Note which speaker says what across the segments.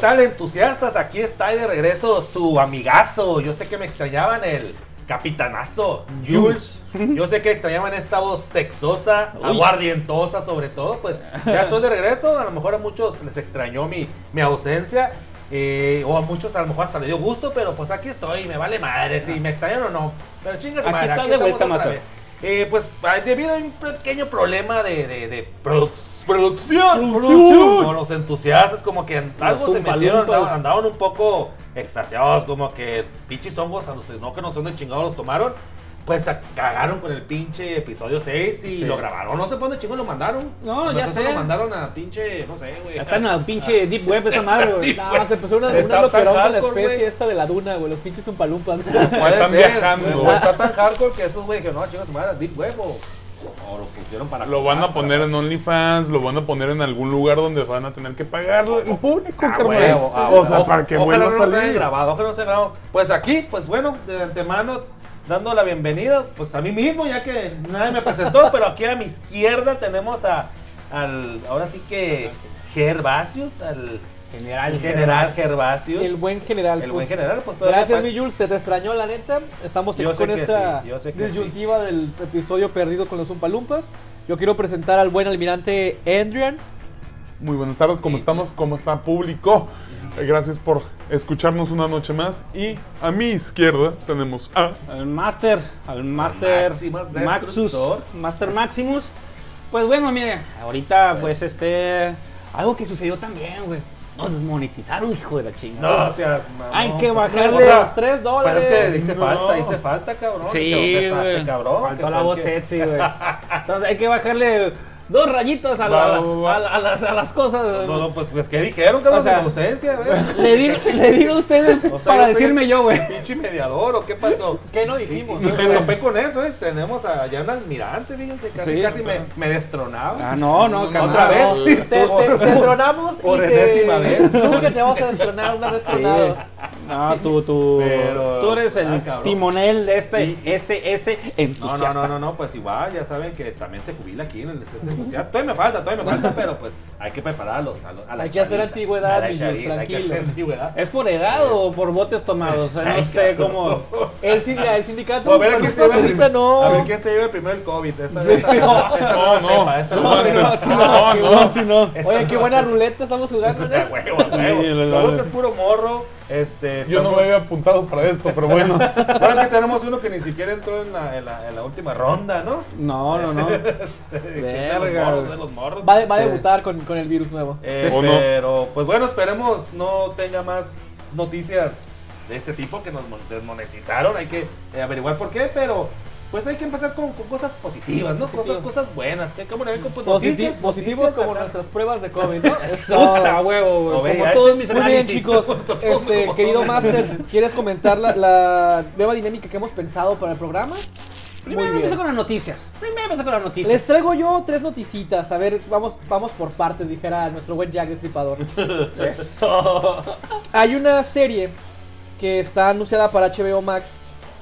Speaker 1: tal, entusiastas? Aquí está de regreso su amigazo. Yo sé que me extrañaban el capitanazo, Jules. Yo sé que extrañaban esta voz sexosa,
Speaker 2: Uy.
Speaker 1: aguardientosa sobre todo. Pues ya estoy de regreso. A lo mejor a muchos les extrañó mi, mi ausencia. eh, o a muchos a lo mejor hasta le dio gusto, pero pues aquí estoy, me vale madre si me extrañaron o no. Pero chingas
Speaker 2: Aquí
Speaker 1: madre,
Speaker 2: estás de
Speaker 1: estamos
Speaker 2: vuelta,
Speaker 1: otra
Speaker 2: Master.
Speaker 1: vez. Eh, pues ah, debido a un pequeño problema de, de- de produc- producción,
Speaker 2: Producción.
Speaker 1: con los entusiastas, como que en- algo se metieron,
Speaker 2: zumpalumpas.
Speaker 1: andaban, andaban un poco extasiados, como que pinches hongos no que no son de chingados los tomaron, pues a- cagaron con el pinche episodio 6 y
Speaker 2: Sí.
Speaker 1: lo grabaron, no sé por dónde chingón lo mandaron.
Speaker 2: No,
Speaker 1: Cuando
Speaker 2: ya
Speaker 1: eso
Speaker 2: sé.
Speaker 1: Lo mandaron a pinche, no sé, güey.
Speaker 2: Ya Está en la pinche deep web esa madre, güey.
Speaker 3: Nah, Ah, se puso una,
Speaker 1: Está
Speaker 3: una loquerón
Speaker 1: tan
Speaker 3: con la
Speaker 1: hardcore,
Speaker 3: especie
Speaker 1: güey.
Speaker 3: esta de la duna, güey. Los pinches zumpalumpas.
Speaker 1: O ser,
Speaker 4: Están viajando.
Speaker 1: o Está tan hardcore que esos güey que no, chingas su madre, deep web o, o lo pusieron para...
Speaker 4: Lo van a poner en OnlyFans, lo van a poner en algún lugar donde van a tener que pagarlo. El público,
Speaker 1: Ah,
Speaker 4: carnal.
Speaker 1: huevo, ah,
Speaker 4: O sea,
Speaker 1: huevo.
Speaker 4: para que
Speaker 1: Ojalá
Speaker 4: vuelva
Speaker 1: no
Speaker 4: a
Speaker 1: se haya
Speaker 4: salir.
Speaker 1: grabado, ojalá no se haya grabado. Pues aquí, pues bueno, de antemano, dando la bienvenida, pues a mí mismo, ya que nadie me presentó, pero aquí a mi izquierda tenemos a, al, ahora sí que, Gervasius, al
Speaker 2: General,
Speaker 1: general Gervasius.
Speaker 3: El buen general.
Speaker 1: El
Speaker 3: pues.
Speaker 1: buen general, pues todavía
Speaker 3: Gracias,
Speaker 1: fal-
Speaker 3: mi Jules. Se te extrañó, la neta. Estamos aquí
Speaker 1: Yo sé
Speaker 3: con
Speaker 1: que
Speaker 3: esta
Speaker 1: sí, yo sé que
Speaker 3: disyuntiva del episodio perdido con los zumpalumpas. Yo quiero presentar al buen almirante Andrian.
Speaker 4: Muy buenas tardes, ¿cómo estamos? ¿Cómo está público? Eh, Gracias por escucharnos una noche más. Y a mi izquierda tenemos a...
Speaker 2: Al Master, al Master
Speaker 1: Maximus
Speaker 2: Maxus,
Speaker 1: Destructor.
Speaker 2: Master Maximus. Pues bueno, mire, ahorita pues este algo que sucedió también, güey. Nos desmonetizaron, hijo de la chingada.
Speaker 1: No seas mamón.
Speaker 2: Hay que bajarle.
Speaker 1: o sea,
Speaker 3: los 3
Speaker 1: Pero es que
Speaker 3: dólares.
Speaker 1: dice
Speaker 4: No.
Speaker 1: falta, hice falta, cabrón. que
Speaker 2: sí,
Speaker 1: vos te
Speaker 2: güey.
Speaker 1: faste, cabrón.
Speaker 2: Faltó
Speaker 1: que
Speaker 2: la voz
Speaker 1: cualquier-
Speaker 2: sexy, güey. Entonces hay que bajarle dos rayitas a, la-
Speaker 4: Va, va, va.
Speaker 2: a la- a las, a las cosas.
Speaker 1: No, no, pues, pues ¿qué dijeron, cabrón?
Speaker 2: O sea,
Speaker 1: Sin ausencia, güey.
Speaker 2: Le, di, le digo a ustedes
Speaker 1: O sea,
Speaker 2: para
Speaker 1: yo soy
Speaker 2: decirme
Speaker 1: el
Speaker 2: yo, güey.
Speaker 1: Pues, Pinche mediador, ¿o qué pasó?
Speaker 3: ¿Qué no dijimos?
Speaker 1: Y- y Me topé con eso, ¿eh? Tenemos allá un almirante, fíjense, casi,
Speaker 2: Sí,
Speaker 1: casi me,
Speaker 2: claro.
Speaker 1: me destronaba.
Speaker 2: Ah, no, no,
Speaker 1: Otra
Speaker 2: carnal.
Speaker 1: vez.
Speaker 3: Te, te, te tronamos
Speaker 1: Por
Speaker 3: y te,
Speaker 1: enésima vez.
Speaker 3: Tú que te vamos a destronar una vez tronado.
Speaker 2: No, tú, tú,
Speaker 1: Pero-
Speaker 2: tú eres el
Speaker 1: Ah, cabrón.
Speaker 2: timonel de este SS
Speaker 1: No, no,
Speaker 2: entusiasta.
Speaker 1: no, no, no, pues igual, ya saben que también se jubila aquí en el CC Social. Todavía me falta, todavía me falta, pero pues hay que prepararlos a, los- a la
Speaker 3: Hay que hacer
Speaker 1: chaviza,
Speaker 3: antigüedad,
Speaker 1: a la
Speaker 3: niños, Eh,
Speaker 1: chaviza, Hay que hacer
Speaker 3: tranquilo.
Speaker 1: antigüedad.
Speaker 2: ¿Es por edad o por botes tomados? O sea,
Speaker 1: Ay,
Speaker 2: no sé
Speaker 1: cabrón.
Speaker 2: cómo.
Speaker 3: El, sin- el sindicato.
Speaker 1: O a ver, a quién se
Speaker 3: ahorita
Speaker 1: lleva el primer-
Speaker 3: no.
Speaker 1: a ver quién se lleva primero el COVID. Esta,
Speaker 3: Sí.
Speaker 1: esta- esta nueva
Speaker 4: No,
Speaker 1: cepa, esta nueva
Speaker 4: no,
Speaker 3: no,
Speaker 1: cepa.
Speaker 3: no,
Speaker 4: no, no, no,
Speaker 2: si no.
Speaker 3: Oye, qué buena ruleta estamos jugando,
Speaker 1: A
Speaker 3: ¿no?
Speaker 1: huevo, a huevo.
Speaker 2: Sí, lo-
Speaker 1: Todo lo que es puro morro. Este,
Speaker 4: Yo no
Speaker 1: estamos-
Speaker 4: me había apuntado para esto, pero bueno.
Speaker 1: Ahora que tenemos uno que ni siquiera entró en la, en la, en la última ronda, ¿no?
Speaker 2: No, no, no.
Speaker 1: Que está los
Speaker 2: Verga,
Speaker 1: morros,
Speaker 2: güey.
Speaker 1: de los morros.
Speaker 3: Va, va a
Speaker 2: Sí.
Speaker 3: debutar con, con el virus nuevo.
Speaker 1: Eh,
Speaker 4: Sí. ¿O no?
Speaker 1: Pero, pues bueno, esperemos no tenga más noticias de este tipo que nos mon- desmonetizaron. Hay que eh, averiguar por qué, pero pues hay que empezar con, con cosas positivas, ¿no? Cosas,
Speaker 3: Positivo.
Speaker 1: cosas buenas. ¿Qué, ¿Cómo le ven con pues,
Speaker 3: Positi-
Speaker 1: noticias?
Speaker 3: positivos
Speaker 1: noticias,
Speaker 3: como
Speaker 1: ajá.
Speaker 3: nuestras pruebas de COVID, ¿no? Eso.
Speaker 2: Puta huevo, güey.
Speaker 1: No,
Speaker 2: Como
Speaker 1: VIH.
Speaker 2: todos mis
Speaker 3: Muy bien,
Speaker 2: análisis.
Speaker 3: chicos. Este, querido Master, ¿quieres comentar la, la nueva dinámica que hemos pensado para el programa?
Speaker 2: Primero
Speaker 3: Muy bien.
Speaker 2: empiezo con las noticias. Primero empiezo con las
Speaker 3: Les
Speaker 2: noticias.
Speaker 3: traigo yo tres noticitas. A ver, vamos, vamos por partes, dijera nuestro buen Jack Destripador.
Speaker 2: Eso.
Speaker 3: Hay una serie que está anunciada para HBO Max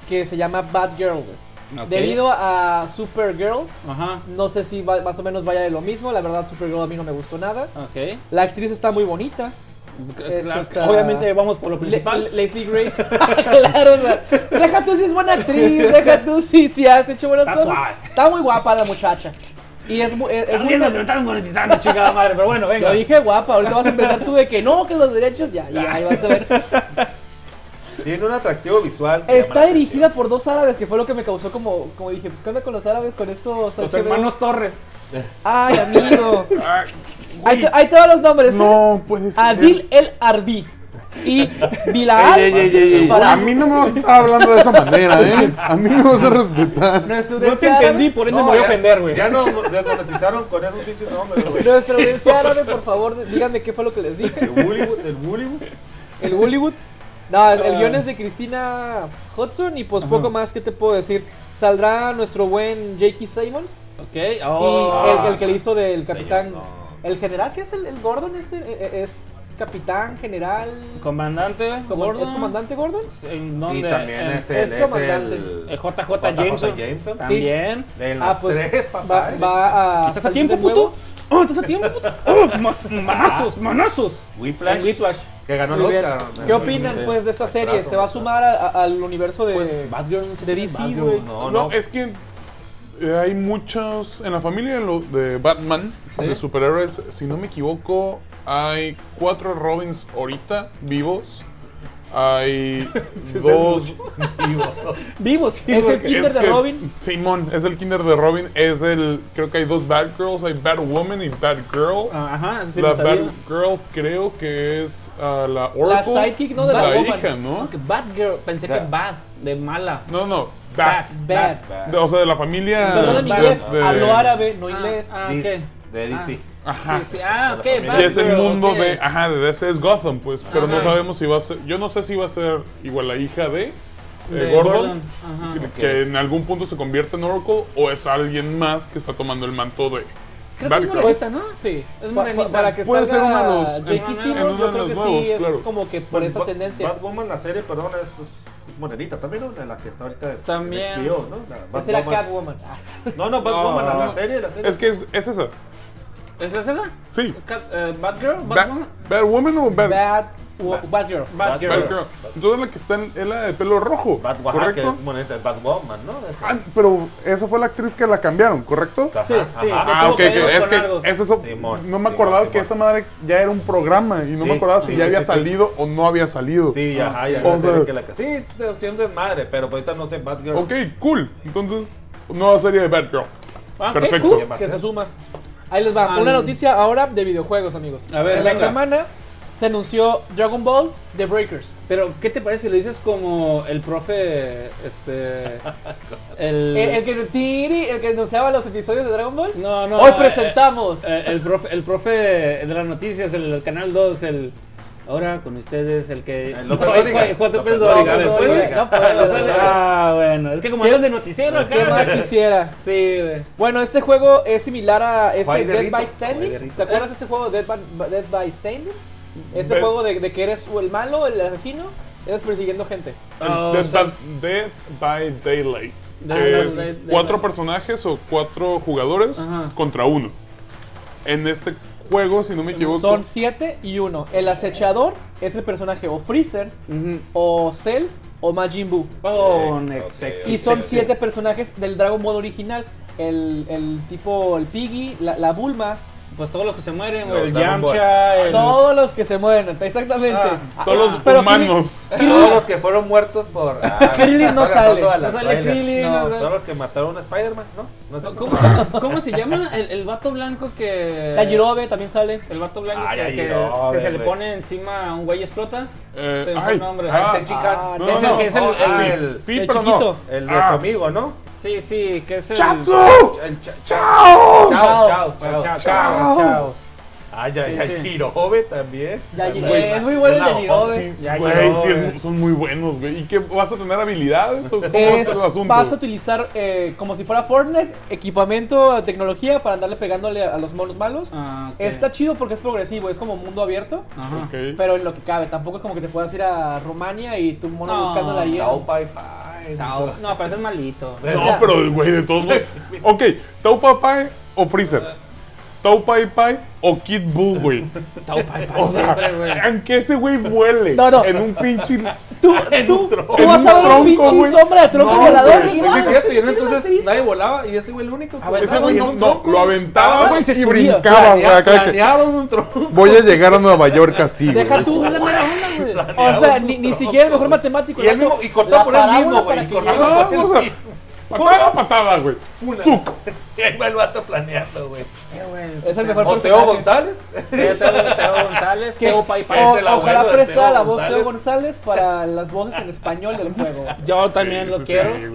Speaker 3: que se llama Bad Girl. güey.
Speaker 2: Ok.
Speaker 3: Debido a Supergirl,
Speaker 2: Ajá.
Speaker 3: no sé si va- más o menos vaya de lo mismo. La verdad, Supergirl a mí no me gustó nada.
Speaker 2: Ok.
Speaker 3: La actriz está muy bonita.
Speaker 2: Claro,
Speaker 3: está-
Speaker 2: Obviamente vamos por lo
Speaker 3: Le-
Speaker 2: principal.
Speaker 3: Le- Leslie Grace. claro, o sea, deja tú si es buena actriz, deja tú si, si has hecho buenas
Speaker 2: Está
Speaker 3: cosas.
Speaker 2: suave.
Speaker 3: Está muy guapa la muchacha. Y es muy. Es, es muy
Speaker 2: Están viendo que me están monetizando, chingada madre. Pero bueno, venga.
Speaker 3: Yo dije guapa, ahorita vas a empezar tú de que no, que los derechos. Ya, ya, ahí vas a ver.
Speaker 1: Tiene un atractivo visual. que llama
Speaker 3: Está
Speaker 1: la
Speaker 3: dirigida por dos árabes, que fue lo que me causó como, como dije, pues qué onda con los árabes, con estos
Speaker 2: Los
Speaker 3: HBO?
Speaker 2: hermanos Torres.
Speaker 3: Ay, amigo.
Speaker 4: Ay,
Speaker 3: ahí, te- ahí te van los nombres. ¿eh?
Speaker 4: no puede ser.
Speaker 3: Adil El Arbi y Bilal.
Speaker 4: Ey, ey, ey, ey.
Speaker 3: para-
Speaker 4: A mí no me vas a estar hablando de esa manera, ¿eh? A mí no me vas a respetar.
Speaker 3: Nuestra
Speaker 2: No te
Speaker 3: audiencia
Speaker 2: entendí,
Speaker 3: árabe-
Speaker 2: por ende
Speaker 1: atención.
Speaker 2: me voy a
Speaker 1: ya-
Speaker 2: ofender, güey.
Speaker 1: Ya nos desmonetizaron con esos pinches nombres, güey.
Speaker 3: Nuestra audiencia árabe, por favor, díganme qué fue lo que les dije.
Speaker 1: El Bollywood, el Bollywood.
Speaker 3: El Bollywood. No, el, el guion es de Cristina Hudson y pues poco más que te puedo decir. Saldrá nuestro buen J.K. Simmons
Speaker 2: Ok.
Speaker 3: y
Speaker 2: Oh.
Speaker 3: el, el que le hizo del capitán,
Speaker 1: no.
Speaker 3: el general que es el, el Gordon es, el- e, es capitán general,
Speaker 2: Comandante.
Speaker 3: como- es comandante Gordon.
Speaker 2: ¿En dónde?
Speaker 1: Y también
Speaker 2: En-
Speaker 1: es, el,
Speaker 3: es
Speaker 1: es
Speaker 3: comandante.
Speaker 1: el,
Speaker 2: El JJ Jameson.
Speaker 1: Jameson.
Speaker 2: También.
Speaker 1: De
Speaker 3: Ah,
Speaker 1: las
Speaker 3: pues
Speaker 1: tres,
Speaker 3: va,
Speaker 1: papá.
Speaker 3: va a.
Speaker 2: ¿Estás a
Speaker 3: salir
Speaker 2: tiempo,
Speaker 3: de nuevo.
Speaker 2: puto? Oh, ¿Estás a tiempo, puto? Oh, mas- manazos, manazos.
Speaker 1: Whiplash.
Speaker 2: En Whiplash.
Speaker 1: Que ganó el
Speaker 3: Muy bien.
Speaker 1: Oscar.
Speaker 3: ¿Qué opinan pues de esta serie? ¿Se va a sumar a- a- al universo de
Speaker 2: Pues Batgirl no se
Speaker 3: de
Speaker 2: tiene
Speaker 3: DC,
Speaker 2: Batgirl,
Speaker 3: güey.
Speaker 1: No,
Speaker 4: No,
Speaker 1: no.
Speaker 4: es que eh, hay muchos. En la familia de lo- de Batman,
Speaker 2: Sí.
Speaker 4: de superhéroes, si no me equivoco, hay cuatro Robins ahorita vivos. Hay dos.
Speaker 2: Vivo, sí.
Speaker 3: Es
Speaker 2: güey.
Speaker 3: el kinder
Speaker 4: Es
Speaker 3: de
Speaker 4: que-
Speaker 3: Robin.
Speaker 4: Simón, es el Kinder de Robin. Es el. Creo que hay dos Batgirls. Hay Batwoman y Batgirl.
Speaker 2: Ah, Ajá, eso sí
Speaker 4: la
Speaker 2: lo sabía.
Speaker 4: Batgirl creo que es ah, la
Speaker 3: La
Speaker 4: Oracle.
Speaker 3: sidekick, ¿no? De la
Speaker 4: la,
Speaker 3: Woman.
Speaker 4: hija, ¿no?
Speaker 2: No, que Batgirl, pensé que
Speaker 1: Ya.
Speaker 2: Bad, de mala.
Speaker 4: No, no. Bat.
Speaker 2: Bat,
Speaker 3: Bat.
Speaker 4: De- O sea, de la familia.
Speaker 3: Perdón en
Speaker 4: de-
Speaker 3: inglés,
Speaker 4: Ah, de-
Speaker 3: habló árabe, no
Speaker 2: Ah,
Speaker 3: inglés.
Speaker 2: Ah,
Speaker 1: Dis-
Speaker 2: ok.
Speaker 1: De DC.
Speaker 4: Ajá.
Speaker 2: Sí, sí, ah, ok,
Speaker 1: Y es
Speaker 4: Y es el
Speaker 2: Batgirl,
Speaker 4: mundo
Speaker 2: ok.
Speaker 4: de, eh, ajá, de DC es Gotham, pues, pero no
Speaker 2: Ajá.
Speaker 4: sabemos si va a ser, yo no sé si va a ser igual la hija de, eh,
Speaker 2: De Ah,
Speaker 4: Gordon,
Speaker 2: Ajá.
Speaker 4: que, que en algún punto se convierte en Oracle, o es alguien más que está tomando el manto de
Speaker 2: Creo que es
Speaker 4: Batgirl.
Speaker 2: morenita, pues, ¿no? Sí, es
Speaker 3: Pa- pa-
Speaker 2: morenita.
Speaker 3: Pues, para que
Speaker 4: Puede ser
Speaker 3: salga
Speaker 4: uno de los-
Speaker 3: J.K.
Speaker 2: en-
Speaker 3: Simmons,
Speaker 2: en uno
Speaker 4: de
Speaker 3: yo creo que
Speaker 4: los nuevos,
Speaker 3: sí, es
Speaker 4: claro. Pues,
Speaker 3: como que por esa
Speaker 1: Bat-
Speaker 3: tendencia.
Speaker 1: Pues, Batwoman, la serie, perdón, es morenita también, ¿no? La que está ahorita en
Speaker 2: También.
Speaker 1: HBO, ¿no? La
Speaker 3: Esa era
Speaker 1: Batwoman.
Speaker 3: Catwoman. Ah,
Speaker 1: No, no, Batwoman,
Speaker 2: No.
Speaker 1: la, la serie, la serie.
Speaker 4: Es que es, es esa,
Speaker 2: ¿Es la esa?
Speaker 4: sí.
Speaker 2: Cat- eh, Batgirl,
Speaker 4: Bat-
Speaker 2: Batwoman.
Speaker 4: Batwoman o Bat-
Speaker 3: Bad, Batgirl.
Speaker 2: Batgirl.
Speaker 4: Batgirl. Entonces la que está en, es la de pelo rojo,
Speaker 1: Batwoman, que
Speaker 4: ¿correcto?
Speaker 1: es morenita, Batwoman, ¿no? Esa.
Speaker 4: Ah, pero esa fue la actriz que la cambiaron, ¿correcto?
Speaker 1: Ajá,
Speaker 2: Sí, sí,
Speaker 1: ajá.
Speaker 2: que
Speaker 4: Ah,
Speaker 2: tuvo
Speaker 4: ok, que
Speaker 2: pedos
Speaker 4: es
Speaker 2: con
Speaker 4: que
Speaker 2: algo.
Speaker 4: ese so-
Speaker 1: Simón,
Speaker 4: no me
Speaker 1: Simón,
Speaker 4: acordaba que
Speaker 1: Simón.
Speaker 4: esa madre ya era un programa y no
Speaker 1: Sí,
Speaker 4: me acordaba si
Speaker 1: sí,
Speaker 4: ya había
Speaker 1: sí, sí.
Speaker 4: salido o no había salido.
Speaker 1: Sí, ajá, ya.
Speaker 4: O
Speaker 1: ya sé
Speaker 4: sea-
Speaker 1: que la- Ah, Sí, siendo es madre, pero pues ahorita no sé Batgirl.
Speaker 4: Ok, cool. Entonces, nueva serie de Batgirl.
Speaker 2: Ah, ok,
Speaker 4: Perfecto.
Speaker 2: cool.
Speaker 3: que se suma. Ahí les va.
Speaker 2: Ah,
Speaker 3: Una
Speaker 2: no.
Speaker 3: noticia ahora de videojuegos, amigos.
Speaker 2: A ver,
Speaker 3: en la
Speaker 2: venga.
Speaker 3: semana se anunció Dragon Ball The Breakers.
Speaker 2: Pero, ¿qué te parece si lo dices como el profe, este, el...
Speaker 3: El, el que tiri, el que anunciaba los episodios de Dragon Ball.
Speaker 2: Eh. No, no.
Speaker 3: Hoy
Speaker 2: eh,
Speaker 3: presentamos.
Speaker 2: eh, el, profe, el profe de las noticias, el, del canal 2, el... Ahora con ustedes, el que...
Speaker 1: El
Speaker 2: No,
Speaker 1: López
Speaker 2: Juan-
Speaker 1: Dóriga.
Speaker 2: Juan López
Speaker 1: López
Speaker 2: Dóriga, a
Speaker 1: Dóriga,
Speaker 2: ver,
Speaker 1: López
Speaker 2: ¿puedes?
Speaker 1: Dóriga.
Speaker 3: No puedo,
Speaker 2: No sale-
Speaker 3: no.
Speaker 2: Ah, bueno. Es que como eres de noticiero acá.
Speaker 3: ¿Qué más quisiera?
Speaker 2: Sí, güey.
Speaker 3: Bueno, este juego es similar a
Speaker 1: Guay
Speaker 3: este
Speaker 1: de Rito.
Speaker 3: Dead by
Speaker 1: Guay de
Speaker 3: Standing.
Speaker 1: Rito.
Speaker 3: ¿Te acuerdas de este juego Dead by, Dead by Standing? Este
Speaker 4: Ve-
Speaker 3: juego de, de que eres o el malo, el asesino, eres persiguiendo gente.
Speaker 4: El
Speaker 2: Ah,
Speaker 4: Dead,
Speaker 2: o sea-
Speaker 4: by, Dead by Daylight.
Speaker 2: Ah,
Speaker 4: que
Speaker 2: Dead
Speaker 4: es
Speaker 2: by Daylight.
Speaker 4: cuatro personajes o cuatro jugadores
Speaker 2: Ajá.
Speaker 4: contra uno. En este juego, si no me equivoco,
Speaker 3: Son 7 y 1. El acechador es el personaje o Freezer,
Speaker 2: Ujú.
Speaker 3: o Cell, o Majin Buu.
Speaker 2: Oh, next
Speaker 1: ok,
Speaker 2: sexy.
Speaker 3: Y son
Speaker 1: Sí, sí.
Speaker 3: siete personajes del Dragon Ball original. El, el tipo, el Piggy, la, la Bulma,
Speaker 2: Pues todos los que se mueren,
Speaker 1: Los
Speaker 2: güey, el
Speaker 1: Dragon Ball.
Speaker 3: Ah,
Speaker 2: Yamcha, el...
Speaker 3: todos los que se mueren, exactamente.
Speaker 2: Ah,
Speaker 4: todos los
Speaker 3: pero
Speaker 4: humanos.
Speaker 1: Todos los que fueron muertos por. Ah,
Speaker 3: Krillin no
Speaker 1: está
Speaker 3: sale,
Speaker 1: ganando a
Speaker 2: No
Speaker 1: las
Speaker 2: sale
Speaker 1: trailers.
Speaker 2: Krillin,
Speaker 3: No,
Speaker 2: no sale-
Speaker 1: Todos los que mataron a Spider-Man, ¿no? No es eso.
Speaker 2: ¿Cómo, cómo se llama el, el vato blanco que...
Speaker 3: La Jirobe también sale.
Speaker 2: El vato blanco
Speaker 1: Ay,
Speaker 2: que,
Speaker 1: ay,
Speaker 2: que-
Speaker 1: no,
Speaker 2: que
Speaker 1: güey,
Speaker 2: se le
Speaker 1: Ah, güey.
Speaker 2: pone encima a un güey y explota.
Speaker 4: Eh,
Speaker 2: Se me fue
Speaker 4: ay,
Speaker 2: el nombre.
Speaker 4: ah,
Speaker 1: Ay, te chica.
Speaker 3: Ah,
Speaker 4: no,
Speaker 2: que es el-
Speaker 4: no,
Speaker 2: que es el-
Speaker 4: oh,
Speaker 2: el-
Speaker 4: ah,
Speaker 1: el-
Speaker 4: sí,
Speaker 3: el
Speaker 4: pero
Speaker 3: chiquito.
Speaker 4: no.
Speaker 1: El de
Speaker 4: Ah,
Speaker 1: tu amigo, ¿no?
Speaker 2: Sí, sí, que es el...
Speaker 4: ¡Chatsu!
Speaker 1: El cha- Chao,
Speaker 4: ¡Chao!
Speaker 3: Chao.
Speaker 1: chao, chao.
Speaker 2: Chao,
Speaker 4: chao.
Speaker 1: Ay, ay,
Speaker 2: Sí,
Speaker 1: ay,
Speaker 2: sí.
Speaker 1: Hirobe también.
Speaker 3: Ya,
Speaker 1: Ay,
Speaker 3: ya,
Speaker 1: güey,
Speaker 3: es muy bueno el
Speaker 1: una
Speaker 3: de Jirobe.
Speaker 1: Oxy.
Speaker 2: Ya
Speaker 4: Güey,
Speaker 2: llegó,
Speaker 4: sí, es-
Speaker 2: güey.
Speaker 4: son muy buenos, güey. ¿Y qué? ¿Vas a tener habilidades? o cómo va a
Speaker 3: Es,
Speaker 4: ser el asunto?
Speaker 3: vas a utilizar eh, como si fuera Fortnite, equipamiento, tecnología para andarle pegándole a los monos malos.
Speaker 2: Ah, ok. Ah,
Speaker 3: Está chido porque es progresivo, es como mundo abierto,
Speaker 2: Ajá.
Speaker 4: Ok.
Speaker 3: pero en lo que cabe. Tampoco es como que te puedas ir a Rumania y tu mono
Speaker 2: No,
Speaker 3: buscándola ahí. en-
Speaker 1: Tao Pai Pai.
Speaker 2: Tao. No, pero ese es malito.
Speaker 4: No, pero güey, de todos modos. Ok, Tau Pai Pai o Freezer. Tau Pai Pai o Kid Buu, güey.
Speaker 2: Tao Pai Pai
Speaker 4: O sea,
Speaker 2: siempre, güey.
Speaker 4: aunque ese güey vuele
Speaker 3: No, no.
Speaker 4: en un pinche.
Speaker 3: Tú, tú, tú
Speaker 4: En
Speaker 3: vas
Speaker 4: un
Speaker 3: a ver un
Speaker 4: tronco,
Speaker 3: pinche
Speaker 4: güey.
Speaker 3: sombra de tronco
Speaker 4: No,
Speaker 3: volador.
Speaker 4: güey,
Speaker 3: y
Speaker 4: sí,
Speaker 3: vas a
Speaker 4: sí,
Speaker 1: Fíjate,
Speaker 3: ver
Speaker 1: y
Speaker 3: que
Speaker 1: en
Speaker 3: tiene un
Speaker 1: entonces
Speaker 3: asterisco.
Speaker 1: nadie volaba y ese güey el único.
Speaker 2: A ver,
Speaker 4: Ah, Ese
Speaker 1: volaba.
Speaker 4: güey
Speaker 1: Y
Speaker 4: no,
Speaker 1: un
Speaker 4: no,
Speaker 1: tronco.
Speaker 4: lo aventaba,
Speaker 3: Ah,
Speaker 4: güey,
Speaker 3: se
Speaker 4: y
Speaker 3: subía.
Speaker 4: brincaba, güey. acá que-
Speaker 1: Planearon un tronco.
Speaker 5: Voy a llegar a Nueva York así, güey.
Speaker 3: Deja tú.
Speaker 2: Esa es la mera onda, güey.
Speaker 3: O sea, ni, ni siquiera el mejor matemático.
Speaker 1: Y él
Speaker 3: vato,
Speaker 1: mismo- y cortó
Speaker 3: la
Speaker 1: por él mismo,
Speaker 3: parábola
Speaker 1: güey,
Speaker 3: para que
Speaker 1: cortó.
Speaker 3: llegue.
Speaker 4: Ah, o sea, patada, patada, güey.
Speaker 1: Funa.
Speaker 4: Zuc.
Speaker 1: Y ahí va el vato planeando, güey.
Speaker 2: Eh, güey.
Speaker 3: Es el mejor
Speaker 1: O Teo
Speaker 3: personaje.
Speaker 1: González.
Speaker 2: Teo- eh, Teo Teo González,
Speaker 3: Que- Oh,
Speaker 2: Teo Pai Pai.
Speaker 3: o-
Speaker 1: es el abuelo
Speaker 3: ojalá
Speaker 1: de
Speaker 3: prestara
Speaker 1: Teo
Speaker 3: la voz
Speaker 1: González.
Speaker 3: Teo González para las voces en español del juego.
Speaker 2: Yo también
Speaker 4: Sí,
Speaker 2: lo
Speaker 4: sí, sí,
Speaker 2: quiero.
Speaker 4: güey.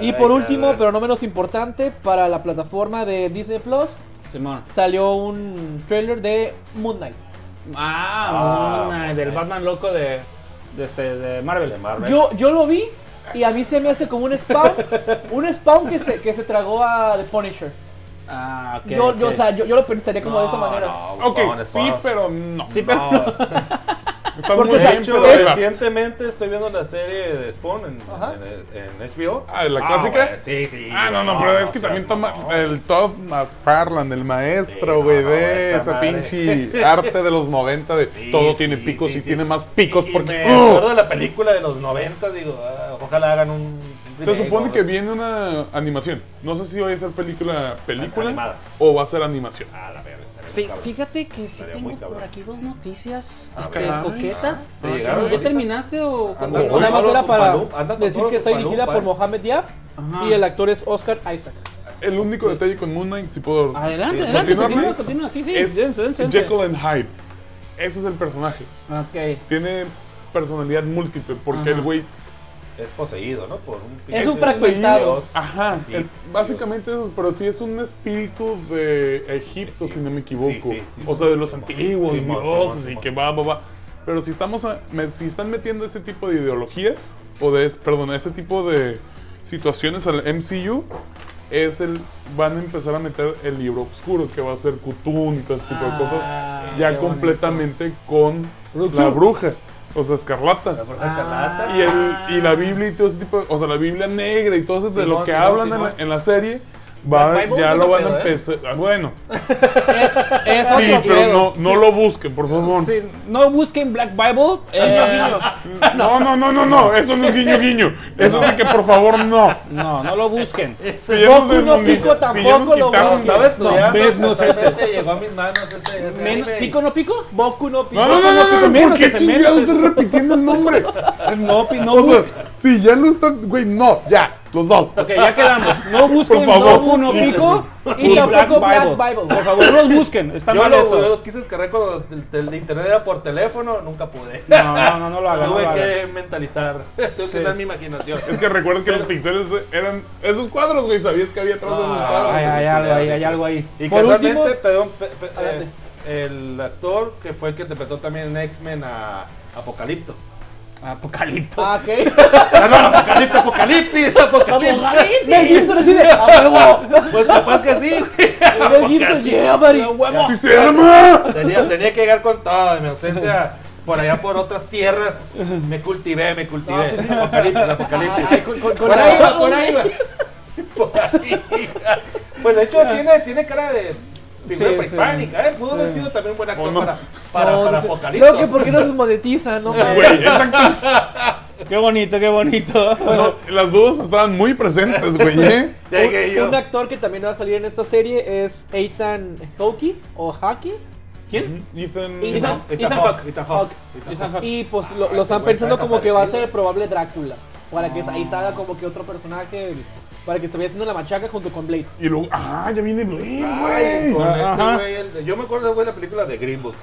Speaker 3: Y
Speaker 1: Ay,
Speaker 3: por
Speaker 1: caray.
Speaker 3: último, pero no menos importante, para la plataforma de Disney Plus
Speaker 2: Simón.
Speaker 3: salió un trailer de Moon Knight.
Speaker 2: Ah,
Speaker 1: Ah,
Speaker 2: una,
Speaker 1: ok.
Speaker 2: del Batman loco de, de, este, de Marvel.
Speaker 3: Yo, yo lo vi y a mí se me hace como un spawn, un spawn que se, que se tragó a The Punisher.
Speaker 2: Ah, ok.
Speaker 3: yo, yo,
Speaker 2: ok.
Speaker 3: o sea, yo, yo lo pensaría como de esa
Speaker 1: No,
Speaker 3: manera.
Speaker 1: no,
Speaker 4: Ok,
Speaker 1: no, no,
Speaker 4: sí,
Speaker 1: no.
Speaker 4: pero no.
Speaker 2: Sí, pero.
Speaker 1: No.
Speaker 4: Estás
Speaker 3: Porque
Speaker 4: muy
Speaker 3: se-
Speaker 1: De
Speaker 4: bien,
Speaker 1: hecho,
Speaker 4: pero ahí vas.
Speaker 1: eh, recientemente estoy viendo la serie de Spawn en,
Speaker 3: Ajá.
Speaker 1: en- en HBO.
Speaker 4: Ah, ¿la clásica?
Speaker 1: güey, sí, sí.
Speaker 4: Ah, no, no, pero es que
Speaker 1: o sea,
Speaker 4: también toma eh,
Speaker 1: no.
Speaker 4: el top.
Speaker 2: McFarland, el
Speaker 1: Sí,
Speaker 2: maestro,
Speaker 1: no,
Speaker 2: güey,
Speaker 1: no,
Speaker 2: de
Speaker 1: esa
Speaker 2: esa,
Speaker 1: madre.
Speaker 2: pinche arte de los 90 de
Speaker 1: Sí,
Speaker 2: todo
Speaker 1: sí,
Speaker 2: tiene picos
Speaker 1: sí,
Speaker 2: y
Speaker 1: sí.
Speaker 2: tiene más picos
Speaker 1: Y- y
Speaker 2: porque...
Speaker 1: me
Speaker 4: ¡uh!
Speaker 2: ¡Ugh!
Speaker 1: acuerdo de la película de los 90, digo, ah, ojalá hagan un.
Speaker 4: Se
Speaker 1: remake,
Speaker 4: supone
Speaker 1: o-
Speaker 4: que viene una animación. No sé si va a ser película, película
Speaker 1: Animada.
Speaker 4: o va a ser animación.
Speaker 1: Ah, la verga, está bien
Speaker 6: Fí-
Speaker 1: cabrón.
Speaker 6: Fíjate que sí
Speaker 1: Estaría muy
Speaker 6: tengo
Speaker 1: cabrón.
Speaker 6: por aquí dos noticias
Speaker 1: A
Speaker 6: este,
Speaker 1: ver.
Speaker 4: Ay,
Speaker 6: coquetas.
Speaker 1: ah, llegaron
Speaker 6: ¿Ya
Speaker 1: ahorita.
Speaker 6: terminaste o
Speaker 1: Anda
Speaker 6: o-
Speaker 1: con
Speaker 3: Nada más
Speaker 1: Todos
Speaker 3: era
Speaker 1: sus
Speaker 3: para
Speaker 1: Malup, anda con
Speaker 3: decir
Speaker 1: todos
Speaker 3: que
Speaker 1: sus
Speaker 3: está dirigida
Speaker 1: Malup,
Speaker 3: por
Speaker 1: eh.
Speaker 3: Mohamed Diab
Speaker 6: Ajá.
Speaker 3: y el actor es Oscar Isaac.
Speaker 4: El único detalle con Moon Knight, si puedo.
Speaker 6: Adelante,
Speaker 1: Sí,
Speaker 6: adelante,
Speaker 4: continúa,
Speaker 6: continúa,
Speaker 4: sí.
Speaker 6: continúa. Sí, sí,
Speaker 4: Es
Speaker 6: dense, dense, dense.
Speaker 4: Jekyll and Hyde. Ese es el personaje.
Speaker 6: Ok.
Speaker 4: Tiene personalidad múltiple porque
Speaker 6: Ajá.
Speaker 4: el güey
Speaker 1: Es poseído, ¿no? Por un
Speaker 3: Es un
Speaker 1: pinche
Speaker 3: fragmentado.
Speaker 1: dios. Ah,
Speaker 4: Ajá,
Speaker 1: Sí,
Speaker 4: es básicamente eso, pero sí es un espíritu de Egipto, si no me equivoco.
Speaker 1: Sí, sí, sí.
Speaker 4: o sea, de los
Speaker 1: Simón.
Speaker 4: antiguos
Speaker 1: Simón,
Speaker 4: dioses
Speaker 1: Simón,
Speaker 4: y
Speaker 1: Simón.
Speaker 4: que va, va, va. Pero si, estamos a- me- si están metiendo ese tipo de ideologías, o de, es- perdón, ese tipo de situaciones al MCU, es el, van a empezar a meter el libro oscuro, que va a ser Kutun y todo ese tipo de
Speaker 6: Ah,
Speaker 4: cosas,
Speaker 6: qué
Speaker 4: ya
Speaker 6: bonito.
Speaker 4: completamente con
Speaker 3: Ruxu.
Speaker 4: la bruja, o sea, escarlata.
Speaker 1: La bruja escarlata. Ah,
Speaker 4: Y, el, y la Biblia y todo ese tipo, de- o sea, la Biblia negra y todo eso de
Speaker 1: Simón,
Speaker 4: lo que
Speaker 1: Simón,
Speaker 4: hablan en
Speaker 1: Simón.
Speaker 4: la, en la serie, va-
Speaker 6: Bible
Speaker 4: ya
Speaker 6: es
Speaker 4: lo
Speaker 6: otro
Speaker 4: van a
Speaker 6: pedo, ¿eh?
Speaker 4: empezar. ah, Bueno,
Speaker 3: Es, es
Speaker 4: sí, pero
Speaker 3: otro pedo.
Speaker 4: no, no lo busquen, por favor.
Speaker 6: Sí, no busquen Black Bible. eh,
Speaker 4: No, no, no, no, no, eso no es guiño, guiño. Eso es de que por favor no.
Speaker 6: no, no lo busquen.
Speaker 4: Si ya nos
Speaker 3: Goku no
Speaker 4: desmon-
Speaker 3: pico
Speaker 4: si ya nos
Speaker 3: tampoco lo
Speaker 4: quitaron-
Speaker 3: busquen.
Speaker 1: Estaba estudiando.
Speaker 6: ves, no sé.
Speaker 1: exactamente, Llegó a mis manos ese. ese
Speaker 6: Men-
Speaker 1: anime y-
Speaker 6: ¿Pico no pico?
Speaker 3: Boku no Pico.
Speaker 4: No, no, no, no, no, no,
Speaker 6: Menos
Speaker 4: ¿por qué
Speaker 6: ese, menos
Speaker 4: chingados
Speaker 6: ese.
Speaker 4: estás repitiendo el nombre?
Speaker 6: No, pi- no
Speaker 4: O sea,
Speaker 6: busquen.
Speaker 2: Sí, ya lo están... Güey, no, ya, los dos.
Speaker 6: Ok, ya quedamos. No busquen
Speaker 4: Por favor.
Speaker 6: Goku no pico
Speaker 3: Y tampoco Black Bible.
Speaker 6: Por favor, no los busquen. Está
Speaker 1: Yo
Speaker 6: mal
Speaker 1: lo,
Speaker 6: eso.
Speaker 1: lo quise descargar cuando el, el internet era por teléfono, nunca pude.
Speaker 6: No, no, no, no lo hagan. no lo
Speaker 1: Tuve
Speaker 6: hagan.
Speaker 1: que mentalizar. Tuve que usar mi imaginación.
Speaker 4: Es que recuerden que los pixeles eran esos cuadros, güey. Sabías que había atrás de esos cuadros.
Speaker 6: Ay, hay algo ahí, hay algo ahí.
Speaker 1: Y
Speaker 3: Por
Speaker 1: casualmente,
Speaker 3: último-
Speaker 1: perdón, pe- pe-
Speaker 3: Adelante.
Speaker 1: eh, el actor que fue el que interpretó también en X-Men a Apocalipto.
Speaker 6: Apocalipto.
Speaker 3: Ah, ok.
Speaker 1: Apocalipto, Apocalipsis, Apocalipsis.
Speaker 3: Mel Gibson así de, ¡a huevo!
Speaker 1: Pues capaz que sí. güey.
Speaker 3: Mel Gibson, yeah, buddy.
Speaker 4: ¡Sí se arma!
Speaker 1: Tenía, tenía que llegar con todo. En mi ausencia, por allá por otras tierras, me cultivé, me cultivé. Apocalipsis, Apocalipsis.
Speaker 3: Ay, con- con- con-
Speaker 1: por ahí va, por ahí va. Por ahí. Pues de hecho
Speaker 3: Ah.
Speaker 1: tiene, tiene cara de figura
Speaker 6: Sí, sí.
Speaker 1: prehispánica, ¿eh? Pudo haber
Speaker 6: Sí.
Speaker 1: sido también un buen actor
Speaker 4: ¿O no?
Speaker 1: para, para,
Speaker 3: No,
Speaker 1: para
Speaker 3: no sé.
Speaker 1: Apocalipto.
Speaker 3: Creo que porque no se monetiza, no mames.
Speaker 4: Güey, exacto.
Speaker 6: Qué bonito, qué bonito.
Speaker 4: No, las dudas estaban muy presentes, güey, ¿eh?
Speaker 1: Llegué yo.
Speaker 3: Un, un actor que también va a salir en esta serie es Ethan Hawke o Hawke.
Speaker 6: ¿Quién?
Speaker 4: Ethan.
Speaker 3: Ethan-
Speaker 6: Ethan Hawke.
Speaker 1: Ethan
Speaker 3: Hawke.
Speaker 6: Ethan Hawke.
Speaker 3: Y pues lo, lo
Speaker 1: ese
Speaker 3: están
Speaker 1: güey
Speaker 3: pensando
Speaker 1: está
Speaker 3: como que va a ser
Speaker 1: desaparecido.
Speaker 3: el probable Drácula. Para que ahí salga como que otro personaje. el- Para que se vaya haciendo la machaca junto con Blade.
Speaker 4: Y luego, ah, ya viene Blade,
Speaker 1: Ay,
Speaker 4: güey.
Speaker 1: con este
Speaker 6: Ajá.
Speaker 1: güey, el de- yo me acuerdo güey, de la película de Green Book.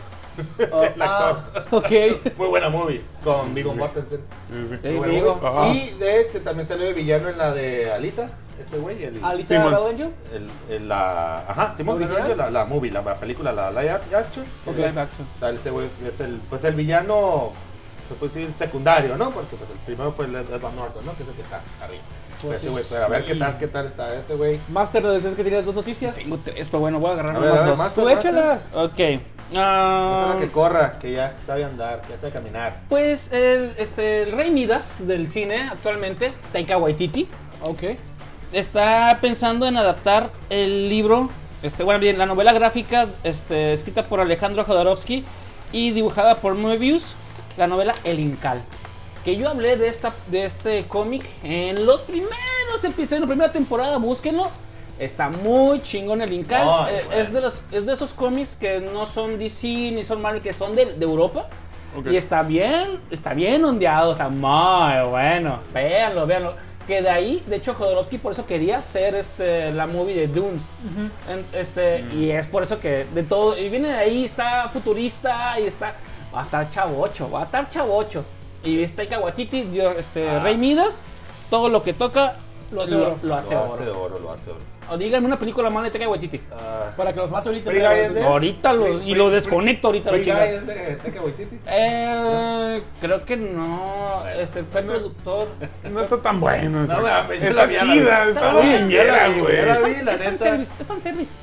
Speaker 3: Oh,
Speaker 1: El actor.
Speaker 3: ah, ok.
Speaker 1: Muy buena movie. Con Viggo Mortensen.
Speaker 4: Sí, sí.
Speaker 1: Muy buena
Speaker 6: Viggo.
Speaker 1: movie.
Speaker 4: Ajá.
Speaker 1: Y de que también salió de villano en la de Alita. Ese güey, el.
Speaker 3: Alita
Speaker 4: Simón.
Speaker 3: Battle Angel.
Speaker 1: el- el- la, ajá, Simón,
Speaker 3: ¿La original?
Speaker 1: la, la, movie, la, la película, la live action.
Speaker 3: Ok.
Speaker 6: Live action.
Speaker 1: O sea, ese güey es el, pues el villano, se puede decir secundario, ¿no? Porque pues el primero fue el Edward Norton, ¿no? Que es el que está arriba. Pues ese güey, pues, a ver qué tal, qué tal está ese güey.
Speaker 3: Master, nos decías que tenías dos noticias.
Speaker 6: Tengo tres, pero bueno, voy a agarrar
Speaker 1: A ver, a
Speaker 6: nomás
Speaker 1: ver,
Speaker 6: dos.
Speaker 1: más.
Speaker 3: Tú échalas.
Speaker 6: Ok.
Speaker 1: Ojalá
Speaker 6: ah,
Speaker 1: que corra, que ya sabe andar, que ya sabe caminar.
Speaker 6: pues el, este, el rey Midas del cine actualmente, Taika Waititi,
Speaker 3: Ok.
Speaker 6: está pensando en adaptar el libro, este, bueno, bien, la novela gráfica este, escrita por Alejandro Jodorowsky y dibujada por Moebius, la novela El Incal. Que yo hablé de, esta, de este cómic en los primeros episodios, en la primera temporada, búsquenlo. Está muy chingón el Incal.
Speaker 1: Ay,
Speaker 6: Eh,
Speaker 1: bueno.
Speaker 6: es, de los, es de esos cómics que no son DC ni son Marvel, que son de, de Europa.
Speaker 4: Ok.
Speaker 6: Y está bien, está bien ondeado, está muy bueno. Véanlo, véanlo. Que de ahí, de hecho, Jodorowsky por eso quería hacer este, la movie de Dune. En- este,
Speaker 1: Mm.
Speaker 6: Y es por eso que de todo. Y viene de ahí, está futurista y está. Va a estar chavocho, va a estar chavocho. Y está Kawatiti, este,
Speaker 1: Ah.
Speaker 6: Rey Midas, todo lo que toca
Speaker 3: Lo
Speaker 6: lo,
Speaker 3: hace oro.
Speaker 6: lo hace
Speaker 1: lo
Speaker 6: oro.
Speaker 1: hace de oro, lo hace oro.
Speaker 6: O díganme una película mala de Taika Waititi.
Speaker 1: Ah,
Speaker 3: Para que los mato ahorita.
Speaker 1: Free Guy es de-
Speaker 6: Ahorita lo, y lo
Speaker 1: Free-
Speaker 6: desconecto ahorita la
Speaker 1: Free
Speaker 6: chingada.
Speaker 1: Guy es de Taika Waititi.
Speaker 6: Eh, creo que no. Este fue productor.
Speaker 4: No está tan bueno. esa.
Speaker 1: No, mames, yo la
Speaker 4: está
Speaker 1: vi a la-
Speaker 4: chida, está muy
Speaker 6: bien,
Speaker 4: dominguera,
Speaker 1: yo la vi,
Speaker 4: güey.
Speaker 1: yo la vi.
Speaker 6: Es
Speaker 1: la
Speaker 6: es
Speaker 1: neta.
Speaker 6: fanservice, es fanservice.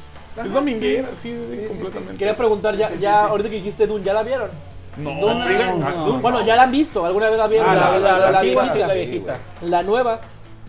Speaker 4: Es dominguera, sí, sí, completamente.
Speaker 3: Quería preguntar, ya, ya ahorita que dijiste Dune, ¿ya la vieron?
Speaker 4: No,
Speaker 6: Duna,
Speaker 4: frigan,
Speaker 6: no.
Speaker 4: ah, Duna.
Speaker 3: Bueno, ya la han visto, alguna vez la vieron.
Speaker 1: Ah,
Speaker 3: la,
Speaker 1: la-
Speaker 3: la-
Speaker 1: la-
Speaker 3: la- la
Speaker 1: sí,
Speaker 6: antigua,
Speaker 1: vieja.
Speaker 6: sí,
Speaker 3: viejita.
Speaker 6: la viejita.
Speaker 3: La nueva.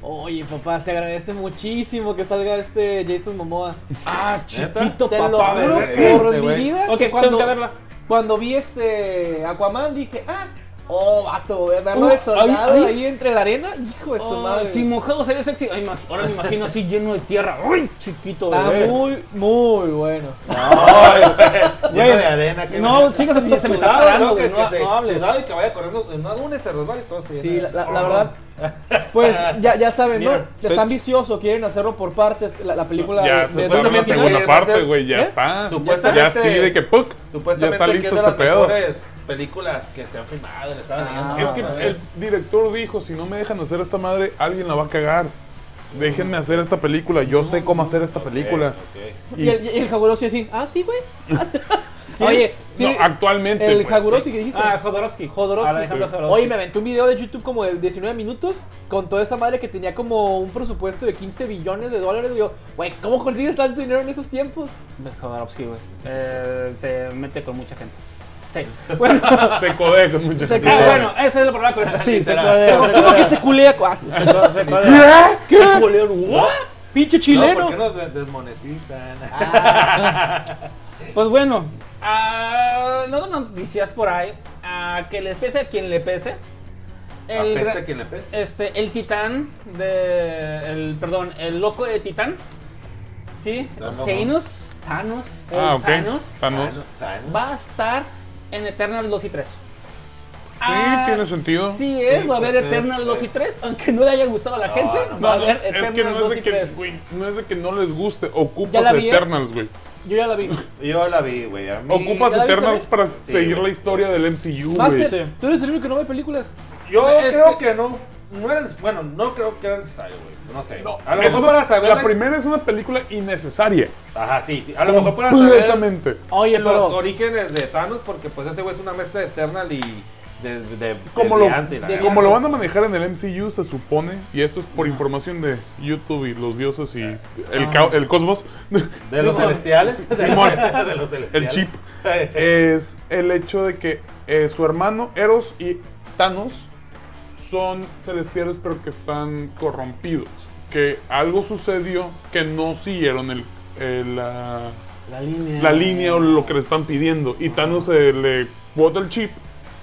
Speaker 3: Oye, papá, se agradece muchísimo que salga este Jason Momoa.
Speaker 6: Ah, chiquito,
Speaker 3: Te lo
Speaker 6: papá.
Speaker 3: juro
Speaker 1: verga,
Speaker 3: por
Speaker 1: este
Speaker 3: mi
Speaker 1: güey.
Speaker 3: vida.
Speaker 6: Ok,
Speaker 3: que
Speaker 6: tengo que verla.
Speaker 3: Cuando vi este Aquaman dije, ah, oh, vato, verlo
Speaker 6: Uh,
Speaker 3: de soldado
Speaker 6: ahí-
Speaker 3: ahí,
Speaker 6: ahí.
Speaker 3: entre la arena, hijo de su
Speaker 6: Oh,
Speaker 3: madre.
Speaker 6: si mojado sería sexy. Ay, ma- ahora me imagino así lleno de tierra. ¡Uy! Chiquito,
Speaker 3: Está
Speaker 6: bebé.
Speaker 3: muy, muy bueno.
Speaker 1: Ay, güey, lleno de arena. qué
Speaker 6: No,
Speaker 1: bueno.
Speaker 6: sigas, se me está
Speaker 1: Sudado,
Speaker 6: parando,
Speaker 1: ¿no?
Speaker 6: güey.
Speaker 1: Que-
Speaker 6: No,
Speaker 1: que se-
Speaker 6: no hables.
Speaker 1: sudado y que vaya corriendo. No adunes, se resbala y todo se
Speaker 3: Sí,
Speaker 1: llena
Speaker 3: la,
Speaker 1: de-
Speaker 3: la- la verdad. Pues ya, ya saben, ¿no?
Speaker 6: Mira,
Speaker 3: Es ambicioso, quieren hacerlo por partes. La, la película
Speaker 4: Ya se
Speaker 3: de- de
Speaker 4: fue
Speaker 1: Duna
Speaker 4: la
Speaker 1: también tiene
Speaker 4: segunda
Speaker 1: que
Speaker 4: parte,
Speaker 1: hacer-
Speaker 4: güey, ya
Speaker 3: ¿Eh?
Speaker 4: está.
Speaker 1: Supuestamente-
Speaker 4: Ya está así de que ¡puc! Ya
Speaker 1: Supuestamente
Speaker 4: está
Speaker 1: que
Speaker 4: listo
Speaker 1: es de las
Speaker 4: este pedo.
Speaker 1: mejores películas que se han filmado. Le
Speaker 6: Ah,
Speaker 1: estaba leyendo.
Speaker 4: Es que el director dijo, si no me dejan hacer esta madre, alguien la va a cagar. Déjenme hacer esta película, yo sé cómo hacer esta película.
Speaker 3: Y el, y el Jaborosi así, ah, sí, güey. Ah, sí. Oye, sí,
Speaker 4: No, actualmente.
Speaker 3: el
Speaker 4: güey.
Speaker 3: Jaborosi que dijiste.
Speaker 6: Ah, Jodorowsky.
Speaker 3: Jodorowsky.
Speaker 6: Alejandro
Speaker 4: Sí.
Speaker 6: Jodorowsky. Ah,
Speaker 3: Oye, me aventé un video de YouTube como de 19 minutos con toda esa madre que tenía como un presupuesto de 15 billones de dólares. Y yo, güey, ¿cómo consigues tanto dinero en esos tiempos?
Speaker 6: Es Jodorowsky, güey. Eh, se mete con mucha gente. Sí. Bueno, ah,
Speaker 4: Se codea con mucha
Speaker 3: Se
Speaker 4: gente.
Speaker 3: codea.
Speaker 6: bueno, ese es el problema con Sí, se
Speaker 1: Ah,
Speaker 3: Pero,
Speaker 6: puede.
Speaker 3: ¿Cómo que se culea? Ah,
Speaker 6: Se puede.
Speaker 3: ¿Qué? ¿What? ¡Pinche
Speaker 1: No, ¿por
Speaker 3: chileno!
Speaker 1: qué nos de- desmonetizan? Ah,
Speaker 6: Pues bueno, ah, no dan noticias por ahí. ah, que les pese a quien le pese. El,
Speaker 1: Apesta
Speaker 6: gra-
Speaker 1: que le peste.
Speaker 6: este, el titán de. El, perdón, el loco de titán. Sí,
Speaker 1: Está mamón.
Speaker 6: Thanos. Thanos. el
Speaker 4: Ah, ok.
Speaker 6: Thanos.
Speaker 4: Thanos.
Speaker 1: Ah, no, Thanos.
Speaker 6: Va a estar en Eternal 2 y 3.
Speaker 4: Sí, tiene sentido.
Speaker 6: Sí, es,
Speaker 1: Sí,
Speaker 6: va a haber
Speaker 1: pues,
Speaker 6: Eternal
Speaker 1: es-
Speaker 6: 2 y 3. Aunque no le haya gustado a la
Speaker 1: No,
Speaker 6: gente,
Speaker 1: no,
Speaker 6: va a
Speaker 4: No, no,
Speaker 6: haber
Speaker 4: es que no
Speaker 6: Eternal
Speaker 4: es,
Speaker 6: 2
Speaker 4: de
Speaker 6: y
Speaker 4: que,
Speaker 6: 3.
Speaker 4: güey, no es de que no les guste.
Speaker 3: Ya
Speaker 4: Ocupas
Speaker 3: la vi, ¿eh?
Speaker 4: Eternals, güey.
Speaker 3: Yo ya la vi.
Speaker 1: Yo la vi, güey. a mí-
Speaker 4: Ocupas
Speaker 3: ¿Ya la viste,
Speaker 4: Eternals
Speaker 3: güey?
Speaker 4: para
Speaker 1: Sí,
Speaker 4: seguir
Speaker 1: güey.
Speaker 4: la historia del MCU, güey.
Speaker 3: Master,
Speaker 6: Sí.
Speaker 3: tú eres el único que no ve películas.
Speaker 1: Yo
Speaker 6: Es
Speaker 1: creo
Speaker 6: que-
Speaker 1: que... no. No era neces- Bueno, no creo que era necesario, güey. No sé. a lo
Speaker 4: Es
Speaker 1: mejor
Speaker 4: una-
Speaker 1: para saber.
Speaker 4: La primera es una película innecesaria.
Speaker 1: Ajá, sí, sí. A lo mejor para saber
Speaker 4: Completamente.
Speaker 3: Oye,
Speaker 1: los
Speaker 3: pero.
Speaker 1: orígenes de Thanos, porque pues ese güey es una mezcla de Eternal y. De, de, de-
Speaker 4: Como
Speaker 1: de
Speaker 4: lo,
Speaker 1: Dante y la
Speaker 3: de-
Speaker 1: verga.
Speaker 4: como lo van a manejar en el MCU, se supone, y esto es por información de YouTube y los dioses y el, cao- el cosmos,
Speaker 1: De los
Speaker 6: Simón.
Speaker 1: celestiales.
Speaker 4: Simón.
Speaker 1: de los celestiales. Eh,
Speaker 4: el chip, es el hecho de que eh, su hermano Eros y Thanos son celestiales pero que están corrompidos. Que algo sucedió que no siguieron el, el, la,
Speaker 6: La línea.
Speaker 4: la línea o lo que le están pidiendo. Y Thanos eh, le bota el chip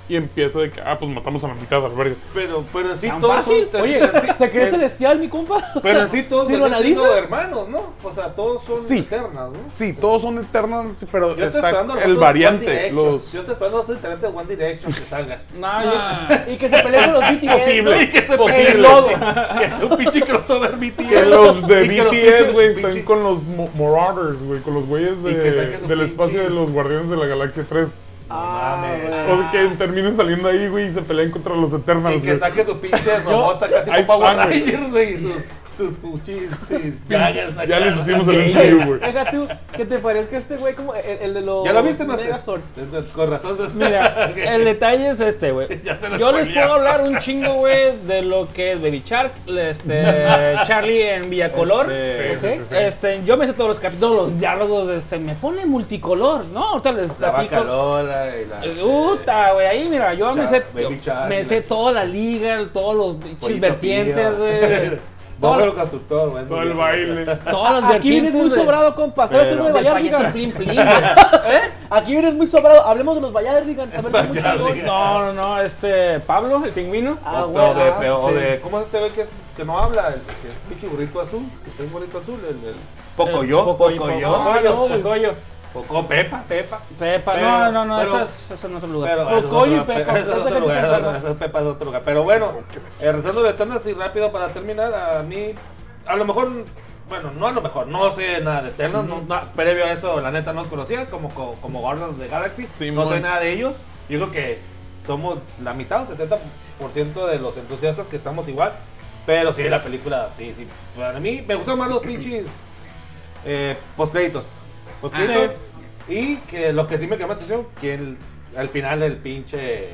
Speaker 4: y empieza de que, ah, pues matamos a la mitad de la verga.
Speaker 1: Pero, pero en sí
Speaker 6: Tan
Speaker 1: todos.
Speaker 6: fácil.
Speaker 1: son-
Speaker 3: Oye,
Speaker 1: en sí-
Speaker 3: ¿se cree
Speaker 1: en-
Speaker 3: celestial, mi compa?
Speaker 1: Pero en sí todos
Speaker 3: Si lo
Speaker 1: son
Speaker 3: analizas-
Speaker 1: hermanos, ¿no? O sea, todos son
Speaker 2: Sí.
Speaker 1: Eternas, ¿no?
Speaker 2: Sí, todos son Eternals, pero
Speaker 1: Yo estoy
Speaker 2: está
Speaker 1: esperando los
Speaker 2: el
Speaker 1: otros One
Speaker 2: variante.
Speaker 1: Direction.
Speaker 2: Los...
Speaker 1: Yo estoy esperando los otros integrantes de One Direction que salgan.
Speaker 6: No,
Speaker 4: Ah.
Speaker 6: yo.
Speaker 3: Y que se pelee con los BTS.
Speaker 4: Posible.
Speaker 1: Y que se
Speaker 4: Posible.
Speaker 1: peleen los- Que sea un pinche crossover BTS.
Speaker 4: Que los de
Speaker 1: Y que los
Speaker 4: BTS,
Speaker 1: pinches-
Speaker 4: güey, están
Speaker 1: pinche-
Speaker 4: con los Mo- Marauders, güey, con los güeyes de-
Speaker 1: Y que saques un
Speaker 4: del
Speaker 1: pinche-
Speaker 4: espacio de los Guardianes de la Galaxia 3.
Speaker 3: Ah,
Speaker 1: Mames.
Speaker 3: güey.
Speaker 4: O sea, que terminen saliendo ahí, güey, y se pelean contra los
Speaker 1: Y
Speaker 4: Eternals,
Speaker 1: que
Speaker 4: güey.
Speaker 1: saque su pinche robot acá
Speaker 4: Ahí
Speaker 1: tipo Power
Speaker 4: están, güey.
Speaker 1: Rangers, güey. y Sus, sus puchis. sí, dagas acá.
Speaker 4: Ya les hicimos el
Speaker 6: Sí.
Speaker 4: MCU, güey.
Speaker 3: Deja tú, que te parezca este güey como el, el de los
Speaker 1: ¿Ya lo viste, Master?
Speaker 3: Megazords.
Speaker 1: Con razón. de-
Speaker 6: Mira, el detalle es este, güey. Yo les puedo hablar un chingo, güey, de lo que es Baby Shark, este, Charlie en Villacolor.
Speaker 1: Este,
Speaker 4: Sí, sí, sí, sí.
Speaker 6: Este, yo me sé todos los capítulos, los diálogos, este, me pone multicolor, ¿no? Ahorita les
Speaker 1: La vaca
Speaker 6: platico. Eh, uh,
Speaker 1: Lola y la.
Speaker 6: Puta, güey, ahí mira, yo me
Speaker 1: Char-
Speaker 6: sé,
Speaker 1: Baby Shark,
Speaker 6: me sé
Speaker 1: la-
Speaker 6: toda la liga, todos los
Speaker 1: Pollito
Speaker 6: pinches vertientes, güey.
Speaker 1: Bob
Speaker 6: Todas
Speaker 1: el constructor, güey.
Speaker 4: Todo el baile.
Speaker 6: todas las
Speaker 3: Aquí vienes
Speaker 6: vertientes,
Speaker 3: muy
Speaker 6: güey.
Speaker 3: sobrado, compa. ¿Sabes
Speaker 1: Pero-
Speaker 3: algo de
Speaker 6: Del
Speaker 3: Bayardigan?
Speaker 6: payaso Slim Plin, güey. ¿Eh?
Speaker 3: Aquí vienes muy sobrado. Hablemos de los Bayardigan. A ver, son muy chingón.
Speaker 6: No, no, no, este, Pablo, el pingüino.
Speaker 3: Ah,
Speaker 1: o,
Speaker 3: güey.
Speaker 1: o de,
Speaker 3: ah.
Speaker 1: o
Speaker 6: sí.
Speaker 1: de- ¿Cómo se te ve que, que no habla? El, que el pinche burrito azul, que está un burrito azul, el, el Pocoyo,
Speaker 6: Pocoyo,
Speaker 1: Pocoyo,
Speaker 6: Pocoyo,
Speaker 3: no, güey.
Speaker 6: Pocoyo.
Speaker 1: Poco Pepa, Pepa.
Speaker 6: Pepa,
Speaker 1: Pero-
Speaker 6: no, no, no,
Speaker 1: pero-
Speaker 6: eso, es, eso es en otro lugar.
Speaker 1: Pero,
Speaker 3: Pocoyo y
Speaker 1: pero-
Speaker 3: Pepa,
Speaker 1: pero es de
Speaker 3: esa
Speaker 1: otro
Speaker 3: gente
Speaker 1: lugar,
Speaker 3: se encarga.
Speaker 1: esa es Pepa de otro lugar. Pero bueno, eh, rezando de Eternas y rápido para terminar, a mí, a lo mejor, bueno, no a lo mejor, no sé nada de Eternas, no- no, previo a eso, la neta no los conocía, como, co- como Guardians de Galaxy,
Speaker 4: Sí,
Speaker 1: no sé
Speaker 4: mon.
Speaker 1: nada de ellos. Yo creo que somos la mitad, un 70% de los entusiastas que estamos igual. Pero sí, la película, sí, sí. Para mí me gustan más los pinches eh, postcréditos. Postcréditos. Y que lo que sí me llama la atención, que el- al final el pinche.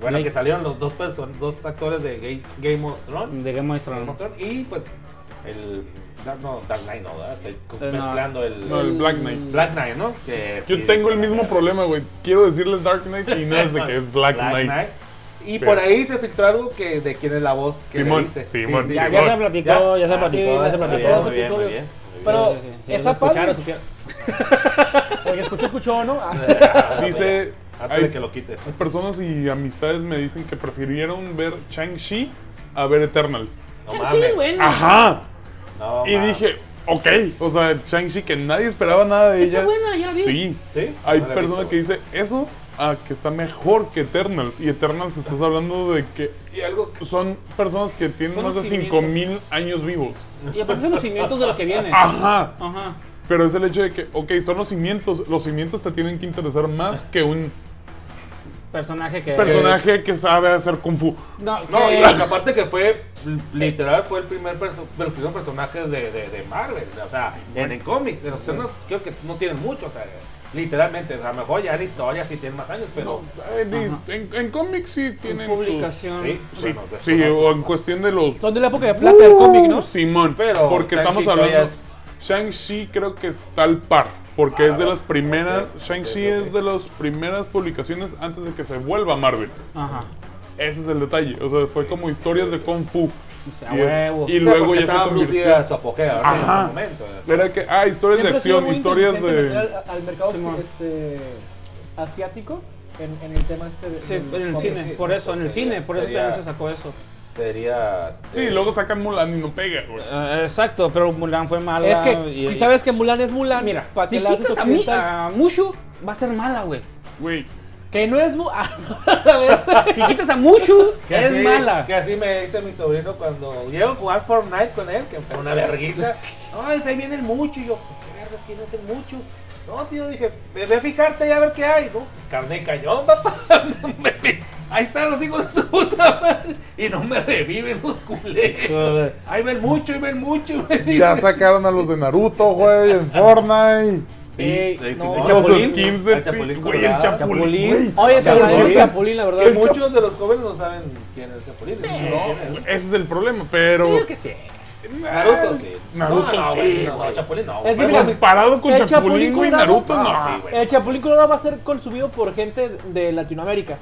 Speaker 1: Bueno, que salieron los dos
Speaker 6: Mm.
Speaker 1: person- dos actores de Ga- Game of Thrones.
Speaker 6: De Game of
Speaker 1: Game
Speaker 6: Thrones.
Speaker 1: of Thrones, Y pues el Dark, no, Dark Knight no, ¿verdad? estoy co-
Speaker 6: Eh, no.
Speaker 1: mezclando el,
Speaker 4: No, el
Speaker 1: el
Speaker 4: Black Knight.
Speaker 1: Black Knight, ¿no? Que sí,
Speaker 4: Yo tengo el
Speaker 1: Black
Speaker 4: mismo
Speaker 1: Knight.
Speaker 4: problema, güey. Quiero decirle Dark Knight y no es de que es Black Knight.
Speaker 1: Y
Speaker 4: Pero-
Speaker 1: por ahí se filtró algo que de quién es la voz que le
Speaker 4: Simón,
Speaker 1: dice.
Speaker 4: Simón,
Speaker 1: Sí, sí,
Speaker 6: Ya,
Speaker 1: sí.
Speaker 6: ya se
Speaker 4: Simón.
Speaker 6: platicó, ya se
Speaker 1: Ah,
Speaker 6: platicó,
Speaker 1: sí,
Speaker 6: ya se
Speaker 1: muy
Speaker 6: platicó.
Speaker 1: bien,
Speaker 6: hace
Speaker 1: muy bien, muy
Speaker 6: episodios.
Speaker 1: bien, muy bien.
Speaker 3: Pero
Speaker 6: Sí, sí, sí,
Speaker 3: está
Speaker 6: lo escucharon,
Speaker 3: padre.
Speaker 6: supieron.
Speaker 3: Porque escuchó, escuchó, ¿no? Ah,
Speaker 4: Dice,
Speaker 1: Antes de
Speaker 4: hay-
Speaker 1: que lo quite.
Speaker 4: Personas y amistades me dicen que prefirieron ver Chang-Chi a ver Eternals.
Speaker 1: No
Speaker 6: Chang-Chi,
Speaker 1: mames.
Speaker 6: bueno.
Speaker 4: ¡Ajá!
Speaker 1: No
Speaker 4: Y
Speaker 1: mames.
Speaker 4: dije, ok. O sea, Chang-Chi que nadie esperaba nada de
Speaker 6: Está
Speaker 4: ella.
Speaker 6: buena, ya la vi.
Speaker 4: Sí.
Speaker 1: ¿Sí?
Speaker 4: Hay
Speaker 1: No la he visto.
Speaker 4: personas que dicen eso, ah, que está mejor que Eternals. Y Eternals estás hablando de que
Speaker 1: Y algo que-
Speaker 4: son personas que tienen
Speaker 6: Son
Speaker 4: más de
Speaker 6: los cimientos.
Speaker 4: 5000 años vivos.
Speaker 6: Y aparte son los cimientos de lo que viene.
Speaker 4: ¡Ajá!
Speaker 6: Ajá.
Speaker 4: Pero es el hecho de que, ok, son los cimientos. Los cimientos te tienen que interesar más que un
Speaker 6: Personaje
Speaker 1: Eh,
Speaker 6: que.
Speaker 4: personaje que sabe hacer Kung Fu.
Speaker 6: No, que.
Speaker 1: No, y aparte que fue, literal, fue el primer, perso- de los primeros personajes de, de, de Marvel, o sea, en, en cómics, en los cómics creo que no tienen mucho, o sea, literalmente, a lo mejor ya en historia sí tienen más años, pero...
Speaker 4: Eh, dis- En, en cómics sí tienen. sus-
Speaker 6: publicación.
Speaker 1: Sí,
Speaker 4: Sí,
Speaker 1: bueno,
Speaker 4: sí,
Speaker 1: desconozco.
Speaker 4: o en cuestión de los.
Speaker 3: Son de la época de plata del cómic, ¿no?
Speaker 4: Simón,
Speaker 1: Pero
Speaker 4: porque
Speaker 1: Shang-Chi
Speaker 4: estamos
Speaker 1: todavía
Speaker 4: hablando.
Speaker 1: es-
Speaker 4: Shang-Chi creo que está al par, porque
Speaker 1: Ah,
Speaker 4: es de
Speaker 1: ok,
Speaker 4: las primeras.
Speaker 1: ok,
Speaker 4: Shang-Chi
Speaker 1: ok, ok.
Speaker 4: es de las primeras publicaciones antes de que se vuelva Marvel.
Speaker 6: Ajá.
Speaker 4: Ese es el detalle. O sea, fue como historias de Kung Fu.
Speaker 6: sea,
Speaker 4: Y es-
Speaker 6: huevo.
Speaker 4: y
Speaker 1: Sí,
Speaker 4: luego
Speaker 1: porque
Speaker 4: ya se
Speaker 1: estaba Blue
Speaker 4: convirtió.
Speaker 1: Dia a su apogeo, ¿no? en
Speaker 4: Ajá.
Speaker 1: ese momento.
Speaker 4: Era que, ah, historias de
Speaker 3: Siempre ha sido
Speaker 4: acción,
Speaker 3: muy
Speaker 4: historias
Speaker 3: inteligente meter
Speaker 4: de.
Speaker 3: Al, al mercado
Speaker 6: Simón.
Speaker 3: este, asiático en, en el tema este de.
Speaker 6: Sí,
Speaker 3: de los
Speaker 6: en el
Speaker 3: cómics.
Speaker 6: cine, por eso, en el cine, por eso también se sacó eso.
Speaker 1: Sería...
Speaker 4: Sí,
Speaker 1: eh,
Speaker 4: luego sacan Mulan y no pega, güey.
Speaker 6: Eh, exacto, pero Mulan fue mala.
Speaker 3: Es que si sabes que Mulan es Mulan,
Speaker 6: Ah, Mira,
Speaker 3: ¿para
Speaker 6: si
Speaker 3: qué la haces
Speaker 6: quitas a mí, ah.
Speaker 3: occidental?
Speaker 6: a Mushu, va a ser mala, güey.
Speaker 4: Güey.
Speaker 3: Que no es Mu. Ah, a
Speaker 1: Ah,
Speaker 3: ver.
Speaker 6: Si quitas a Mushu,
Speaker 1: que
Speaker 6: es
Speaker 1: así-
Speaker 6: mala.
Speaker 1: Que así me dice mi sobrino cuando llego a jugar Fortnite con él, que fue una verguiza. Ay, ahí viene el mucho. Y yo, pues, ¿qué vergas? ¿Quién es el mucho? No, tío, dije, ve, ve a fijarte y a ver qué hay. No, carne y cañón, papá. No me vi- Ahí están los hijos de su puta madre. Y no me reviven los culeros.
Speaker 6: Joder.
Speaker 1: Ahí ve el mucho, ahí ve el mucho. y Me dice.
Speaker 2: Ya sacaron a los de Naruto, güey, en Fortnite.
Speaker 3: Ey,
Speaker 1: sí, sí,
Speaker 3: no.
Speaker 1: sí.
Speaker 4: Los
Speaker 6: Chapulín.
Speaker 4: skins de
Speaker 1: Al Chapulín
Speaker 4: pi- Güey, el
Speaker 1: Colorado.
Speaker 4: Chapulín.
Speaker 6: Chapulín.
Speaker 4: güey.
Speaker 3: Oye, se agradece
Speaker 6: Chapulín.
Speaker 3: Chapulín, la verdad.
Speaker 1: Que muchos de los jóvenes no saben quién es Chapulín.
Speaker 4: No, güey, ese es el problema, pero.
Speaker 6: Yo que sé.
Speaker 1: Naruto sí.
Speaker 4: Naruto
Speaker 1: no, no,
Speaker 4: sí,
Speaker 1: güey, No,
Speaker 4: güey.
Speaker 1: Chapulín no.
Speaker 3: Es que
Speaker 1: güey.
Speaker 3: mira,
Speaker 4: Comparado con
Speaker 3: el
Speaker 4: Chapulín,
Speaker 3: Chapulín
Speaker 4: güey,
Speaker 3: Colorado,
Speaker 4: Naruto, no.
Speaker 1: no, Ah, sí, güey.
Speaker 3: El Chapulín Colorado va a ser consumido por gente de Latinoamérica.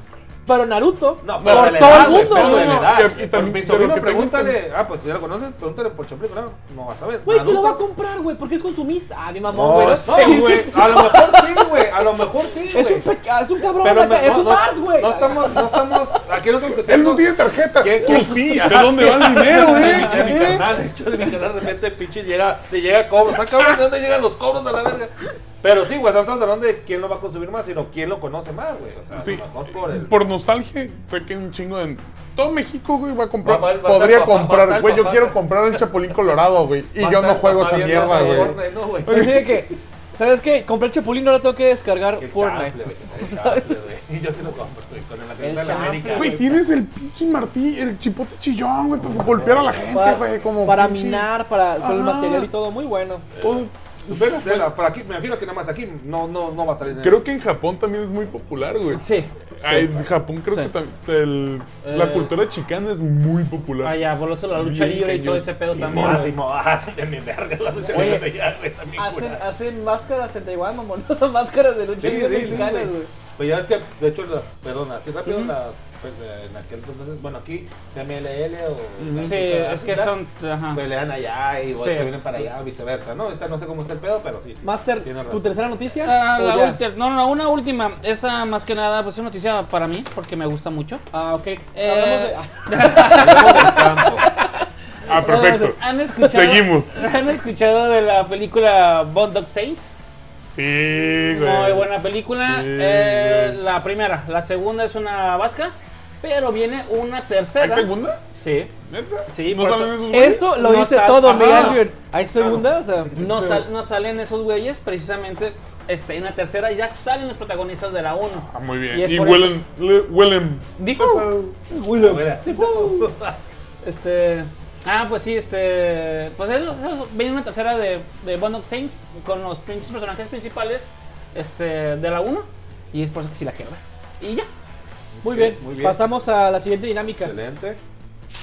Speaker 3: Pero Naruto,
Speaker 1: No, pero
Speaker 3: por
Speaker 1: de la
Speaker 3: todo
Speaker 1: edad,
Speaker 3: el
Speaker 1: güey,
Speaker 3: mundo,
Speaker 1: pero de
Speaker 3: güey.
Speaker 1: la edad.
Speaker 4: Y- y
Speaker 1: Por
Speaker 4: también-
Speaker 1: mi
Speaker 4: pero
Speaker 1: sobrino,
Speaker 4: que tengo
Speaker 1: pregúntale. Ah, pues si ya lo conoces, pregúntale por Chapulín Colorado. No vas a ver.
Speaker 3: Güey, tú lo
Speaker 1: Naruto.
Speaker 3: vas a comprar, güey, porque es consumista. Ah, mi mamón,
Speaker 4: No,
Speaker 2: Oh,
Speaker 3: güey.
Speaker 4: es- Sí,
Speaker 1: No, güey. A lo mejor sí, güey. A lo mejor sí,
Speaker 3: Es
Speaker 1: güey.
Speaker 3: un, peca- es un cabrón,
Speaker 1: Pero
Speaker 3: güey,
Speaker 1: me-
Speaker 3: es
Speaker 1: no,
Speaker 3: un
Speaker 1: no-
Speaker 3: más, güey.
Speaker 1: No estamos, no estamos. Aquí no estamos
Speaker 2: Él no tiene tarjeta.
Speaker 1: ¿Qué?
Speaker 2: Tú sí, ¿de dónde va el dinero, eh?
Speaker 1: De mi canal, de hecho, de mi canal de repente pinche llega, le llega cobros. Ah, cabrón, ¿de dónde llegan los cobros a la verga? Pero sí, güey, no estamos hablando de quién lo va a consumir más, sino quién lo conoce más, güey. O sea,
Speaker 4: Sí.
Speaker 1: a lo mejor por el.
Speaker 4: Por nostalgia, sé que un chingo de. Todo México, güey, va a comprar.
Speaker 1: Va- va- va-
Speaker 2: Podría
Speaker 1: papá, papá,
Speaker 2: comprar, güey. Yo
Speaker 1: papá.
Speaker 2: quiero comprar el Chapulín Colorado, güey. Y
Speaker 1: Va a
Speaker 2: yo no
Speaker 1: estar
Speaker 2: juego
Speaker 1: papá
Speaker 2: esa
Speaker 1: viendo
Speaker 2: mierda,
Speaker 1: ese
Speaker 2: güey.
Speaker 1: Fortnite, ¿no, güey?
Speaker 3: Pero fíjate que, ¿sabes qué? Compré el Chapulín, ahora tengo que descargar
Speaker 1: Qué
Speaker 3: Fortnite.
Speaker 1: chanfle, güey, qué chanfle, güey. Yo sí lo compro, güey, con el acento de la
Speaker 3: chanfle,
Speaker 1: América.
Speaker 4: Güey,
Speaker 1: güey.
Speaker 4: tienes el pinche Martí, el chipote chillón, güey, para golpear a la gente,
Speaker 3: Para,
Speaker 4: güey. Como
Speaker 3: para
Speaker 4: pinche-
Speaker 3: minar, para con el
Speaker 4: Ajá.
Speaker 3: material y todo, muy bueno.
Speaker 1: Eh,
Speaker 4: Todo-
Speaker 1: Supera, supera, por aquí, me imagino que nada más aquí no, no, no va a salir.
Speaker 4: Creo que en Japón también es muy popular, güey.
Speaker 6: Sí.
Speaker 4: Ah, en Japón creo
Speaker 6: Sí.
Speaker 4: que tam- el- la
Speaker 6: Eh.
Speaker 4: cultura chicana es muy popular.
Speaker 6: Allá, por eso la lucha
Speaker 4: Bien
Speaker 6: libre y todo
Speaker 4: cañón.
Speaker 6: ese pedo
Speaker 1: Sí,
Speaker 6: también.
Speaker 1: mo-
Speaker 6: güey.
Speaker 1: sí, mo- ah, sí, de mi verga, la lucha
Speaker 3: Oye,
Speaker 1: libre ya, güey, también
Speaker 3: Hacen,
Speaker 1: culera.
Speaker 3: hacen máscaras en Taiwán, mamón. Son máscaras de lucha
Speaker 1: Sí,
Speaker 3: libre
Speaker 1: sí, sí,
Speaker 3: mexicanas,
Speaker 1: sí.
Speaker 3: güey.
Speaker 1: Pues ya es que, de hecho, la, perdón, así rápido, la- pues, eh, en aquel entonces, bueno, aquí, CMLL o...
Speaker 6: Sí, es que son. Ajá.
Speaker 1: Pelean allá y vos
Speaker 6: Sí.
Speaker 1: se vienen para allá, viceversa, ¿no? Esta no sé cómo es el pedo, pero sí.
Speaker 3: Master,
Speaker 1: Tienes razón.
Speaker 3: ¿tu tercera noticia?
Speaker 6: Ah,
Speaker 3: ¿O
Speaker 6: la
Speaker 1: pues
Speaker 3: ya?
Speaker 6: ulti- no, no, una última. Esa más que nada, pues es una noticia para mí, porque me gusta mucho.
Speaker 3: Ah, ok.
Speaker 6: Eh,
Speaker 3: Hablamos de-
Speaker 1: Luego del campo.
Speaker 4: Ah, perfecto.
Speaker 6: ¿Han escuchado,
Speaker 4: Seguimos.
Speaker 6: ¿Han escuchado de la película Bond Dog Saints?
Speaker 4: Sí, güey.
Speaker 6: Muy buena película.
Speaker 4: Sí,
Speaker 6: Eh,
Speaker 4: güey.
Speaker 6: la primera. La segunda es una vasca. Pero viene una
Speaker 4: ¿Hay
Speaker 6: tercera.
Speaker 4: segunda?
Speaker 6: Sí.
Speaker 4: ¿Neta?
Speaker 6: Sí,
Speaker 4: ¿No
Speaker 6: por
Speaker 4: saben
Speaker 6: eso-
Speaker 4: esos güeyes?
Speaker 3: Eso lo
Speaker 6: No
Speaker 3: dice
Speaker 6: sal-
Speaker 3: todo,
Speaker 6: Ajá.
Speaker 3: Miguel Ángel. ¿Hay segunda? O sea,
Speaker 6: No, sal- no salen esos güeyes. Precisamente este, en la tercera ya salen los protagonistas de la 1.
Speaker 4: Ah, muy bien.
Speaker 6: Y es
Speaker 4: Y,
Speaker 6: por
Speaker 4: Willem, Le- Willem.
Speaker 6: Defoe.
Speaker 1: Mira,
Speaker 6: Este. Ah, pues sí, este. Pues eso, eso, viene una tercera de, de Bond of Saints con los pinches personajes principales este, de la 1. Y es por eso que sí la quiero ver. Y ya.
Speaker 3: muy, bien.
Speaker 1: muy bien.
Speaker 3: Pasamos a la siguiente dinámica,
Speaker 1: Excelente.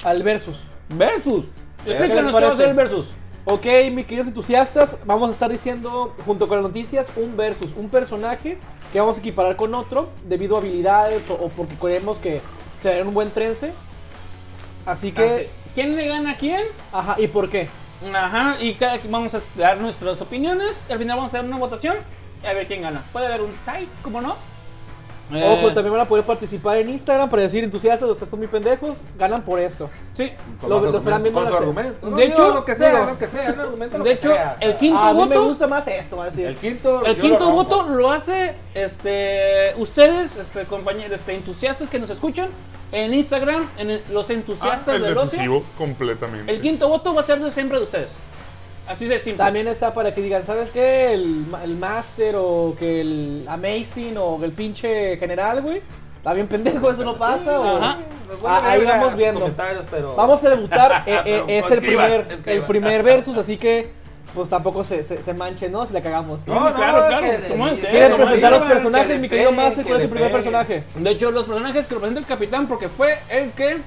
Speaker 3: al versus.
Speaker 6: Versus.
Speaker 1: ¿Qué
Speaker 6: Explícanos
Speaker 3: les
Speaker 6: qué va a
Speaker 3: parece?
Speaker 6: ser el versus.
Speaker 3: Ok, mis queridos entusiastas, vamos a estar diciendo junto con las noticias un versus, un personaje que vamos a equiparar con otro debido a habilidades o, o porque creemos que se daría un buen trence. Así
Speaker 1: Ah,
Speaker 3: que,
Speaker 6: Así, ¿Quién le gana a quién?
Speaker 3: ajá, ¿y por qué?
Speaker 6: Ajá, y cada quien vamos a dar nuestras opiniones. Al final vamos a dar una votación y a ver quién gana. Puede haber un tie, ¿cómo no? Eh,
Speaker 3: Ojo, también van a poder participar en Instagram para decir entusiastas, ustedes son muy pendejos, ganan por esto.
Speaker 6: Sí.
Speaker 3: Lo- lo estarán viendo
Speaker 1: con
Speaker 3: en
Speaker 1: su
Speaker 3: la-
Speaker 1: argumento.
Speaker 6: De
Speaker 1: yo
Speaker 6: hecho-
Speaker 1: lo que sea,
Speaker 3: digo-
Speaker 1: lo que sea, un argumento lo
Speaker 6: De
Speaker 1: que
Speaker 6: hecho,
Speaker 1: sea, o sea,
Speaker 6: el quinto
Speaker 3: a mí me
Speaker 6: voto.
Speaker 3: gusta más esto, va a decir.
Speaker 1: el quinto,
Speaker 6: El
Speaker 1: yo
Speaker 6: quinto
Speaker 1: lo rompo.
Speaker 6: voto lo hace este, ustedes, este, compañeros, este, entusiastas que nos escuchan en Instagram, en el- los entusiastas
Speaker 4: Ah, el
Speaker 6: del ocio.
Speaker 4: decisivo completamente.
Speaker 6: El quinto voto va a ser de siempre de ustedes. Así de simple.
Speaker 3: También está para que digan, ¿sabes qué? El, ma- el Master o que el Amazing o que el pinche general, güey. Está bien pendejo, eso no pasa. o-
Speaker 6: Ajá.
Speaker 3: Ah, ahí
Speaker 1: Recuerden
Speaker 3: vamos
Speaker 1: sus
Speaker 3: viendo.
Speaker 1: comentarios, pero-
Speaker 3: Vamos a debutar, eh, eh, es el
Speaker 1: Es que iba,
Speaker 3: primer,
Speaker 1: es que
Speaker 3: el
Speaker 1: iba.
Speaker 3: primer versus, así que pues tampoco se, se, se manche, ¿no? Si la cagamos.
Speaker 1: No, no,
Speaker 6: Claro, claro,
Speaker 1: que le-
Speaker 6: tomó en
Speaker 1: que
Speaker 6: serio.
Speaker 1: le
Speaker 3: ¿Quieres
Speaker 6: no,
Speaker 3: presentar
Speaker 1: muevan,
Speaker 3: los
Speaker 1: que
Speaker 3: personajes,
Speaker 1: le
Speaker 3: mi querido
Speaker 1: peguen,
Speaker 3: Master?
Speaker 1: que
Speaker 3: ¿Cuál es
Speaker 1: le
Speaker 3: el primer
Speaker 1: peguen.
Speaker 3: personaje?
Speaker 6: De hecho, los personajes que representa el capitán, porque fue el que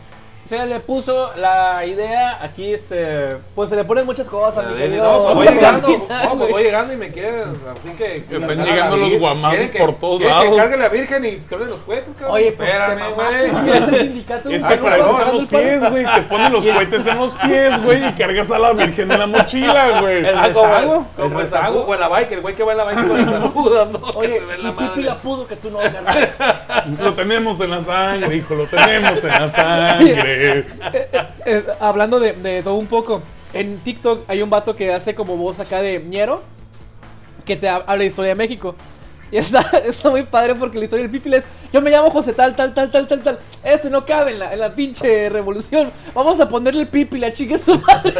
Speaker 6: se le puso la idea aquí, este.
Speaker 3: Pues se le ponen muchas cosas, mi
Speaker 1: Oye,
Speaker 3: querido.
Speaker 1: no, pues voy llegando,
Speaker 3: capitán,
Speaker 1: no, pues
Speaker 3: güey.
Speaker 1: voy llegando y me quieren, así que...
Speaker 4: Están
Speaker 1: cargan
Speaker 4: llegando
Speaker 1: la
Speaker 4: los
Speaker 1: vir-
Speaker 4: guamazos
Speaker 1: quieren que-
Speaker 4: por todos
Speaker 1: quieren
Speaker 4: lados.
Speaker 1: que cargue la virgen y tronen los cohetes, cabrón.
Speaker 3: Oye, pues te
Speaker 1: Espérame,
Speaker 3: mamaste,
Speaker 1: güey.
Speaker 3: güey, es el sindicato.
Speaker 4: Es que
Speaker 3: güey,
Speaker 4: para
Speaker 3: no,
Speaker 4: eso
Speaker 3: no,
Speaker 4: están
Speaker 3: no,
Speaker 4: los
Speaker 3: no,
Speaker 4: pies, güey. Te ponen los cohetes en los pies, güey, y cargas a la virgen en la mochila, güey.
Speaker 6: El
Speaker 1: Ah, como el-
Speaker 6: rezago. El
Speaker 1: Como el
Speaker 6: rezago.
Speaker 1: saco o en la bike, el güey que va en la bike con la muda, ¿no? Que
Speaker 3: Oye,
Speaker 1: se ve
Speaker 3: si
Speaker 1: la
Speaker 3: Pipi
Speaker 1: madre.
Speaker 3: la pudo, que tú no, carnal.
Speaker 4: Ah, Lo tenemos en la sangre, hijo, lo tenemos en la sangre.
Speaker 3: Eh, hablando de, de todo un poco, en TikTok hay un vato que hace como voz acá de ñero, que te ha- habla de historia de México. Y está, está muy padre porque la historia del Pipil es, yo me llamo José tal, tal, tal, tal, tal, tal. Eso no cabe en la, en la pinche revolución. Vamos a ponerle el Pipil a chingue su madre.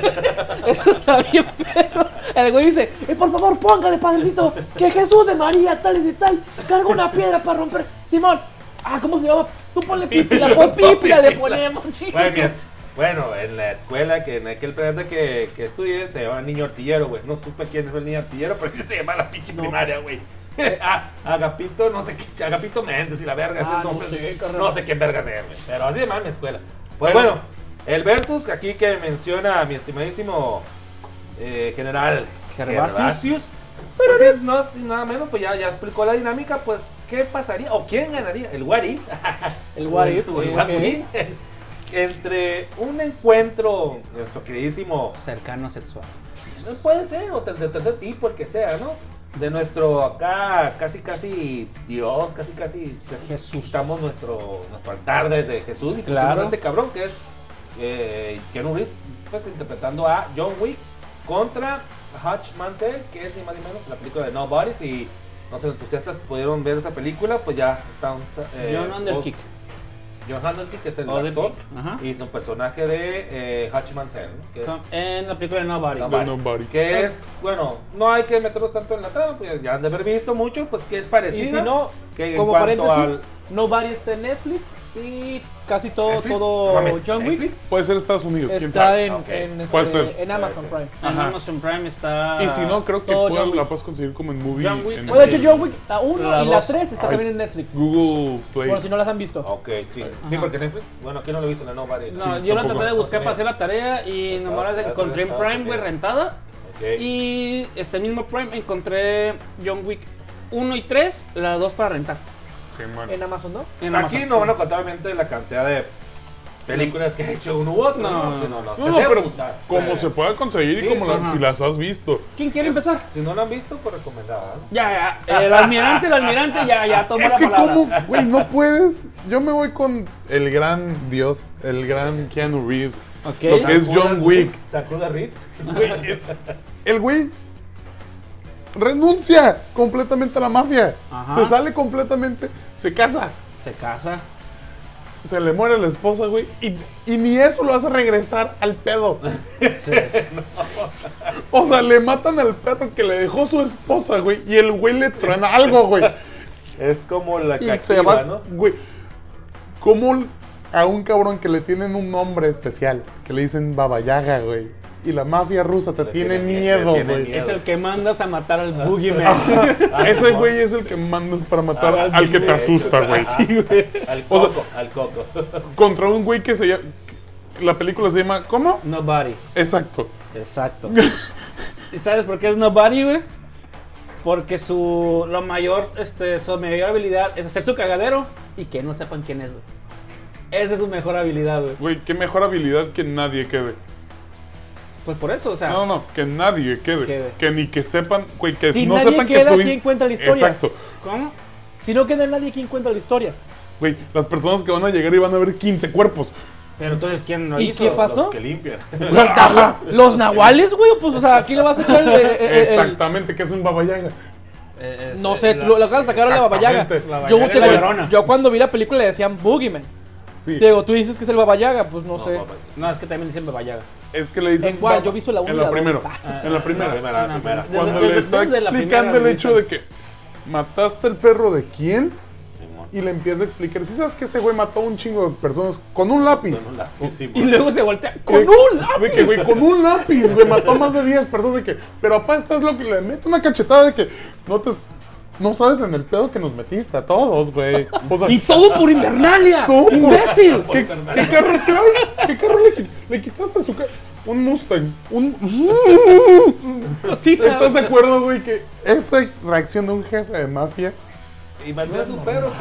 Speaker 3: Eso está bien, pero el güey dice, "Eh, por favor póngale, padrecito, que Jesús de María, tales y tal, carga una piedra para romper. Simón, ah, ¿cómo se llama? Tú ponle Pipila, pues Pipila le ponemos,
Speaker 1: Bueno,
Speaker 3: chingue
Speaker 1: mira, Bueno, en la escuela, que en aquel planeta que, que estudié, se llamaba niño artillero, güey. No supe quién fue el niño artillero, pero que se llama la pinche primaria, güey. Ah, Agapito, no sé qué, Agapito Méndez y la verga.
Speaker 3: Ah,
Speaker 1: esos
Speaker 3: no
Speaker 1: nombres,
Speaker 3: sé, carnal.
Speaker 1: no sé quién verga sea, güey. Pero así de mal mi escuela. Pues bueno, el Vertus, aquí que menciona a mi estimadísimo eh, general
Speaker 6: Gervasius.
Speaker 1: Pero pues, no, sí, nada menos, pues ya, ya explicó la dinámica, pues, ¿qué pasaría? ¿O quién ganaría? El what if.
Speaker 3: El what if,
Speaker 1: El
Speaker 3: eh,
Speaker 1: what
Speaker 3: ok.
Speaker 1: if. Entre un encuentro, nuestro queridísimo,
Speaker 6: Cercano sexual.
Speaker 1: no puede ser, o del del tercer tipo, el que sea, ¿no? De nuestro acá, casi casi Dios, casi casi
Speaker 6: Jesús.
Speaker 1: Estamos nuestro, nuestro altar desde Jesús.
Speaker 6: Sí,
Speaker 1: y
Speaker 6: claro.
Speaker 1: claro. Este cabrón que es eh, Keanu Reeves, pues interpretando a John Wick contra Hutch Mansell, que es ni más ni menos que la película de Nobody. Si no se entusiastas pudieron ver esa película, pues ya están. eh,
Speaker 6: John Underkick.
Speaker 1: John Handelty, que es el
Speaker 6: Other
Speaker 1: actor,
Speaker 6: Kick, Oh, ajá. Ah,
Speaker 1: y su personaje de eh, Hutch Mansell, ¿no? que es
Speaker 6: En la película de Nobody.
Speaker 1: Nobody.
Speaker 4: De Nobody.
Speaker 1: Que es, bueno, no hay que meterlo tanto en la trama, pues ya han de haber visto mucho, pues que es parecido.
Speaker 3: Y si no,
Speaker 1: que en
Speaker 3: como
Speaker 1: cuanto
Speaker 3: paréntesis,
Speaker 1: al-
Speaker 3: Nobody está en Netflix y casi todo,
Speaker 1: Netflix,
Speaker 3: todo
Speaker 1: no mames,
Speaker 3: John Wick
Speaker 1: Netflix.
Speaker 4: Puede ser Estados Unidos, quién
Speaker 3: está
Speaker 4: sabe.
Speaker 3: en,
Speaker 1: Ok.
Speaker 3: en, este,
Speaker 4: Puede ser.
Speaker 3: en Amazon
Speaker 1: Puede
Speaker 3: Prime.
Speaker 6: En
Speaker 4: Ajá.
Speaker 6: Amazon Prime está.
Speaker 4: Y si no, creo que
Speaker 3: Todo
Speaker 4: pueda-
Speaker 3: John Wick.
Speaker 4: la puedes conseguir como en movie.
Speaker 6: John Wick.
Speaker 4: en
Speaker 3: Bueno, de
Speaker 4: el
Speaker 3: hecho, John Wick la 1
Speaker 6: La
Speaker 3: y la
Speaker 6: dos. Ah.
Speaker 3: 3 está
Speaker 4: Ay.
Speaker 3: también en Netflix.
Speaker 4: Google Play.
Speaker 3: Por si no las han visto.
Speaker 1: Ok, sí. Sí, porque Netflix, bueno, aquí no lo he visto en la Nobody.
Speaker 6: No,
Speaker 4: Sí,
Speaker 6: yo la
Speaker 4: tampoco.
Speaker 6: traté de buscar para hacer la tarea y nomás la encontré en Prime, güey, rentada.
Speaker 1: Ok.
Speaker 6: Y este mismo Prime encontré John Wick 1 y 3, la 2 para rentar.
Speaker 4: Qué mal.
Speaker 3: En Amazon, ¿no?
Speaker 6: En
Speaker 1: Aquí
Speaker 6: Amazon.
Speaker 1: no van a contar obviamente la cantidad de películas que ha hecho uno u otro.
Speaker 6: No,
Speaker 1: No,
Speaker 6: no,
Speaker 1: no,
Speaker 4: No, no, pero como se pueda conseguir y
Speaker 1: Sí,
Speaker 4: como
Speaker 1: sí,
Speaker 4: las-
Speaker 6: ajá.
Speaker 4: si las has visto.
Speaker 6: ¿Quién quiere empezar?
Speaker 1: Si no lo han visto, pues recomendada. ¿no?
Speaker 6: Ya, ya. El almirante, el almirante, ya, ya, toma
Speaker 2: Es
Speaker 6: la
Speaker 2: que
Speaker 6: palabra.
Speaker 2: como, güey, no puedes. Yo me voy con el gran Dios, el gran Keanu Reeves.
Speaker 6: Ok.
Speaker 4: Lo que es
Speaker 1: Sacuda
Speaker 4: John Wick.
Speaker 1: Reeves, Sacuda Reeves.
Speaker 2: El güey renuncia completamente a la mafia.
Speaker 6: Ajá.
Speaker 2: Se sale completamente, se casa,
Speaker 6: Se casa.
Speaker 2: se le muere la esposa, güey. Y, y ni eso lo hace regresar al pedo. O sea, le matan al perro que le dejó su esposa, güey. Y el güey le truena algo, güey.
Speaker 1: Es como la
Speaker 2: Y
Speaker 1: que
Speaker 2: se va,
Speaker 1: activa, ¿no?
Speaker 2: güey. ¿Cómo a un cabrón que le tienen un nombre especial, que le dicen Baba Yaga, güey? Y la mafia rusa te
Speaker 1: Le
Speaker 2: tiene,
Speaker 1: tiene- le
Speaker 2: miedo,
Speaker 1: tiene
Speaker 2: güey.
Speaker 1: miedo.
Speaker 6: Es el que mandas a matar al boogeyman.
Speaker 1: Ah,
Speaker 4: Ese
Speaker 1: Simón.
Speaker 4: güey es el que mandas para matar
Speaker 1: Ah,
Speaker 4: al que te
Speaker 1: de hecho,
Speaker 4: asusta, güey.
Speaker 1: ajá.
Speaker 4: Sí, güey.
Speaker 1: Ah, Al coco, al coco.
Speaker 4: Contra un güey que se llama. La película se llama. ¿Cómo?
Speaker 6: Nobody.
Speaker 4: Exacto.
Speaker 6: Exacto. ¿Y sabes por qué es Nobody, güey? Porque su, lo mayor, este, su mayor habilidad es hacer su cagadero y que no sepan quién es, güey. Esa es su mejor habilidad, güey.
Speaker 4: Güey, qué mejor habilidad que nadie quede.
Speaker 6: Pues por eso, o
Speaker 3: Ah.
Speaker 6: sea.
Speaker 4: No, no, que nadie quede.
Speaker 6: Quede.
Speaker 4: Que ni que sepan, güey, que
Speaker 3: Si
Speaker 4: no
Speaker 3: nadie
Speaker 4: sepan que
Speaker 3: queda,
Speaker 4: estuviste-
Speaker 3: ¿quién cuenta la historia?
Speaker 4: Exacto.
Speaker 6: ¿Cómo?
Speaker 3: Si no queda nadie, ¿quién cuenta la historia?
Speaker 4: Güey, las personas que van a llegar y van a ver 15 cuerpos.
Speaker 6: Pero entonces, ¿quién Ah, lo
Speaker 3: ¿Y
Speaker 6: hizo?
Speaker 3: qué pasó?
Speaker 1: Que limpia.
Speaker 3: Los nahuales, güey, pues, o sea, aquí le vas a echar el... el- el- el-
Speaker 4: Exactamente, que es un babayaga.
Speaker 1: Eh, es,
Speaker 3: no
Speaker 1: eh,
Speaker 3: sé,
Speaker 1: la-
Speaker 3: lo, lo acaban de sacar a la babayaga.
Speaker 4: Exactamente.
Speaker 6: La
Speaker 3: Yo,
Speaker 6: Baba
Speaker 3: te-
Speaker 6: Yaga y la Llorona.
Speaker 3: yo cuando vi la película le decían Boogeyman.
Speaker 4: Sí.
Speaker 3: Digo, tú dices que es el babayaga, pues no,
Speaker 1: No,
Speaker 3: sé.
Speaker 1: papá.
Speaker 6: No, es que también dicen babayaga.
Speaker 4: Es que le dicen.
Speaker 3: ¿En cuál?
Speaker 4: baba-
Speaker 3: Yo vi solo la
Speaker 4: En
Speaker 3: una,
Speaker 4: la
Speaker 3: la
Speaker 4: primera.
Speaker 3: dos. Ah.
Speaker 4: En la primera.
Speaker 1: La primera, la
Speaker 6: No,
Speaker 1: primera.
Speaker 6: desde-
Speaker 4: Cuando
Speaker 6: desde-
Speaker 4: le está
Speaker 6: desde la
Speaker 4: explicando el
Speaker 6: primera
Speaker 4: hecho de
Speaker 6: dicen.
Speaker 4: que mataste el perro de quién
Speaker 1: Simón.
Speaker 4: y le empieza a explicar. Si sabes que ese güey mató a un chingo de personas con un lápiz.
Speaker 1: Con un lápiz,
Speaker 6: Y
Speaker 1: Simón.
Speaker 6: luego se voltea con
Speaker 4: Güey,
Speaker 6: un lápiz.
Speaker 4: güey, que, güey, con un lápiz, güey, mató a más de 10 personas. De que, pero papá, estás loco. Y le meto una cachetada de que no te. No sabes en el pedo que nos metiste a todos, güey. O sea,
Speaker 6: Y todo por Invernalia.
Speaker 4: ¿Cómo?
Speaker 6: ¡Imbécil!
Speaker 4: ¿Qué, qué carro traes? ¿Qué carro le, qui- le quitaste a su carro? Un Mustang. Un.
Speaker 6: Cosita.
Speaker 4: ¿Estás de acuerdo, güey? Que.
Speaker 2: Esa reacción de un jefe de mafia.
Speaker 1: Y mandó a su perro.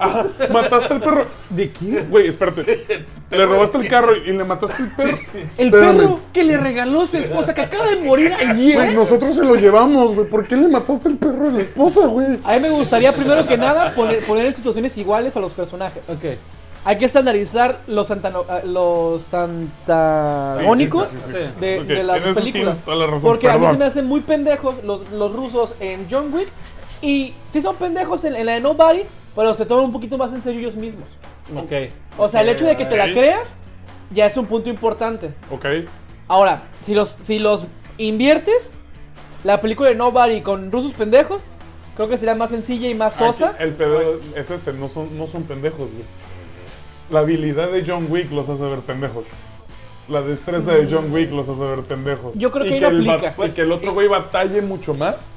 Speaker 4: ah, mataste al perro. ¿De quién? Güey, espérate. Le robaste el carro y le mataste el perro.
Speaker 6: El perro que le regaló su esposa que acaba de morir allí.
Speaker 4: Pues nosotros se lo llevamos, güey. ¿Por qué le mataste el perro a la esposa, güey?
Speaker 3: A mí me gustaría primero que nada poner, poner en situaciones iguales a los personajes.
Speaker 6: Ok.
Speaker 3: Hay que estandarizar los, antano- ah, los antagónicos
Speaker 4: Sí, sí, sí,
Speaker 6: sí, sí.
Speaker 3: De,
Speaker 4: Ok,
Speaker 3: de las
Speaker 4: en eso
Speaker 3: películas.
Speaker 4: tienes toda la razón,
Speaker 3: Porque a mí
Speaker 4: perdón.
Speaker 3: se me hacen muy pendejos los, los rusos en John Wick. Y sí son pendejos en, en la de Nobody, pero se toman un poquito más en serio ellos mismos.
Speaker 6: Ok.
Speaker 3: O sea, el hecho de que te la
Speaker 4: Ok.
Speaker 3: creas ya es un punto importante.
Speaker 4: Ok.
Speaker 3: Ahora, si los, si los inviertes, la película de Nobody con rusos pendejos, creo que será más sencilla y más sosa.
Speaker 4: Aquí, el pedo es este, no son, no son pendejos, güey. La habilidad de John Wick los hace ver pendejos. La destreza de John Wick los hace ver pendejos.
Speaker 3: Yo creo que
Speaker 4: Y
Speaker 3: ahí lo
Speaker 4: el
Speaker 3: aplica.
Speaker 4: bat- Y que el otro güey batalle mucho más.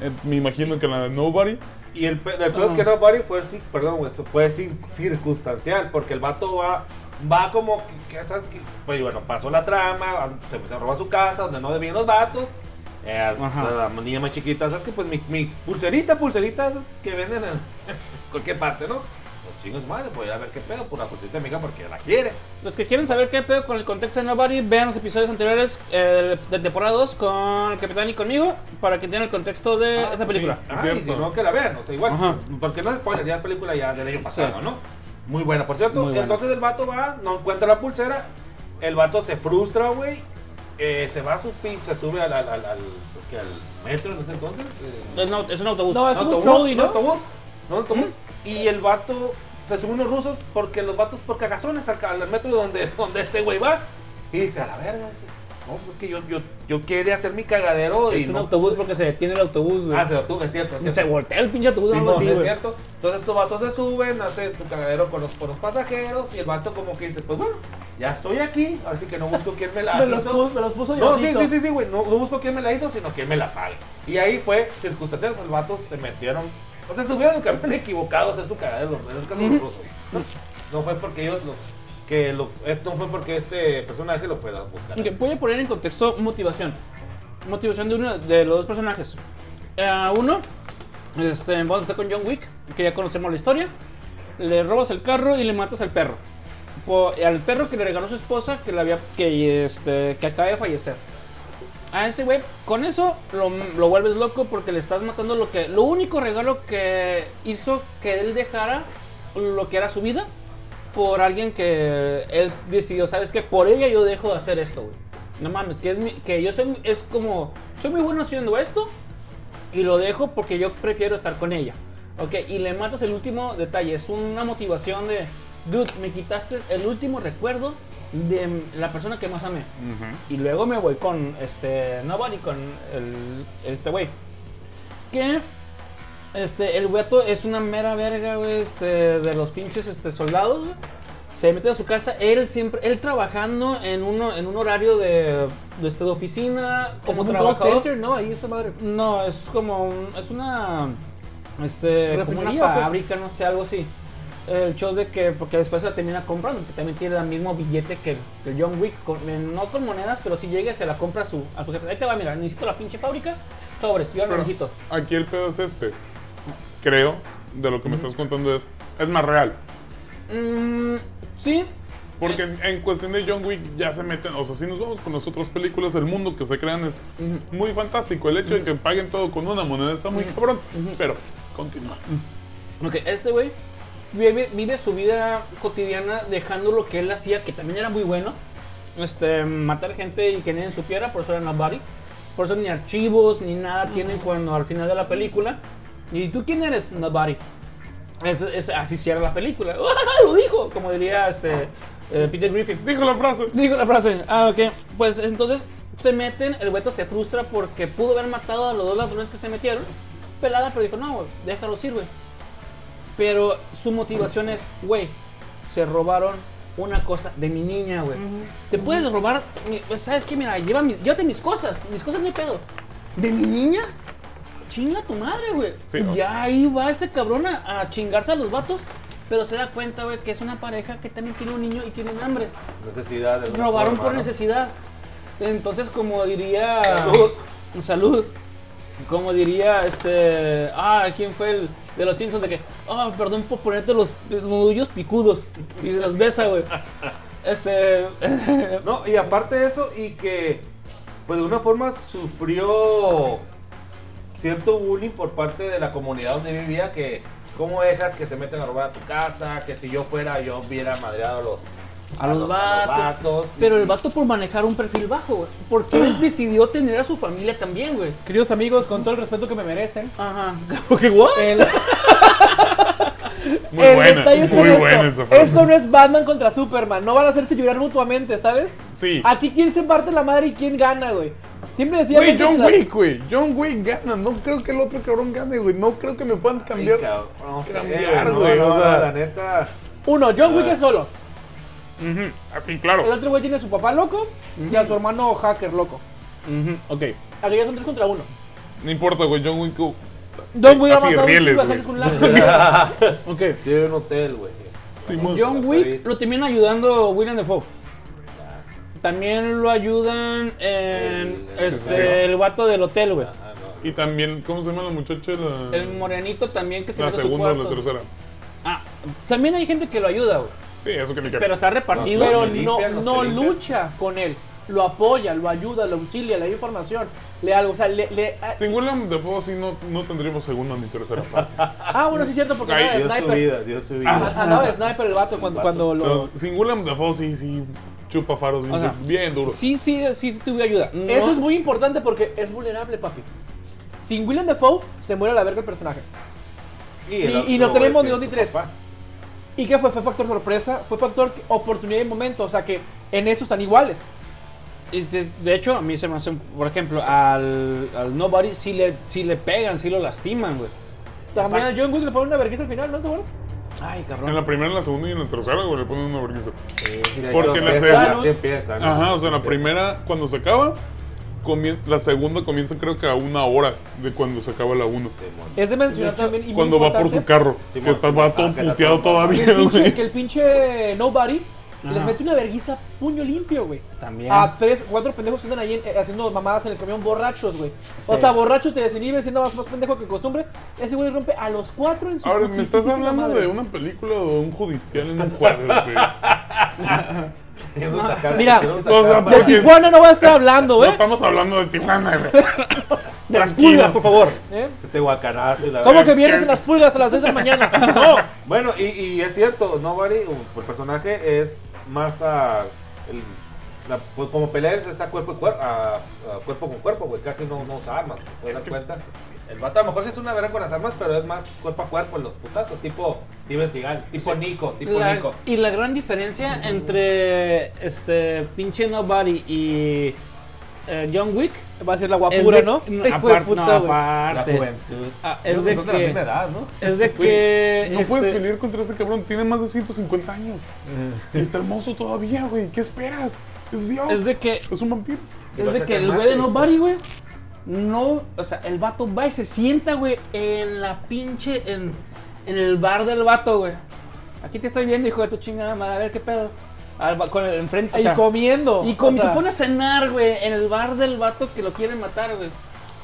Speaker 4: Eh, me imagino que la de Nobody.
Speaker 1: Y el, pe- el peor es que no, Barry fue, cir- perdón, güey, eso fue cir- circunstancial, porque el vato va, va como, que, que, ¿sabes qué? Pues bueno, pasó la trama, a- se, se robó su casa, donde no debían los vatos. Eh,
Speaker 6: Ajá.
Speaker 1: la, la niña más chiquita, ¿sabes qué? Pues mi, mi pulserita, pulserita esas que venden en cualquier parte, ¿no? Pues chingos madre, pues a ver qué pedo, por la pulserita amiga, porque la quiere.
Speaker 6: Los que quieren saber qué pedo con el contexto de Nobody, vean los episodios anteriores eh, de temporada 2 con el Capitán y conmigo para que tengan el contexto de esa película.
Speaker 4: sí.
Speaker 1: Ah, y si
Speaker 4: cierto.
Speaker 1: no, que la vean, o sea, igual,
Speaker 6: Ajá.
Speaker 1: porque no es spoiler, ya es película ya del año pasado,
Speaker 6: Sí.
Speaker 1: ¿no? Muy buena, por cierto.
Speaker 6: Muy buena.
Speaker 1: Entonces el vato va, no encuentra la pulsera, el vato se frustra, güey, eh, se va a su pinche, sube al, al, al, al- pues, que al metro en ese entonces. eh,
Speaker 6: Es, no- es un autobús.
Speaker 3: No, es como un trolley,
Speaker 1: ¿no?
Speaker 3: ¿no?
Speaker 1: autobús, ¿no? autobús. Y el vato, se suben unos rusos, porque los vatos por cagazones al, al metro donde, donde este güey va, y dice, a la verga, dice, no, pues que yo, yo, yo quería hacer mi cagadero y
Speaker 6: es un
Speaker 1: no.
Speaker 6: autobús porque se detiene el autobús, güey.
Speaker 1: Ah, se lo tuve, es cierto, es
Speaker 6: Y
Speaker 1: cierto.
Speaker 6: se voltea el pinche autobús o
Speaker 1: Sí,
Speaker 6: algo así,
Speaker 1: es
Speaker 6: güey.
Speaker 1: cierto. Entonces estos vatos se suben, hacen tu cagadero con los, con los pasajeros y el vato como que dice, pues bueno, ya estoy aquí, así que no busco quién me la
Speaker 3: Me los,
Speaker 1: hizo.
Speaker 3: pu- me los puso
Speaker 1: No, sí,
Speaker 3: llorosito.
Speaker 1: sí, sí, sí, güey, no, no busco quién me la hizo, sino quién me la pague. Y ahí fue circunstancial, los vatos se metieron, o sea, estuvieron en el camino equivocado a hacer su cagadero, en el caso de los rusos. No, no fue porque ellos lo, que lo, eh, no fue porque este personaje lo fuera a buscar.
Speaker 6: Ok, voy a poner en contexto motivación. Motivación de uno de los dos personajes. Eh, uno, este, vamos a empezar con John Wick, que ya conocemos la historia. Le robas el carro y le matas al perro. Po- al perro que le regaló su esposa que, la había, que, este, que acaba de fallecer. A ese güey, con eso lo, lo vuelves loco porque le estás matando lo que. Lo único regalo que hizo que él dejara lo que era su vida por alguien que él decidió, ¿sabes qué? Por ella yo dejo de hacer esto, güey. No mames, que, es mi- que yo soy, es como, soy muy bueno haciendo esto y lo dejo porque yo prefiero estar con ella. Ok, y le matas el último detalle, es una motivación de, dude, me quitaste el último recuerdo de la persona que más amé. Y luego me voy con este, Nobody, con el, este güey. Que este, el gato es una mera verga, güey, este, de los pinches este, soldados, güey. Se mete a su casa, él siempre, él trabajando en, uno, en un horario de, de, este, de oficina,
Speaker 3: Como
Speaker 6: como
Speaker 3: un call
Speaker 6: trabajador.
Speaker 3: center, ¿no? Ahí esa madre.
Speaker 6: No, es como un- es una este como una
Speaker 3: Refinería, pues.
Speaker 6: fábrica, no sé, algo así. el show de que, porque después se la termina comprando, que también tiene el mismo billete que, que John Wick, con- eh, no con monedas, pero si llega y se la compra a su, a su jefe. Ahí te va, mira, necesito la pinche fábrica, sobres, yo la
Speaker 4: Pero
Speaker 6: necesito.
Speaker 4: aquí el pedo es este. Creo, de lo que me estás contando es, es más real.
Speaker 6: Mm, sí,
Speaker 4: Porque
Speaker 3: Eh.
Speaker 4: en, en cuestión de John Wick ya se meten, o sea, si nos vamos con las otras películas del mundo que se crean es muy fantástico. El hecho de que paguen todo con una moneda está muy cabrón, pero continúa.
Speaker 6: Ok, este güey vive, vive su vida cotidiana dejando lo que él hacía, que también era muy bueno. Este, matar gente y que nadie supiera, por eso era nobody. Por eso ni archivos ni nada tienen cuando al final de la película. ¿Y tú quién eres? Nobody. Es, es- así cierra la película. ¡Ah, ¡Lo dijo! Como diría este, eh, Peter Griffin.
Speaker 4: Dijo la frase.
Speaker 6: Digo la frase. Ah, ok. Pues entonces se meten, el Beto se frustra porque pudo haber matado a los dos ladrones que se metieron. Pelada, pero dijo, no, güey, déjalo ir, güey. Pero su motivación es, güey, se robaron una cosa de mi niña, güey. Te puedes robar, mi- pues, ¿sabes qué? Mira, lleva mis, llévate mis cosas, mis cosas ni pedo. ¿De mi niña? Chinga tu madre, güey.
Speaker 4: Sí,
Speaker 6: y
Speaker 4: o-
Speaker 6: ya ahí va este cabrón a, a chingarse a los vatos. Pero se da cuenta, güey, que es una pareja que también tiene un niño y tienen hambre.
Speaker 1: Necesidad. de alguna
Speaker 6: Robaron
Speaker 1: forma,
Speaker 6: por
Speaker 1: ¿no?
Speaker 6: necesidad. Entonces, como diría. Salud. Como diría este. Ah, ¿quién fue el de los Simpsons? De que. Ah, perdón por ponerte los nudillos picudos. Y se los besa, güey. Este.
Speaker 1: No, y aparte de eso, y que pues de una forma sufrió cierto bullying por parte de la comunidad donde vivía, que cómo dejas que se meten a robar a tu casa, que si yo fuera yo hubiera madreado a los,
Speaker 6: a los vatos.
Speaker 1: vatos.
Speaker 6: Pero el vato por manejar un perfil bajo, güey. Porque él decidió tener a su familia también, güey.
Speaker 3: Queridos amigos, con todo el respeto que me merecen.
Speaker 6: Ajá. Porque, what?
Speaker 3: El...
Speaker 4: Muy
Speaker 3: el
Speaker 4: buena,
Speaker 3: detalle está en
Speaker 4: muy
Speaker 3: esto.
Speaker 4: buena esa frase.
Speaker 3: Esto no es Batman contra Superman. No van a hacerse llorar mutuamente, ¿sabes?
Speaker 4: Sí.
Speaker 3: Aquí quién se parte la madre y quién gana, güey. Siempre decía.
Speaker 4: Güey, John
Speaker 3: la-
Speaker 4: Wick, güey.
Speaker 2: John Wick gana, no creo que el otro cabrón gane, güey. No creo que me puedan
Speaker 1: Sí,
Speaker 2: cambiar.
Speaker 1: cabrón, no sé,
Speaker 2: Cambiar,
Speaker 1: no,
Speaker 2: güey,
Speaker 1: no,
Speaker 2: o sea.
Speaker 1: la neta.
Speaker 3: Uno, John
Speaker 4: Ah.
Speaker 3: Wick es solo.
Speaker 4: Ujú, Así,
Speaker 3: El
Speaker 4: claro.
Speaker 3: otro güey tiene a su papá loco y a su hermano hacker loco.
Speaker 4: Ujú, Ok.
Speaker 3: Aquí ya son tres contra uno.
Speaker 4: No importa, güey. John Wick. uh,
Speaker 3: John Wick ha
Speaker 4: Así,
Speaker 3: matado a un
Speaker 4: rieles,
Speaker 3: chingo de
Speaker 4: güey.
Speaker 3: gente con un lápiz.
Speaker 6: Ok.
Speaker 1: Tiene un hotel, güey.
Speaker 4: Simón.
Speaker 6: John Wick lo termina ayudando William Defoe. También lo ayudan en
Speaker 1: El- el-
Speaker 6: este, el vato del hotel, güey.
Speaker 1: Ah, no.
Speaker 4: Y también, ¿cómo se llama la muchacha? La,
Speaker 6: El morenito también que se
Speaker 4: la
Speaker 6: mete a su
Speaker 4: segunda o Ah, la
Speaker 6: cuarto.
Speaker 4: tercera.
Speaker 6: Ah, también hay gente que lo ayuda, güey.
Speaker 4: Sí, eso que ni que.
Speaker 6: Pero está repartido.
Speaker 1: No,
Speaker 3: Pero
Speaker 1: Los que
Speaker 3: no,
Speaker 1: limpian, los
Speaker 3: no
Speaker 1: que limpian.
Speaker 3: lucha con él. Lo apoya, lo ayuda, lo auxilia, le da información. Le algo. O sea, le. le- ah,
Speaker 4: Sin William Dafoe sí no, no tendríamos segunda ni tercera parte.
Speaker 3: ah, bueno, sí es cierto, porque
Speaker 4: Ay,
Speaker 1: Dio
Speaker 3: andaba de
Speaker 1: su
Speaker 3: sniper. Ah,
Speaker 1: vida, dio su vida.
Speaker 3: Andaba de sniper el vato cuando,
Speaker 1: El vato.
Speaker 3: cuando lo.
Speaker 4: Entonces, sin William Dafoe sí, sí chupa faros bien,
Speaker 6: O sea,
Speaker 4: bien duro.
Speaker 6: Sí, sí, sí tuve ayuda. No-
Speaker 3: Eso es muy importante porque es vulnerable, papi. Sin Willem Dafoe se muere a la verga el personaje.
Speaker 1: el
Speaker 3: Y-
Speaker 1: otro,
Speaker 3: y no
Speaker 1: güey,
Speaker 3: tenemos ni
Speaker 1: sí,
Speaker 3: dos ni
Speaker 1: su
Speaker 3: tres.
Speaker 1: papá.
Speaker 3: ¿Y qué fue? Fue factor sorpresa, fue factor oportunidad y momento. O sea que en eso están iguales.
Speaker 6: Y De, de hecho, a mí se me hace, un- por ejemplo, al, al Nobody sí le, sí le pegan, sí lo lastiman, güey.
Speaker 3: También a John Wick le ponen una vergüenza al final, ¿no te acuerdas?
Speaker 6: Ay,
Speaker 4: En
Speaker 6: cabrón.
Speaker 4: la primera, en la segunda y en la tercera, güey, le ponen una vergüenza.
Speaker 1: Sí, sí,
Speaker 4: Porque
Speaker 1: ahí
Speaker 4: la
Speaker 1: empieza,
Speaker 4: segunda-
Speaker 1: así empieza, ¿no?
Speaker 4: Ajá, o sea, la
Speaker 1: Empieza.
Speaker 4: primera, cuando se acaba, comien- la segunda comienza creo que a una hora de cuando se acaba la uno.
Speaker 3: Es de mencionar
Speaker 6: De hecho,
Speaker 3: también. y muy
Speaker 4: Cuando va por su
Speaker 3: importante,
Speaker 4: carro,
Speaker 1: Simón,
Speaker 4: que está,
Speaker 1: Simón,
Speaker 4: va todo
Speaker 1: ah, que la
Speaker 4: puteado
Speaker 1: toma.
Speaker 4: todavía,
Speaker 3: Que el pinche,
Speaker 4: güey.
Speaker 3: que el pinche Nobody les
Speaker 6: Ajá.
Speaker 3: mete una vergüenza puño limpio, güey.
Speaker 6: También.
Speaker 3: A tres, cuatro pendejos que andan ahí eh, haciendo mamadas en el camión borrachos, güey. O sea, borrachos te desinhiben siendo más, más pendejo que costumbre. Ese güey rompe a los cuatro en su
Speaker 4: Ahora, me estás
Speaker 3: putisísima
Speaker 4: hablando
Speaker 3: madre.
Speaker 4: de una película o de un judicial en un juego, güey.
Speaker 1: Queremos sacar-
Speaker 3: Mira,
Speaker 1: queremos
Speaker 4: o sea,
Speaker 1: sacar
Speaker 3: De
Speaker 1: para-
Speaker 4: porque-
Speaker 3: Tijuana no vas a estar hablando,
Speaker 4: No
Speaker 3: ¿eh?
Speaker 4: estamos hablando de Tijuana, güey.
Speaker 6: de las
Speaker 4: tranquilo.
Speaker 6: pulgas, por favor.
Speaker 3: ¿Eh?
Speaker 1: Este guacanazo y la
Speaker 3: ¿Cómo
Speaker 1: verga.
Speaker 3: que vienes en las pulgas a las 6 de la mañana? No.
Speaker 1: Bueno, y, y es cierto, Nobody, o el personaje es más a. el- la- pues como peleas es a cuerpo, y cuer- a, a cuerpo con cuerpo, güey. Casi no, no usa armas, ¿te das cuenta? El vato a lo mejor sí es una verga con las armas, pero es más cuerpo a cuerpo en los putazos, tipo Steven Seagal, tipo Nico, tipo
Speaker 6: La-
Speaker 1: Nico.
Speaker 6: y la gran diferencia entre este pinche Nobody y eh, John Wick
Speaker 3: Va a ser la guapura,
Speaker 6: de-
Speaker 3: ¿no? Hijo de
Speaker 6: aparte,
Speaker 3: puta,
Speaker 6: no,
Speaker 3: güey.
Speaker 1: La
Speaker 6: aparte.
Speaker 1: juventud.
Speaker 6: Ah, es
Speaker 1: Yo creo
Speaker 6: de
Speaker 1: que son la
Speaker 6: que-
Speaker 1: misma edad, ¿no?
Speaker 6: es de que
Speaker 4: No
Speaker 6: este,
Speaker 4: puedes pelear contra ese cabrón, tiene más de 150 años. Y está hermoso todavía, güey. ¿Qué esperas? Es Dios.
Speaker 6: es de que
Speaker 4: Es un vampiro.
Speaker 1: Y lo
Speaker 6: es de que
Speaker 1: sacan
Speaker 6: el
Speaker 1: más,
Speaker 6: güey de
Speaker 1: güey.
Speaker 6: Nobody, güey, no, o sea, el vato va y se sienta, güey, en la pinche en, en el bar del vato, güey. Aquí te estoy viendo, hijo de tu chingada madre. A ver qué pedo. Al va- con el enfrente. o
Speaker 3: Y
Speaker 6: sea,
Speaker 3: comiendo.
Speaker 6: y con-
Speaker 3: o sea,
Speaker 6: se pone a cenar, güey, en el bar del vato que lo quieren matar, güey.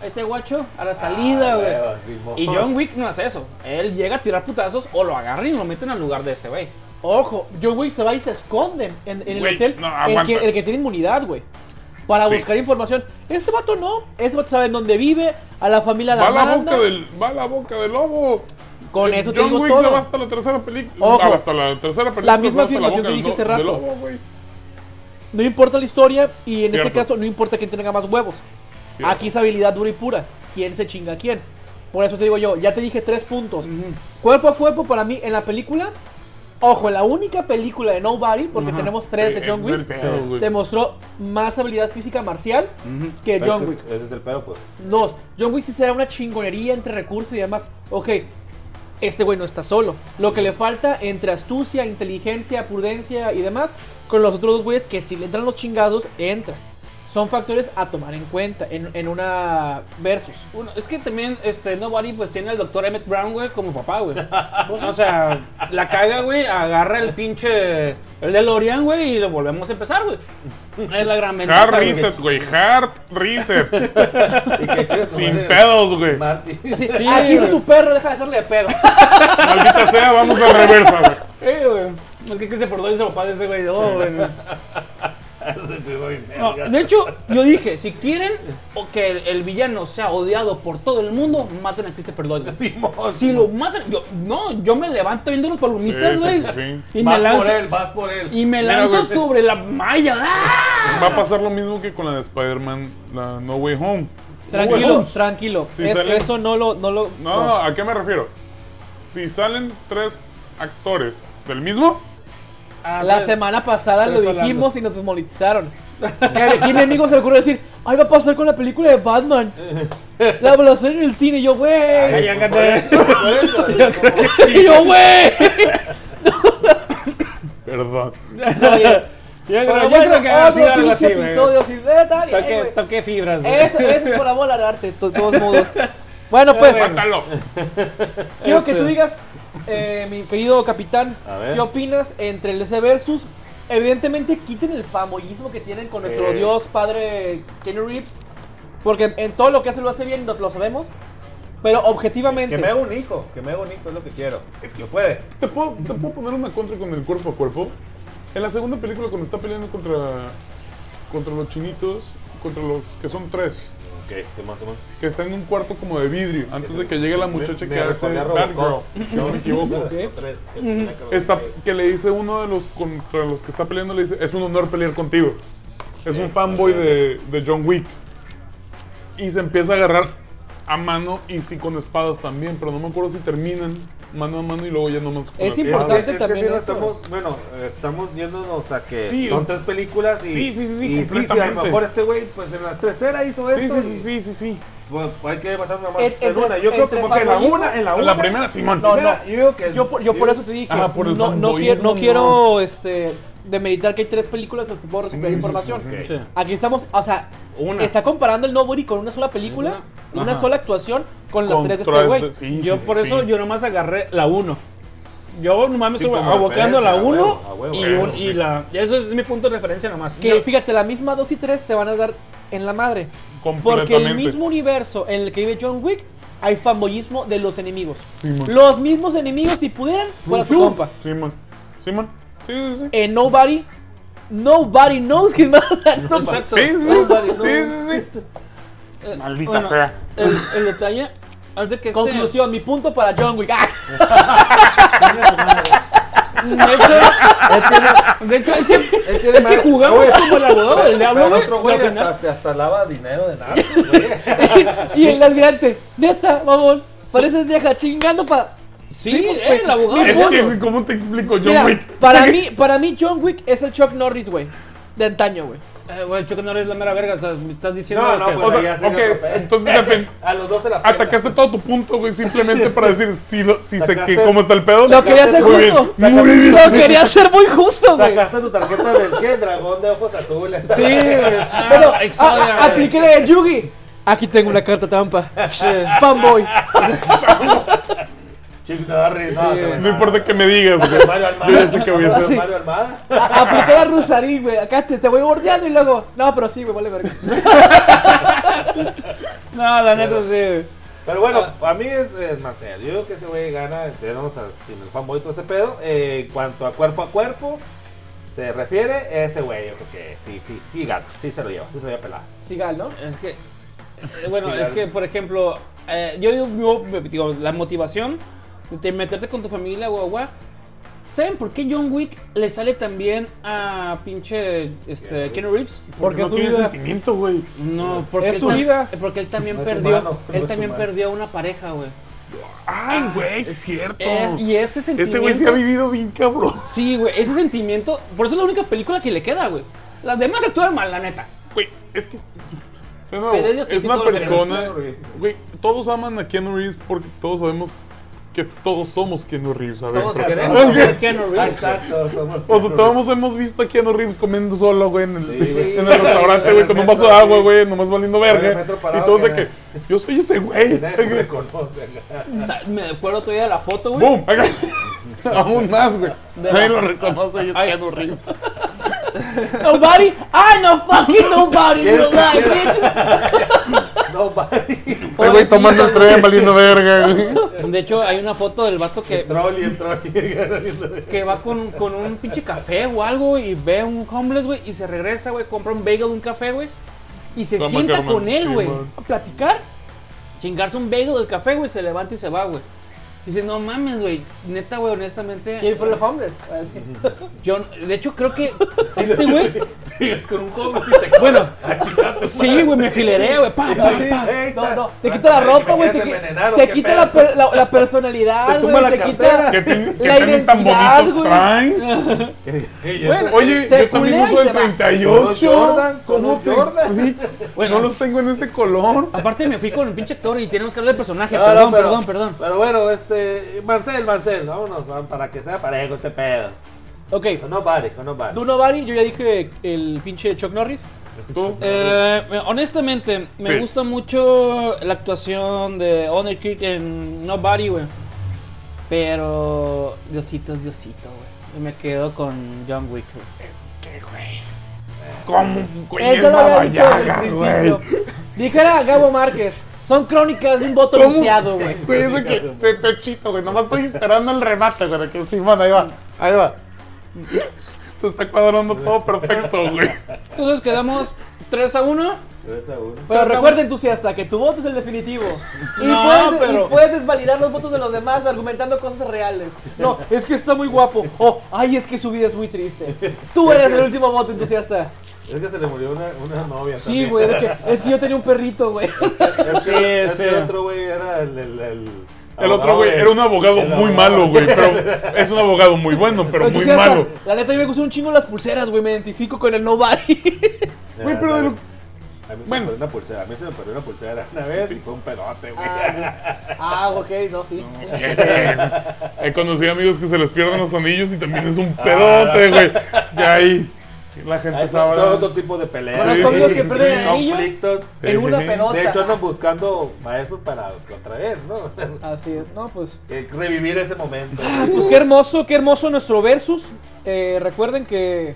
Speaker 6: Este guacho, a la
Speaker 1: Ah,
Speaker 6: salida, güey. y John Wick no hace eso. Él llega a tirar putazos o lo agarran y lo meten al lugar de este, güey.
Speaker 3: Ojo, John Wick se va y se esconde en, en el
Speaker 4: Güey,
Speaker 3: hotel.
Speaker 4: no,
Speaker 3: el,
Speaker 4: aguanta.
Speaker 3: que, el que tiene inmunidad, güey. Para
Speaker 4: Sí.
Speaker 3: buscar información. Este vato no. Este vato sabe en dónde vive, a la familia la
Speaker 4: Va la
Speaker 3: manda.
Speaker 4: boca del, va la boca del lobo. Eh,
Speaker 3: Con eso te
Speaker 4: John
Speaker 3: digo
Speaker 4: Wick se
Speaker 3: todo.
Speaker 4: va hasta la tercera película.
Speaker 3: Ojo.
Speaker 4: Ah, hasta la tercera película.
Speaker 3: La misma
Speaker 4: se va hasta la
Speaker 3: afirmación
Speaker 4: boca
Speaker 3: que
Speaker 4: del
Speaker 3: dije hace
Speaker 4: no- del
Speaker 3: rato.
Speaker 4: lobo, güey.
Speaker 3: No importa la historia y en este
Speaker 4: Cierto.
Speaker 3: caso no importa quién tenga más huevos.
Speaker 4: Cierto.
Speaker 3: Aquí es habilidad dura y pura. ¿Quién se chinga a quién? Por eso te digo yo, ya te dije tres puntos. Cuerpo a cuerpo para mí en la película. Ojo, en la única película de Nobody, porque tenemos tres de
Speaker 4: Ese
Speaker 3: John
Speaker 4: es el
Speaker 3: Wick,
Speaker 4: pedo, güey.
Speaker 3: demostró más habilidad física marcial que John Wick.
Speaker 1: Ese es el pedo, pues.
Speaker 3: Dos, John Wick sí será una chingonería entre recursos y demás. Ok, este güey no está solo. Lo que le falta entre astucia, inteligencia, prudencia y demás, con los otros dos güeyes que si le entran los chingados, entra. Son factores a tomar en cuenta en, en una versus.
Speaker 6: Bueno, es que también este Nobody pues tiene al doctor Emmett Brown, güey, como papá, güey. O sea, la caga, güey, agarra el pinche el DeLorean, güey, y lo volvemos a empezar, güey. Es la gran ventaja.
Speaker 4: Hard
Speaker 6: güey.
Speaker 4: reset, güey. Hard reset.
Speaker 1: Y que chingue su
Speaker 4: Sin
Speaker 1: madre,
Speaker 4: pedos, güey.
Speaker 1: Marty.
Speaker 6: Sí,
Speaker 3: Aquí
Speaker 6: güey.
Speaker 3: está tu perro, deja de hacerle de pedo.
Speaker 4: Maldita sea, vamos a reversa, güey.
Speaker 6: Eh, güey. No es que Chris Perdón es el papá de ese güey. No, güey.
Speaker 1: Ese pegó y
Speaker 6: No,
Speaker 1: verga.
Speaker 6: de hecho, yo dije, si quieren o que el, el villano sea odiado por todo el mundo, maten a Christopher Lloyd. güey.
Speaker 1: Simón.
Speaker 6: Si lo matan, yo, no, yo me levanto viendo los palomitas,
Speaker 4: Sí,
Speaker 6: güey.
Speaker 4: sí, sí,
Speaker 6: Y me
Speaker 1: Vas
Speaker 6: lanzo,
Speaker 1: por él, vas por él.
Speaker 6: y me
Speaker 4: Mira, güey.
Speaker 6: lanzo sobre la malla. ¡Ah!
Speaker 4: Va a pasar lo mismo que con la de Spider-Man, la No Way Home.
Speaker 3: Tranquilo,
Speaker 6: Huevos.
Speaker 3: tranquilo.
Speaker 4: Sí,
Speaker 3: Es-
Speaker 4: sale.
Speaker 3: eso no lo... No lo
Speaker 4: No, no, ¿a qué me refiero? Si salen tres actores del mismo,
Speaker 6: Ah,
Speaker 3: La
Speaker 6: güey.
Speaker 3: semana pasada lo
Speaker 6: Tres
Speaker 3: dijimos y nos desmonetizaron. Que aquí mi amigo se le ocurrió decir, ay, va a pasar con la película de Batman. La van a hacer en el cine. Y yo,
Speaker 6: Ay,
Speaker 3: güey.
Speaker 6: ángate.
Speaker 1: Por eso, como-
Speaker 3: Y yo, güey.
Speaker 4: perdón.
Speaker 3: Oye,
Speaker 6: Yo
Speaker 3: pero
Speaker 6: creo, yo
Speaker 3: bueno,
Speaker 6: creo que ha
Speaker 3: otro
Speaker 6: sido algo
Speaker 3: pinche
Speaker 6: así, güey.
Speaker 3: episodio sin- eh, está bien,
Speaker 6: Toque,
Speaker 3: güey.
Speaker 6: toque fibras, güey.
Speaker 3: Eso, eso es por amor al arte, de todos modos. Bueno, pues,
Speaker 6: bueno.
Speaker 4: Mátalo.
Speaker 3: quiero que
Speaker 6: Este.
Speaker 3: tú digas, eh, mi querido capitán,
Speaker 1: A ver.
Speaker 3: ¿qué opinas entre el S versus? Evidentemente quiten el famollismo que tienen con nuestro dios padre Kenny Reeves, porque en todo lo que hace lo hace bien, lo, lo sabemos, pero objetivamente...
Speaker 1: Que me haga un hijo, que me haga un hijo, es lo que quiero. Es que puede.
Speaker 4: ¿Te puedo, te puedo poner una contra con el cuerpo a cuerpo? En la segunda película, cuando está peleando contra, contra los chinitos, contra los que son tres,
Speaker 1: Ok, Simón, Simón.
Speaker 4: que está en un cuarto como de vidrio, antes de que llegue la muchacha
Speaker 1: Me-
Speaker 4: que
Speaker 1: me
Speaker 4: hace
Speaker 1: recordé a
Speaker 4: Batgirl.
Speaker 1: Robocop.
Speaker 4: No me equivoco.
Speaker 1: Son tres.
Speaker 4: Está, que le dice uno de los contra los que está peleando, le dice, es un honor pelear contigo. Es un fanboy de, de John Wick. Y se empieza a agarrar a mano y sí con espadas también, pero no me acuerdo si terminan mano a mano y luego ya nomás con
Speaker 3: Es
Speaker 4: la-
Speaker 1: Es que-
Speaker 3: importante
Speaker 1: es que
Speaker 3: también
Speaker 1: sí nos
Speaker 3: esto.
Speaker 1: estamos, bueno, eh, estamos yéndonos a que
Speaker 4: Sí.
Speaker 1: son tres películas y,
Speaker 4: Sí, sí, sí, sí,
Speaker 1: y a lo
Speaker 4: completamente.
Speaker 1: mejor este güey, pues en la tercera hizo
Speaker 4: Sí,
Speaker 1: esto.
Speaker 4: sí,
Speaker 1: y,
Speaker 4: sí, sí, sí, sí.
Speaker 1: Bueno, hay que basar nada más
Speaker 3: En-
Speaker 1: en
Speaker 3: entre-
Speaker 1: una. Yo creo
Speaker 3: entre
Speaker 1: como que en la
Speaker 3: favoritismo-
Speaker 1: una, en la
Speaker 4: La,
Speaker 1: una.
Speaker 4: primera, Simón.
Speaker 3: No, no.
Speaker 1: Mira, Yo, digo que
Speaker 3: Yo por, yo por eso te dije,
Speaker 4: Ah, por el
Speaker 3: no, no, quiero,
Speaker 4: fanboyismo,
Speaker 3: no
Speaker 4: no.
Speaker 3: quiero este, demeritar que hay tres películas en las que puedo recuperar información.
Speaker 6: Sí.
Speaker 3: Aquí estamos, o sea,
Speaker 6: Una.
Speaker 3: está comparando el Nobody con una sola película,
Speaker 6: Una.
Speaker 3: una,
Speaker 6: Ajá.
Speaker 3: sola actuación con las
Speaker 4: Con
Speaker 3: tres de este
Speaker 4: tres
Speaker 3: güey.
Speaker 4: de- sí,
Speaker 6: Yo
Speaker 4: sí,
Speaker 6: por
Speaker 4: sí,
Speaker 6: eso
Speaker 4: sí.
Speaker 6: yo nomás agarré la 1. Yo nomás me
Speaker 1: Sí,
Speaker 6: estuve
Speaker 1: como
Speaker 6: abocando
Speaker 1: referencia,
Speaker 6: la
Speaker 1: a
Speaker 6: 1
Speaker 1: huevo, a huevo.
Speaker 6: y,
Speaker 1: Claro,
Speaker 6: un- y
Speaker 4: sí.
Speaker 6: la... Eso es mi punto de referencia nomás.
Speaker 3: Que
Speaker 6: Yo-
Speaker 3: fíjate, la misma 2 y 3 te van a dar en la madre. Porque
Speaker 4: Completamente.
Speaker 3: el mismo universo en el que vive John Wick, hay fanboyismo de los enemigos.
Speaker 4: Sí, man.
Speaker 3: los mismos enemigos, si pudieran, fuera su compa.
Speaker 4: Simón. Simón. Sí, sí, sí.
Speaker 3: En Nobody, Nobody knows his mother.
Speaker 6: Exacto.
Speaker 4: Sí, sí, sí, sí, sí.
Speaker 6: Eh,
Speaker 4: Maldita
Speaker 6: bueno,
Speaker 4: sea.
Speaker 6: El, el detalle es de que este-
Speaker 3: Conclusión, mi punto para John Wick. ¡Ah!
Speaker 6: de hecho, de hecho, es que, es que jugamos como el abogado del
Speaker 1: Pero
Speaker 6: diablo,
Speaker 1: el
Speaker 6: güey.
Speaker 1: otro
Speaker 6: y
Speaker 1: güey
Speaker 6: al final-
Speaker 1: hasta, te hasta lava dinero de nada, güey.
Speaker 3: y el almirante, neta, mamón, pareces vieja chingando para.
Speaker 6: Sí, eh, el abogado del
Speaker 4: Es que,
Speaker 6: diablo.
Speaker 4: güey, ¿cómo te explico John
Speaker 3: Mira,
Speaker 4: Wick?
Speaker 3: para mí, para mí John Wick es el Chuck Norris, güey, de antaño, güey.
Speaker 6: Eh, güey, Chuck Norris es la mera verga, o sea, me estás diciendo
Speaker 1: No, no,
Speaker 6: que...
Speaker 1: pues
Speaker 4: O
Speaker 1: ahí
Speaker 4: sea,
Speaker 1: ya sería
Speaker 4: ok,
Speaker 1: otro pedo.
Speaker 4: entonces depen-
Speaker 1: A los dos se la pela.
Speaker 4: Atacaste todo tu punto, güey, simplemente para decir si, lo- si sé que,
Speaker 1: Sacaste-
Speaker 4: cómo está el pedo.
Speaker 3: Lo quería hacer
Speaker 4: Muy bien,
Speaker 3: justo.
Speaker 4: muy bien.
Speaker 3: Lo quería hacer muy justo, güey.
Speaker 1: Sacaste tu tarjeta del qué? Dragón de ojos azules.
Speaker 6: Sí, güey, sí,
Speaker 3: Bueno, a-
Speaker 6: Exodia,
Speaker 3: a-
Speaker 6: güey.
Speaker 3: apliqué la de Yugi. Aquí tengo una carta trampa. Fanboy.
Speaker 1: Chick Norris, no,
Speaker 6: Sí.
Speaker 1: te voy a-
Speaker 4: No importa que me digas, güey.
Speaker 1: Mario Almada.
Speaker 4: Yo ya sé qué voy a hacer.
Speaker 1: Mario Almada.
Speaker 3: A- Aplicó la Rusarín, güey. Acá te, te voy bordeando y luego. No, pero sí, güey, vale verga.
Speaker 6: No, la neta sí.
Speaker 1: Pero bueno, a mí es el Marcelo. Yo creo que ese güey gana, tenemos a, sin el fanboy y todo ese pedo. Eh, en cuanto a cuerpo a cuerpo se refiere, ese güey yo creo que sí, sí, sí gana, sí se lo lleva, sí se lo lleva pelado.
Speaker 3: Sigal, ¿no?
Speaker 6: Es que. eh, Bueno,
Speaker 1: Sí,
Speaker 6: es
Speaker 1: la-
Speaker 6: que, por ejemplo, eh, yo digo, yo digo, la motivación de meterte con tu familia, guagua. ¿Saben por qué John Wick le sale también a pinche este, Keanu Reeves?
Speaker 3: Porque
Speaker 4: no
Speaker 3: es su
Speaker 4: tiene
Speaker 3: vida.
Speaker 4: sentimiento, güey.
Speaker 6: No, porque,
Speaker 3: Es
Speaker 6: él
Speaker 3: su
Speaker 6: tam-
Speaker 3: vida.
Speaker 6: porque él también
Speaker 1: No es
Speaker 6: perdió.
Speaker 1: humano, no
Speaker 6: él
Speaker 1: es
Speaker 6: también
Speaker 1: humano.
Speaker 6: perdió a una pareja, güey.
Speaker 4: Ay, güey, sí es cierto.
Speaker 6: Es- y ese sentimiento.
Speaker 4: Ese güey se ha vivido bien cabrón.
Speaker 6: Sí, güey, ese sentimiento. Por eso es la única película que le queda, güey. Las demás actúan mal, la neta.
Speaker 4: Güey, es que. de nuevo,
Speaker 6: Pero ellos sí
Speaker 4: es
Speaker 6: que
Speaker 4: una
Speaker 6: todo lo
Speaker 4: persona.
Speaker 1: queremos.
Speaker 4: Güey, todos aman a Keanu Reeves porque todos sabemos que todos somos Keanu Reeves. A ver,
Speaker 6: Todos
Speaker 4: pero-
Speaker 6: queremos
Speaker 4: O sea,
Speaker 6: ser Keanu Reeves.
Speaker 1: Exacto, somos.
Speaker 4: O sea, Pues, todos hemos visto a Keanu Reeves comiendo solo, güey, en el,
Speaker 1: Sí, güey.
Speaker 4: en el restaurante, güey, con un vaso de agua, güey, nomás valiendo
Speaker 1: En el
Speaker 4: verga.
Speaker 1: metro
Speaker 4: Y
Speaker 1: parado
Speaker 4: todos de
Speaker 1: que
Speaker 4: que,
Speaker 1: me-
Speaker 4: yo soy ese güey.
Speaker 1: Nadie me reconoce acá.
Speaker 6: O sea, me acuerdo todavía de la foto, güey.
Speaker 4: ¡Bum! Acá.
Speaker 2: Aún más, güey.
Speaker 6: De
Speaker 2: Nadie
Speaker 6: la-
Speaker 2: lo reconoce y es
Speaker 6: Ay.
Speaker 2: Keanu Reeves.
Speaker 3: Nobody. I no fucking nobody. No lie, bitch.
Speaker 1: No, Mario.
Speaker 2: Ese güey tomando el tren, valiendo verga, güey.
Speaker 6: De hecho, hay una foto del vato que,
Speaker 1: Troll y el troll. y-
Speaker 6: que va con, con un pinche café o algo y ve a un homeless, güey, y se regresa, güey, compra un bagel, un café, güey, y se
Speaker 4: Toma,
Speaker 6: sienta
Speaker 4: Carmen,
Speaker 6: con él,
Speaker 4: sí,
Speaker 6: güey,
Speaker 4: man.
Speaker 6: a platicar, chingarse un bagel del café, güey, se levanta y se va, güey. Dice, no mames, güey, neta, güey, honestamente.
Speaker 3: Y fue los hombres.
Speaker 1: Ah,
Speaker 6: Yo, de hecho, creo que este güey,
Speaker 1: Sigues con un cómic y te
Speaker 6: bueno, sí, güey, me fileré, güey, pa, pa, pa.
Speaker 1: Ey,
Speaker 3: No, no. Te
Speaker 1: tra-
Speaker 3: quita la
Speaker 1: tra-
Speaker 3: ropa, güey.
Speaker 1: Ah, me
Speaker 3: Te,
Speaker 1: quieres envenenar,
Speaker 3: qui-
Speaker 1: ¿o
Speaker 3: te
Speaker 1: qué
Speaker 3: quita
Speaker 1: pedo?
Speaker 3: la, per- la, la personalidad,
Speaker 1: Te
Speaker 3: güey.
Speaker 1: tumba la
Speaker 3: Te
Speaker 1: cartera.
Speaker 3: quita
Speaker 4: ¿Qué, te- qué
Speaker 3: la
Speaker 4: tenis tan
Speaker 3: identidad,
Speaker 4: bonitos
Speaker 3: güey.
Speaker 4: traes?
Speaker 1: Ey, ya
Speaker 6: Bueno,
Speaker 1: está.
Speaker 4: Oye,
Speaker 3: Te
Speaker 4: yo también
Speaker 3: culea y
Speaker 4: uso el
Speaker 3: se va.
Speaker 4: 38.
Speaker 1: Son los Jordan, son
Speaker 4: ¿Cómo
Speaker 1: los
Speaker 4: te
Speaker 1: Jordan.
Speaker 4: explico?
Speaker 6: Bueno.
Speaker 4: No los tengo en ese color.
Speaker 6: Aparte me fui con el pinche actor y tenemos que hablar del personaje,
Speaker 1: No, no,
Speaker 6: perdón,
Speaker 1: pero-
Speaker 6: perdón, perdón.
Speaker 1: Pero bueno, este. Marcel, Marcel, vámonos, van, para que sea parejo este pedo.
Speaker 3: Ok.
Speaker 1: Con nobody, con nobody.
Speaker 3: Do nobody. Yo ya dije el pinche Chuck Norris.
Speaker 4: Tú,
Speaker 6: Eh, honestamente, me
Speaker 4: Sí.
Speaker 6: gusta mucho la actuación de Honor Kirk en Nobody, güey. Pero Diosito es Diosito, güey. Y Me quedo con John Wick. güey.
Speaker 4: ¿Cómo, güey?
Speaker 3: Eso
Speaker 4: Es
Speaker 3: Eh, lo había dicho desde
Speaker 4: babayaga,
Speaker 3: el
Speaker 4: güey.
Speaker 3: principio. Dijera Gabo Márquez. Son crónicas de un voto
Speaker 2: ¿Cómo?
Speaker 3: anunciado, güey.
Speaker 2: Güey, eso que te techito, güey. Nomás estoy esperando el remate, güey. de Que Simón, ahí va, ahí va.
Speaker 4: Se está cuadrando todo perfecto, güey.
Speaker 6: Entonces quedamos 3 a 1.
Speaker 1: Tres a uno.
Speaker 3: Pero recuerda, entusiasta, que tu voto es el definitivo. Y,
Speaker 6: No,
Speaker 3: puedes,
Speaker 6: pero-
Speaker 3: y puedes desvalidar los votos de los demás argumentando cosas reales. No, es que está muy guapo. Oh, ay, es que su vida es muy triste. Tú eres el último voto, entusiasta.
Speaker 1: Es que se le murió una, una novia.
Speaker 3: Sí,
Speaker 1: también.
Speaker 3: güey, es que, es que yo tenía un perrito, güey.
Speaker 1: Es
Speaker 6: Sí,
Speaker 1: que, es
Speaker 6: sí.
Speaker 1: que el otro güey era el. El, el,
Speaker 4: El otro, güey, era un abogado
Speaker 1: el
Speaker 4: muy
Speaker 1: abogado.
Speaker 4: malo, güey. Pero es un abogado muy bueno, pero muy
Speaker 3: Entusiasta,
Speaker 4: malo.
Speaker 3: La neta, yo me gustan un chingo las pulseras, güey. Me identifico con el nobody.
Speaker 4: Güey, pero de lo-
Speaker 1: A mí se
Speaker 4: Bueno.
Speaker 1: me perdió una pulsera, a mí se me perdió una pulsera una vez y fue un pedote, güey.
Speaker 3: Ah, ok, no, sí.
Speaker 4: Ese, güey. He conocido amigos que se les pierden los anillos y también es un pedote, güey. Y ahí la gente
Speaker 1: Ahí
Speaker 4: se
Speaker 1: son, son
Speaker 4: habla.
Speaker 1: otro tipo de peleas.
Speaker 3: Bueno,
Speaker 4: Sí,
Speaker 3: son
Speaker 4: sí,
Speaker 3: los
Speaker 4: sí,
Speaker 3: que ¿eh?
Speaker 4: sí,
Speaker 3: pierden
Speaker 4: sí.
Speaker 3: el anillo
Speaker 1: conflictos.
Speaker 4: Sí,
Speaker 3: en una
Speaker 4: sí, sí.
Speaker 3: pelota.
Speaker 1: De hecho, andan buscando maestros para otra vez, ¿no?
Speaker 3: Así es, no, pues.
Speaker 1: Eh, Revivir ese momento.
Speaker 3: Pues qué hermoso, qué hermoso nuestro versus. Eh, recuerden que.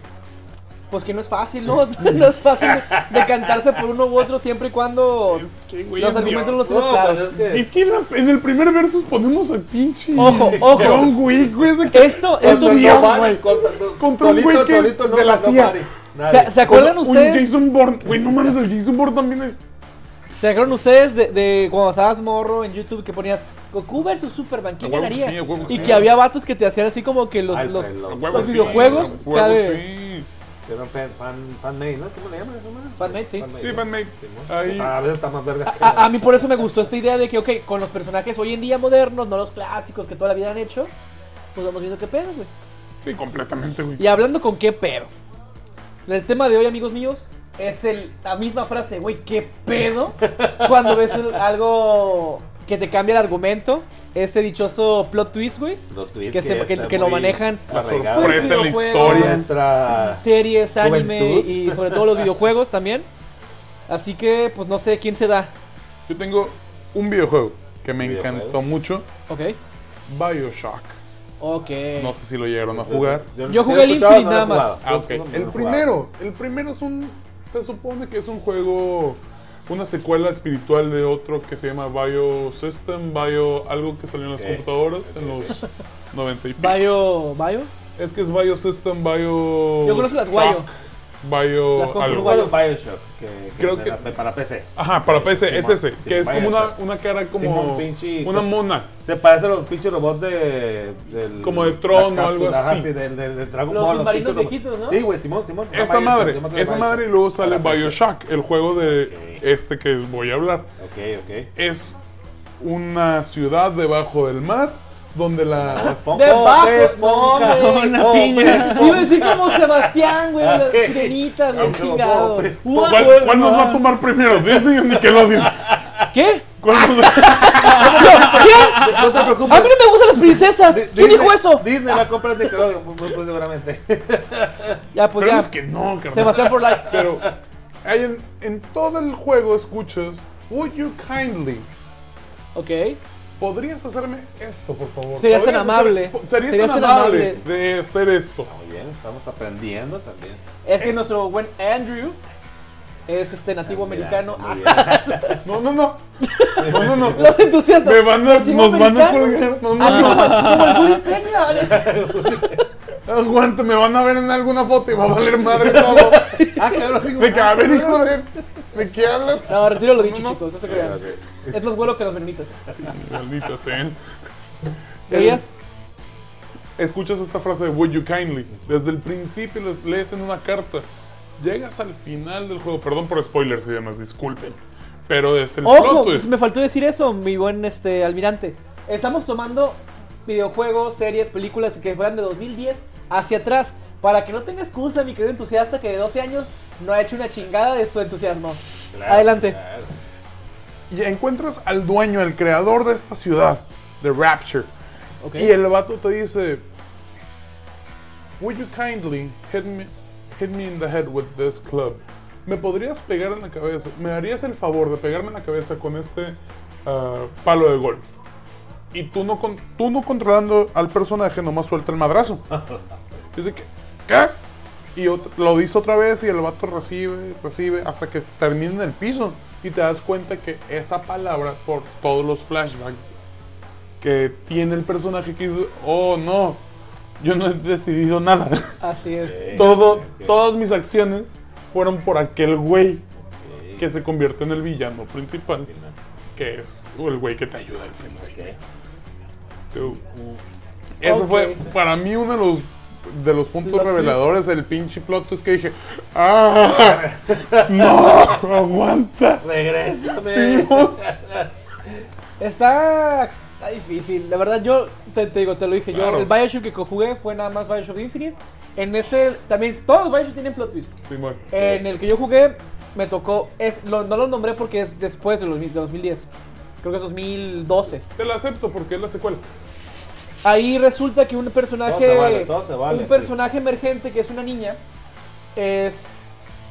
Speaker 3: Pues que no es fácil, ¿no? No es fácil de, de cantarse por uno u otro siempre y cuando
Speaker 4: que, güey,
Speaker 3: los
Speaker 4: es
Speaker 3: argumentos no
Speaker 4: Dios.
Speaker 3: los tienes
Speaker 1: No,
Speaker 3: claros.
Speaker 1: pues es que-
Speaker 4: Es que en, la- en el primer versus ponemos a pinche.
Speaker 3: Ojo, ojo.
Speaker 4: John Wick, güey. ese que-
Speaker 3: Esto,
Speaker 1: Contra
Speaker 3: esto
Speaker 1: un
Speaker 3: Dios,
Speaker 1: nobody,
Speaker 3: güey.
Speaker 1: Contra,
Speaker 4: Contra un güey que-
Speaker 2: de la CIA.
Speaker 3: ¿Se, se acuerdan
Speaker 4: o sea, Un
Speaker 3: ustedes?
Speaker 4: Jason Bourne. Güey, no mames, el Jason Bourne también. es-
Speaker 3: ¿Se acuerdan ustedes de, de cuando estabas morro en YouTube que ponías Goku versus Superman? ¿Quién
Speaker 4: A huevo
Speaker 3: ganaría?
Speaker 4: sí, a huevo
Speaker 3: y
Speaker 4: sí.
Speaker 3: que había vatos que te hacían así como que los. los-
Speaker 4: A
Speaker 1: los
Speaker 4: huevo
Speaker 3: Los
Speaker 4: sí,
Speaker 3: videojuegos,
Speaker 4: a
Speaker 3: ya
Speaker 4: huevo sí.
Speaker 1: Que eran fan, fan, fanmade, ¿no? ¿Cómo le llaman eso, man?
Speaker 3: Fanmade, sí.
Speaker 1: Fanmade,
Speaker 4: Sí,
Speaker 1: ¿no?
Speaker 4: fanmade.
Speaker 1: Sí, ¿no?
Speaker 4: Ahí.
Speaker 1: Ah, A veces está más verga. que
Speaker 3: A, a mí por eso me gustó esta idea de que, ok, con los personajes hoy en día modernos, no los clásicos que toda la vida han hecho, pues vamos viendo qué pedo, güey.
Speaker 4: Sí, completamente, güey.
Speaker 3: Y hablando con qué pedo. El tema de hoy, amigos míos, es el, la misma frase, güey, qué pedo. Cuando ves el- algo que te cambia el argumento, este dichoso plot twist, güey.
Speaker 1: los tweets
Speaker 3: que se- que-
Speaker 1: están
Speaker 3: que lo
Speaker 1: muy
Speaker 3: manejan.
Speaker 4: La
Speaker 1: arraigados.
Speaker 3: Pues,
Speaker 4: sorpresa en la
Speaker 3: videojuegos.
Speaker 4: historia.
Speaker 1: Nuestra-
Speaker 3: Series, anime
Speaker 1: Juventud.
Speaker 3: y sobre todo los videojuegos también. Así que, pues no sé quién se da.
Speaker 4: Yo tengo un videojuego que me
Speaker 1: ¿Videojuego?
Speaker 4: encantó mucho.
Speaker 3: Ok.
Speaker 4: Bioshock.
Speaker 3: Ok.
Speaker 4: No sé si lo llegaron a jugar.
Speaker 3: Yo jugué
Speaker 1: he
Speaker 3: el
Speaker 1: escuchado, no lo he
Speaker 3: Infinite nada más.
Speaker 1: jugado.
Speaker 4: Ah,
Speaker 1: No
Speaker 4: ok.
Speaker 1: lo he
Speaker 4: El
Speaker 1: jugado.
Speaker 4: primero, el primero es un. Se supone que es un juego. Una secuela espiritual de otro que se llama Biosystem, Bio. algo que salió en las
Speaker 1: Ok.
Speaker 4: computadoras en los 90 y pico.
Speaker 3: Bayo. Bayo.
Speaker 4: Es que es Biosystem, Bio.
Speaker 3: Yo conozco las
Speaker 4: Shock,
Speaker 3: Guayo.
Speaker 4: Bio.
Speaker 3: Las compro
Speaker 4: algo.
Speaker 1: Yo jugué el Bioshock. Que, que
Speaker 4: Creo
Speaker 1: me
Speaker 4: que- Ah.
Speaker 1: la- me- para PC.
Speaker 4: Ajá, para PC, es
Speaker 1: Simón,
Speaker 4: ese,
Speaker 1: sí,
Speaker 4: que es como una,
Speaker 1: Bioshock.
Speaker 4: una cara como.
Speaker 1: Simón, pinche-
Speaker 4: una mona.
Speaker 1: Se parece a los pinches robots de. del-
Speaker 4: Como de Tron
Speaker 1: la
Speaker 4: o algo
Speaker 1: cápsula, ajá,
Speaker 4: así.
Speaker 1: sí, del- del- del Dragon
Speaker 3: Los
Speaker 1: Ball,
Speaker 3: submarinos
Speaker 1: pinches robots.
Speaker 3: viejitos, ¿no?
Speaker 1: Sí, güey, Simón, Simón. Ah,
Speaker 4: Esa
Speaker 1: Bioshock,
Speaker 4: madre,
Speaker 1: Simón,
Speaker 4: esa
Speaker 1: Bioshock.
Speaker 4: madre y luego sale
Speaker 1: Para PC.
Speaker 4: Bioshock, el juego de
Speaker 1: Ok.
Speaker 4: este que voy a hablar.
Speaker 1: Ok, ok.
Speaker 4: Es una ciudad debajo del mar donde
Speaker 1: Ah, Pues
Speaker 4: la...
Speaker 3: Debajo,
Speaker 1: esponja.
Speaker 3: no, güey.
Speaker 6: Una
Speaker 1: Bob
Speaker 6: piña.
Speaker 4: Oh.
Speaker 1: Esponja.
Speaker 3: Iba a decir como Sebastián, güey. La
Speaker 1: Ah, ok.
Speaker 3: sirenita,
Speaker 1: Ah,
Speaker 3: güey.
Speaker 1: ok.
Speaker 3: Chingado.
Speaker 1: Bob Esponja.
Speaker 4: ¿Cuál, cuál nos va a tomar primero, Disney o Nickelodeon?
Speaker 3: ¿Qué?
Speaker 4: ¿Cuál nos va-
Speaker 1: No te
Speaker 3: A mí
Speaker 1: preocupes.
Speaker 3: no me gustan las princesas.
Speaker 1: Di-
Speaker 3: ¿Quién
Speaker 1: Disney-
Speaker 3: dijo eso? Ah.
Speaker 1: Disney la compra de Nickelodeon, muy, muy seguramente.
Speaker 3: Ya, pues
Speaker 4: Esperemos
Speaker 3: ya.
Speaker 4: que no, carnal.
Speaker 3: Sebastián for life.
Speaker 4: Pero hay en, en todo el juego escuchas, would you kindly...
Speaker 3: Ok.
Speaker 4: ¿Podrías hacerme esto, por favor?
Speaker 3: Serías tan
Speaker 4: ¿Podrías
Speaker 3: amable.
Speaker 4: hacer- serías,
Speaker 3: Serías
Speaker 4: tan
Speaker 3: tan
Speaker 4: amable,
Speaker 3: amable.
Speaker 4: de hacer esto.
Speaker 1: Muy bien, estamos aprendiendo también.
Speaker 3: Es que nuestro buen Andrew es este nativo americano. Ah,
Speaker 1: Muy bien.
Speaker 4: No, no, no. No, no, no.
Speaker 3: Los entusiastas.
Speaker 4: Me van a,
Speaker 3: nativo
Speaker 4: nos van a
Speaker 3: americano.
Speaker 4: colgar. No, no, no. Aguanta, me van a ver en alguna foto y va a valer madre todo.
Speaker 1: Ah, cabrón, digo,
Speaker 4: De que, a ver, hijo de. ¿De qué hablas?
Speaker 3: No, retiro lo dicho,
Speaker 4: No, no.
Speaker 3: chicos. No se crean. Es más bueno que los menonitas.
Speaker 4: Maldita sea.
Speaker 3: ¿Veías?
Speaker 4: Escuchas esta frase de Would you kindly. Desde el principio les lees en una carta. Llegas al final del juego. Perdón por spoilers y demás, disculpen. Pero es el
Speaker 3: Ojo, pues
Speaker 4: plot twist.
Speaker 3: me faltó decir eso, mi buen este almirante. Estamos tomando videojuegos, series, películas que fueran de 2010 hacia atrás. Para que no tenga excusa, mi querido entusiasta, que de 12 años no ha hecho una chingada de su entusiasmo.
Speaker 1: Claro,
Speaker 3: Adelante.
Speaker 1: claro.
Speaker 4: Y encuentras al dueño, al creador de esta ciudad, de Rapture.
Speaker 3: Ok.
Speaker 4: Y el vato te dice, Would you kindly hit me, hit me in the head with this club? ¿Me podrías pegar en la cabeza? ¿Me harías el favor de pegarme en la cabeza con este ah, palo de golf? Y tú no, con- tú no controlando al personaje, nomás suelta el madrazo. Dice que, ¿qué? Y ot- lo dice otra vez y el vato recibe, recibe, hasta que termina en el piso. Y te das cuenta que esa palabra, por todos los flashbacks que tiene el personaje, que dice, oh no, yo no he decidido nada.
Speaker 3: Así es.
Speaker 4: Todo, Todas mis acciones fueron por aquel güey que se convierte en el villano principal, que es el güey que te ayuda al principio. Tú. Eso
Speaker 3: Ok.
Speaker 4: fue para mí uno de los, de los puntos
Speaker 3: Plot twist.
Speaker 4: reveladores del pinche plot twist que dije, ¡ah! ¡No! ¡Aguanta!
Speaker 1: Regrésame.
Speaker 4: Simón".
Speaker 3: Está, está difícil. La verdad, yo te, te digo, te lo dije.
Speaker 4: Claro.
Speaker 3: Yo, el Bioshock que conjugué fue nada más Bioshock Infinite. En ese, también, todos los Bioshock tienen plot twist.
Speaker 4: Simón.
Speaker 3: En el que yo jugué, me tocó. Es, lo- no lo nombré porque es después de los mil- de 2010. Creo que es 2012.
Speaker 4: Te la acepto porque es la secuela.
Speaker 3: Ahí resulta que un personaje.
Speaker 1: Todo se vale, todo se vale,
Speaker 3: un personaje emergente que es una niña. Es.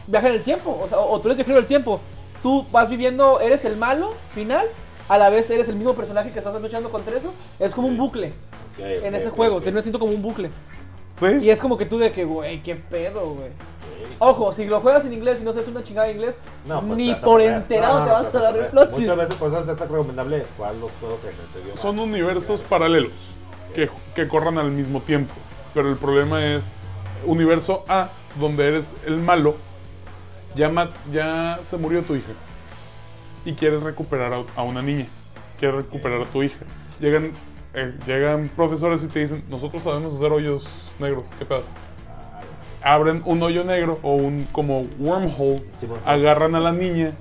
Speaker 3: Viaja en el tiempo. O, sea, o tú eres viajero del tiempo. Tú vas viviendo, eres el malo final. A la vez eres el mismo personaje que estás luchando contra eso. Es como un bucle
Speaker 1: Ok,
Speaker 3: en
Speaker 1: ok,
Speaker 3: ese
Speaker 1: ok,
Speaker 3: juego.
Speaker 1: ok.
Speaker 3: Te lo siento como un bucle.
Speaker 4: ¿Sí?
Speaker 3: Y es como que tú de que, güey, qué pedo, güey. Ojo, si lo juegas en inglés y no sabes una chingada de inglés,
Speaker 1: No, pues,
Speaker 3: ni
Speaker 1: te vas a
Speaker 3: por
Speaker 1: perder.
Speaker 3: enterado
Speaker 1: No, no,
Speaker 3: te
Speaker 1: no,
Speaker 3: vas a
Speaker 1: vas
Speaker 3: dar
Speaker 1: perder.
Speaker 3: el plot twist.
Speaker 1: Muchas veces por eso es recomendable jugar los juegos en este idioma.
Speaker 4: Son universos paralelos que, que corran al mismo tiempo. Pero el problema es universo A, donde eres el malo, ya, ma- ya se murió tu hija. Y quieres recuperar a, a una niña. Quieres recuperar a tu hija. Llegan, eh, llegan profesores y te dicen, nosotros sabemos hacer hoyos negros. ¿Qué pedo? Abren un hoyo negro o un como wormhole,
Speaker 1: Sí, por favor.
Speaker 4: agarran a la niña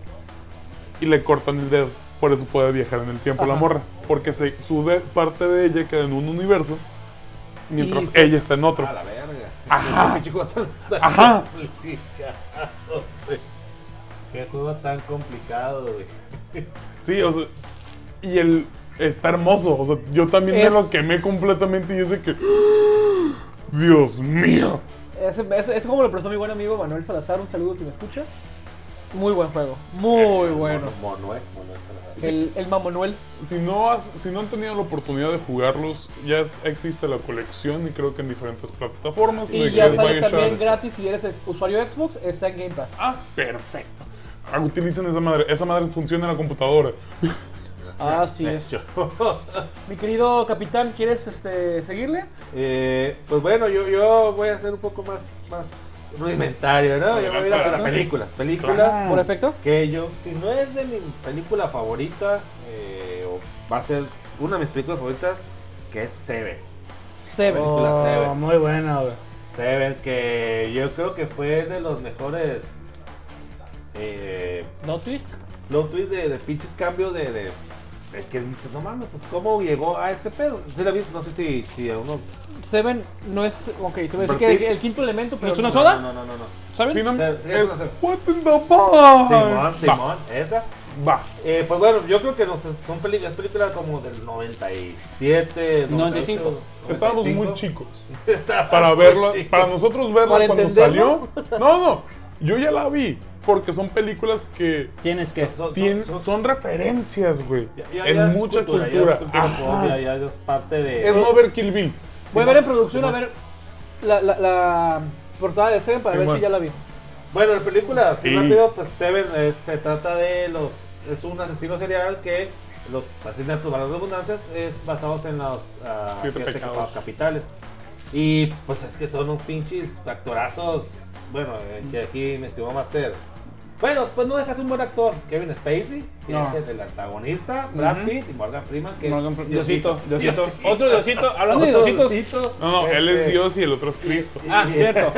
Speaker 4: y le cortan el dedo. Por eso puede viajar en el tiempo la morra. Porque se, su de- parte de ella queda en un universo mientras
Speaker 3: Y se- Ah,
Speaker 4: ella está en otro.
Speaker 1: A Ah, la verga.
Speaker 4: Ajá.
Speaker 1: Pinche juego tan- tan
Speaker 4: Ajá.
Speaker 1: complicado, güey. Qué juego tan complicado, güey.
Speaker 4: Sí, o sea, y el está hermoso. O sea, yo también me
Speaker 3: Es-
Speaker 4: lo quemé completamente y es de que. Dios mío.
Speaker 3: Ese- ese- ese como lo prestó mi buen amigo Manuel Salazar, un saludo si me escucha. Muy buen juego. Muy bueno.
Speaker 1: Mono, eh, mono, esa la verdad.
Speaker 3: El, el Mamonuel.
Speaker 4: Si no, has- si no han tenido la oportunidad de jugarlos, ya es- existe la colección y creo que en diferentes plataformas.
Speaker 3: Y
Speaker 4: de
Speaker 3: ya
Speaker 4: que
Speaker 3: sale
Speaker 4: vayan
Speaker 3: también
Speaker 4: char-
Speaker 3: gratis si eres es- usuario de Xbox, está en Game Pass.
Speaker 4: Ah, perfecto. Ah, utilicen esa madre. Esa madre funciona en la computadora.
Speaker 3: Así es. Mi querido capitán, ¿quieres este, seguirle?
Speaker 1: Eh, pues bueno, yo, yo voy a ser un poco más, más rudimentario, ¿no? Yo voy a ir a por las películas. Películas
Speaker 3: ¿Por efecto?
Speaker 1: que yo, si no es de mi película favorita, eh, o va a ser una de mis películas favoritas, que es Seven.
Speaker 3: Seven.
Speaker 1: Oh. Seven.
Speaker 6: muy buena, güey.
Speaker 1: Seven, que yo creo que fue de los mejores eh,
Speaker 6: ¿No twist?
Speaker 1: plot twists de, de pinches cambios de, de, de que dices, no mames, pues cómo llegó a este pedo. Sí la vi, no sé si, si a uno...
Speaker 3: Seven no es. Ok, te voy a decir
Speaker 1: Pero
Speaker 3: que el,
Speaker 1: sí.
Speaker 3: el quinto elemento, pero.
Speaker 6: ¿No es una soda?
Speaker 1: No, no, no, no. no.
Speaker 6: ¿Saben?
Speaker 4: Si no,
Speaker 1: Sí, sí,
Speaker 4: es,
Speaker 1: eso no sé.
Speaker 4: What's in the box?
Speaker 1: Simón,
Speaker 4: Va,
Speaker 1: Simón, esa.
Speaker 4: va.
Speaker 1: Eh, pues bueno, yo creo que nos- son películas, películas como del 97,
Speaker 6: 95.
Speaker 1: 98,
Speaker 4: Estábamos muy
Speaker 1: 95.
Speaker 4: chicos. para verla,
Speaker 1: chicos.
Speaker 4: para nosotros verla
Speaker 3: Para
Speaker 4: cuando
Speaker 3: entenderlo.
Speaker 4: salió. No, no. Yo ya la vi. Porque son películas que
Speaker 6: Tienes que.
Speaker 1: Son- son-
Speaker 4: tienen-
Speaker 1: son-
Speaker 4: son referencias, güey.
Speaker 1: ya- ya- ya
Speaker 4: En
Speaker 1: es
Speaker 4: mucha cultura.
Speaker 1: Ya es, cultura
Speaker 4: Ajá.
Speaker 1: pop, ya- ya es parte de.
Speaker 4: Es no ver Kill Bill.
Speaker 3: Voy
Speaker 1: Simón,
Speaker 3: a ver en producción a
Speaker 1: Simón.
Speaker 3: ver la, la, la portada de Seven para ver
Speaker 4: Simón.
Speaker 3: si ya la vi.
Speaker 1: Bueno, la película, así
Speaker 4: Sí.
Speaker 1: rápido, pues Seven eh, se trata de los. Es un asesino serial que los asesinatos para las redundancias es basados en los ah,
Speaker 4: Siete pecados.
Speaker 1: capitales. Y pues es que son unos pinches actorazos. Bueno, eh, que aquí me estimó Master. Bueno, pues no dejas un buen actor. Kevin Spacey, que
Speaker 6: No.
Speaker 1: es el, del antagonista, Brad
Speaker 6: Ujú.
Speaker 1: Pitt y Morgan Freeman, que
Speaker 6: Morgan
Speaker 1: es
Speaker 6: Fre- Diosito, Diosito. Otro Diosito. Hablando de
Speaker 1: Otro
Speaker 6: Diositos.
Speaker 1: Diosito.
Speaker 4: No, no, él es
Speaker 1: Este,
Speaker 4: Dios y el otro es Cristo.
Speaker 6: Ah, cierto.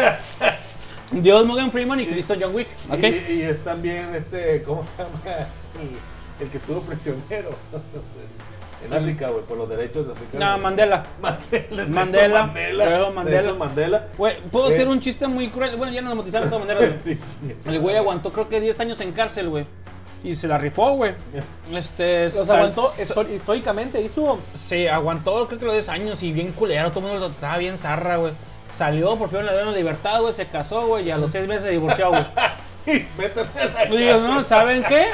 Speaker 6: Dios Morgan Freeman y Cristo John Wick.
Speaker 1: Y-
Speaker 6: ¿Ok?
Speaker 1: Y, y es también este, ¿cómo se llama? El, el que estuvo prisionero en África, güey, por los derechos de africanos.
Speaker 6: No, Mandela.
Speaker 1: Mandela.
Speaker 6: Mandela,
Speaker 1: Mandela.
Speaker 6: Nelson Mandela.
Speaker 1: Nelson Mandela.
Speaker 6: Güey, puedo
Speaker 1: Eh.
Speaker 6: hacer un chiste muy cruel. Bueno, ya nos motizaron de todas maneras. güey.
Speaker 1: Sí,
Speaker 6: El güey aguantó creo que 10 años en cárcel, güey. Y se la rifó, güey. Este.
Speaker 3: Los
Speaker 6: sal-
Speaker 3: aguantó esto- históricamente y estuvo.
Speaker 6: Sí, aguantó creo que los 10 años y bien culero, todo el mundo lo trataba bien zarra, güey. Salió, por fin le dieron libertad, güey, se casó, güey, y a los 6 meses se divorció, güey.
Speaker 1: Métete a
Speaker 6: Y digo, no, ¿saben qué?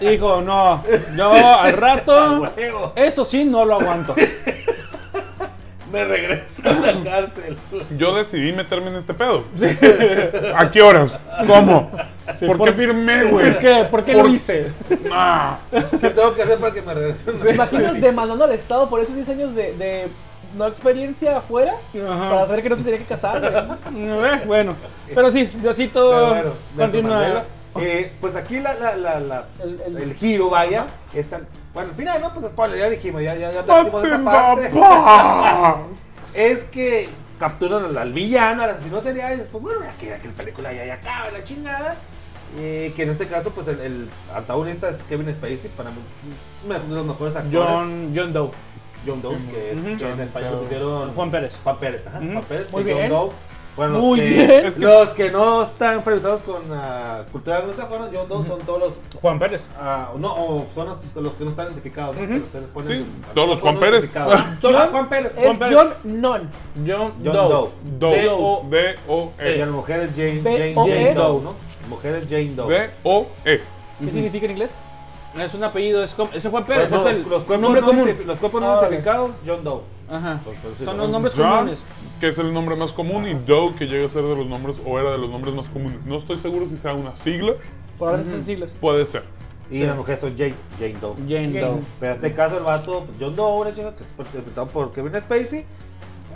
Speaker 6: Y dijo, no, yo al rato,
Speaker 1: la huevo.
Speaker 6: eso sí, no lo aguanto.
Speaker 1: Me regreso a la cárcel.
Speaker 4: Yo decidí meterme en este pedo. ¿A qué horas? ¿Cómo? ¿Por,
Speaker 6: por-
Speaker 4: qué firmé, güey?
Speaker 6: ¿Por qué? ¿Por qué lo
Speaker 4: Por-
Speaker 6: hice?
Speaker 4: Ah,
Speaker 1: ¿Qué tengo que hacer para que me regresen?
Speaker 3: Me imagino demandando al Estado por esos 10 años de, de no experiencia afuera
Speaker 6: Ajá.
Speaker 3: para saber que no se tenía que casar. güey.
Speaker 6: Eh, Bueno, pero sí, Diosito
Speaker 1: Pero bueno,
Speaker 6: continúa.
Speaker 1: Nelson Mandela. Eh, pues aquí la, la, la, la-
Speaker 3: El-
Speaker 1: el,
Speaker 3: el-
Speaker 1: giro, vaya, es al, bueno, al final, no, pues spoiler, ya dijimos, ya, ya, ya
Speaker 4: What's
Speaker 1: dijimos
Speaker 4: in
Speaker 1: esa
Speaker 4: the
Speaker 1: parte.
Speaker 4: box?
Speaker 1: es que capturan al, al villano, al asesino serial, y después, bueno, ya que, ya que la película ya, ya acaba, la chingada. Eh, que en este caso, pues el, el antagonista es Kevin Spacey, para mí, uno de los mejores actores.
Speaker 6: John, John Doe,
Speaker 1: John Doe, que, es,
Speaker 6: Ujú.
Speaker 1: que en español
Speaker 4: Doe.
Speaker 1: pusieron
Speaker 6: Juan Pérez.
Speaker 1: Juan Pérez, ajá,
Speaker 6: Ujú.
Speaker 1: Juan Pérez,
Speaker 3: Muy
Speaker 1: y John
Speaker 3: bien.
Speaker 1: Doe. Bueno,
Speaker 3: Muy
Speaker 1: los que,
Speaker 3: bien.
Speaker 4: Es que-
Speaker 1: Los que no están familiarizados con la cultura anglosajona, John Doe son todos los
Speaker 6: Juan Pérez.
Speaker 1: Ah, no, o son los, los que no están identificados. ¿no?
Speaker 6: Ujú.
Speaker 1: Que se les ponen-
Speaker 4: Sí, todos los Juan
Speaker 1: no
Speaker 4: Pérez.
Speaker 1: identificados. Todos los Juan Pérez.
Speaker 3: Es
Speaker 6: Pérez.
Speaker 3: John Non.
Speaker 6: John,
Speaker 1: John
Speaker 6: Doe.
Speaker 1: Doe.
Speaker 6: D-O-
Speaker 4: Doe.
Speaker 6: Eh,
Speaker 1: Y a
Speaker 6: E.
Speaker 4: D-O-E.
Speaker 1: la mujer es Jane,
Speaker 3: B-
Speaker 1: Jane,
Speaker 3: O-
Speaker 1: Jane
Speaker 3: E.
Speaker 1: Doe, ¿no? Mujer es Jane Doe.
Speaker 4: D-O-E.
Speaker 3: ¿Qué significa en inglés?
Speaker 6: Es un apellido, es, como- ese Juan Pérez
Speaker 1: Pues no,
Speaker 6: es el
Speaker 1: los cuerpos
Speaker 6: nombre
Speaker 1: no
Speaker 6: común.
Speaker 1: identifi- Los cuerpos
Speaker 3: Ah,
Speaker 1: no
Speaker 3: vale.
Speaker 1: identificados, John Doe. Pues,
Speaker 6: Ajá.
Speaker 1: Entonces,
Speaker 6: Son los nombres
Speaker 4: John,
Speaker 6: comunes.
Speaker 4: que es el nombre más común, y Doe, que llega a ser de los nombres o era de los nombres más comunes. No estoy seguro si sea una sigla.
Speaker 3: Probablemente son siglos.
Speaker 4: Puede ser.
Speaker 1: Y la mujer son Jane, Jane Doe.
Speaker 6: Jane Doe.
Speaker 1: Pero en este caso el vato, pues, John Doe, una chica que es interpretado por Kevin Spacey.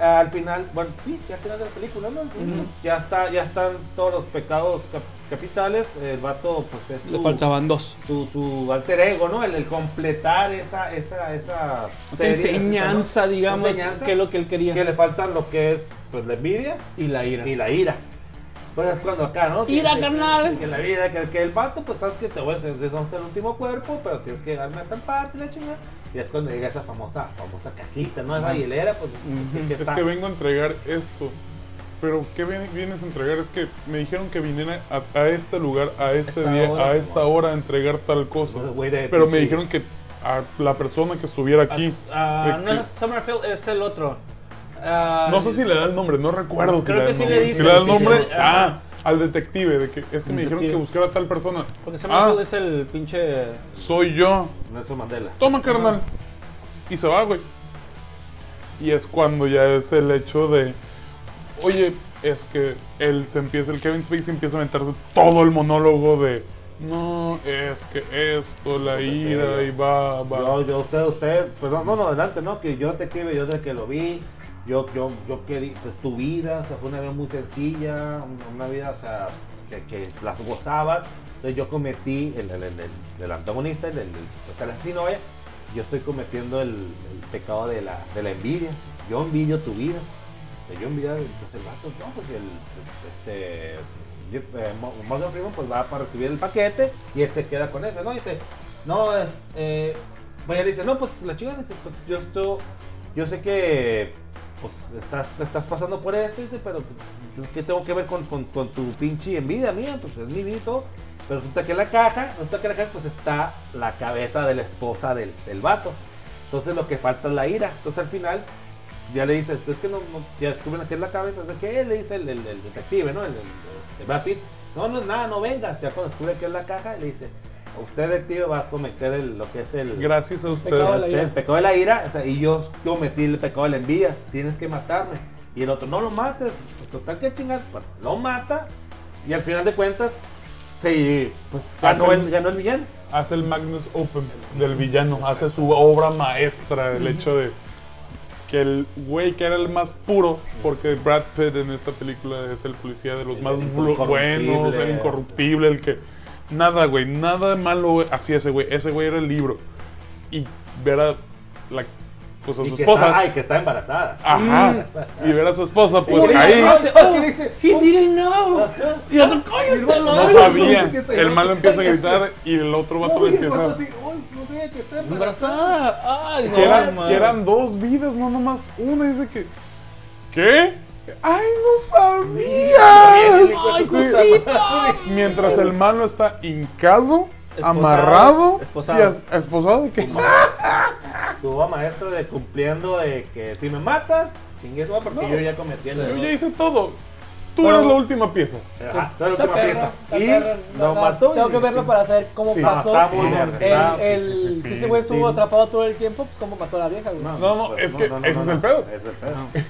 Speaker 1: Al final, bueno, sí, ya al final de la película, ¿no? Pues, ya, está, ya están todos los pecados cap- capitales. El vato, pues es
Speaker 6: Le
Speaker 1: su-
Speaker 6: faltaban dos.
Speaker 1: su, su alter ego, ¿no? El, el completar esa, esa, esa,
Speaker 6: Esa
Speaker 1: serie,
Speaker 6: enseñanza,
Speaker 1: esa, ¿no?
Speaker 6: digamos,
Speaker 1: enseñanza
Speaker 6: que es lo que él quería.
Speaker 1: que le faltan lo que es pues la envidia
Speaker 6: Y la ira.
Speaker 1: y la ira. Pues es cuando acá, ¿no? Que-
Speaker 6: Ira,
Speaker 1: que-
Speaker 6: carnal.
Speaker 1: Que, que la vida, que, que el vato, pues sabes que te voy a hacer el último cuerpo, pero tienes que llegarme a tal parte, la chingada. Y es cuando llega esa famosa, famosa cajita, ¿no? Esa hielera, pues.
Speaker 6: Ujú.
Speaker 4: Es que vengo a entregar esto. Pero ¿qué ven- vienes a entregar? Es que me dijeron que viniera a, a este lugar, a este
Speaker 1: Esta
Speaker 4: día,
Speaker 1: hora,
Speaker 4: a esta
Speaker 1: mamá.
Speaker 4: hora a entregar tal cosa.
Speaker 1: Pues, güey, de-
Speaker 4: Pero me
Speaker 1: sí.
Speaker 4: dijeron que a la persona que estuviera aquí.
Speaker 6: Ah,
Speaker 4: de
Speaker 6: no
Speaker 4: que-
Speaker 6: es Summerfield, es el otro. Ah,
Speaker 4: no sé si le da el nombre, no recuerdo si
Speaker 6: Creo
Speaker 4: le da
Speaker 6: que
Speaker 4: el
Speaker 6: sí le
Speaker 4: nombre.
Speaker 6: dice,
Speaker 4: Si le da el
Speaker 6: sí,
Speaker 4: nombre,
Speaker 6: sí, sí.
Speaker 4: ah, al detective de que es que me dijeron que
Speaker 6: Detective.
Speaker 4: buscara a tal persona.
Speaker 6: Porque Sam
Speaker 4: ah,
Speaker 6: Neill es el pinche.
Speaker 4: soy yo.
Speaker 1: Nelson Mandela.
Speaker 4: Toma, carnal. Y se va, güey. Y es cuando ya es el hecho de, oye, es que él se empieza, el Kevin Spacey empieza a meterse todo el monólogo de, no, es que esto, la ida y va, va.
Speaker 1: Yo, yo, usted, usted, pues no, no, no, adelante, ¿no? Que yo detective, yo desde que lo vi, yo, yo, yo quería, pues tu vida, o sea, fue una vida muy sencilla, un- una vida, o sea, que, que las gozabas. Entonces yo cometí, el, el, el, el- el antagonista, el, el, el- o sea, el asesino, vaya, yo estoy cometiendo el, el pecado de la, de la envidia. Yo envidio tu vida. O sea, yo envidio, pues el vato, no, pues el, este, Jeff- eh, Mo- Morgan Freeman, pues va para recibir el paquete y él se queda con ese, ¿no? Y dice, no, es, eh, vaya, le dice, no, pues la chica dice, pues yo esto, yo sé que, pues estás, estás pasando por esto, dice, pero pues, yo ¿qué tengo que ver con, con, con tu pinche envidia mía? Pues es mi vida y todo. Pero resulta que en la caja, resulta que en la caja, pues está la cabeza de la esposa del, del vato. Entonces lo que falta es la ira. Entonces al final ya le dice, es que no, no- ya descubren aquí en la cabeza, de que le dice el, el- el detective, ¿no? El, el, este, Brad Pitt, no, no es nada, no vengas. Ya cuando descubre que es la caja, le dice, usted detective va a cometer el- lo que es el,
Speaker 4: Gracias a usted.
Speaker 3: Pecado de la
Speaker 1: este,
Speaker 3: ira.
Speaker 1: el pecado de la ira, o sea, y yo cometí el pecado de la envidia, tienes que matarme. Y el otro, no lo mates, pues, total que chingar, pues, lo mata, y al final de cuentas, se, pues ganó
Speaker 4: Hacen-
Speaker 1: el, ganó el villano.
Speaker 4: Hace el Magnus Open del villano, hace su obra maestra, el hecho de que el güey que era el más puro, porque Brad Pitt en esta película es el policía de los
Speaker 1: El
Speaker 4: más
Speaker 1: incorruptible.
Speaker 4: buenos, el incorruptible, el que nada, güey, nada malo güey, hacía ese güey, ese güey era el libro. Y ver a la pues a
Speaker 1: Y
Speaker 4: su
Speaker 1: que Mm. está,
Speaker 4: esposa,
Speaker 1: ay, que está embarazada.
Speaker 4: ajá, y ver a su esposa pues
Speaker 1: Uy,
Speaker 4: ahí
Speaker 1: no sé,
Speaker 6: Oh,
Speaker 1: ¿qué dice?
Speaker 6: He didn't know.
Speaker 1: Ajá.
Speaker 6: Y otro coño, te lo
Speaker 4: no
Speaker 1: Ay,
Speaker 4: sabía.
Speaker 1: no sé qué te-
Speaker 4: El malo empieza a gritar y el otro vato
Speaker 1: Uy,
Speaker 4: le
Speaker 1: el
Speaker 4: empieza
Speaker 1: vato sí, uy, no sé, que está embarazada.
Speaker 6: Embarazada. Ay,
Speaker 4: Que eran,
Speaker 6: no,
Speaker 4: que eran dos vidas, no nomás una. Dice que. ¿Qué? ¡Ay, no sabía!
Speaker 6: Ay, cosita.
Speaker 4: Mientras el malo está hincado,
Speaker 6: Esposado,
Speaker 4: amarrado
Speaker 6: esposado.
Speaker 4: y as- esposado de que.
Speaker 1: Suba maestro de cumpliendo de que si me matas, chingues, va, porque yo ya cometí el
Speaker 4: Yo
Speaker 1: error.
Speaker 4: ya hice todo. Tú
Speaker 1: Pero-
Speaker 4: eres la última pieza.
Speaker 1: Ajá,
Speaker 3: Está
Speaker 1: la última
Speaker 3: perro,
Speaker 1: pieza.
Speaker 3: está
Speaker 1: Y
Speaker 3: perro.
Speaker 1: lo
Speaker 3: No,
Speaker 1: mató.
Speaker 3: Tengo que verlo para saber cómo
Speaker 4: Sí.
Speaker 3: pasó.
Speaker 1: Ah, está muy bien,
Speaker 3: el,
Speaker 1: está, sí,
Speaker 3: el-
Speaker 4: sí, sí, sí,
Speaker 3: si
Speaker 4: sí.
Speaker 3: ese güey estuvo
Speaker 1: Sí.
Speaker 3: atrapado todo el tiempo, pues cómo mató a la vieja, güey.
Speaker 4: No, Pues no,
Speaker 1: pues,
Speaker 4: es que ese es el pedo.
Speaker 1: Ese es el pedo.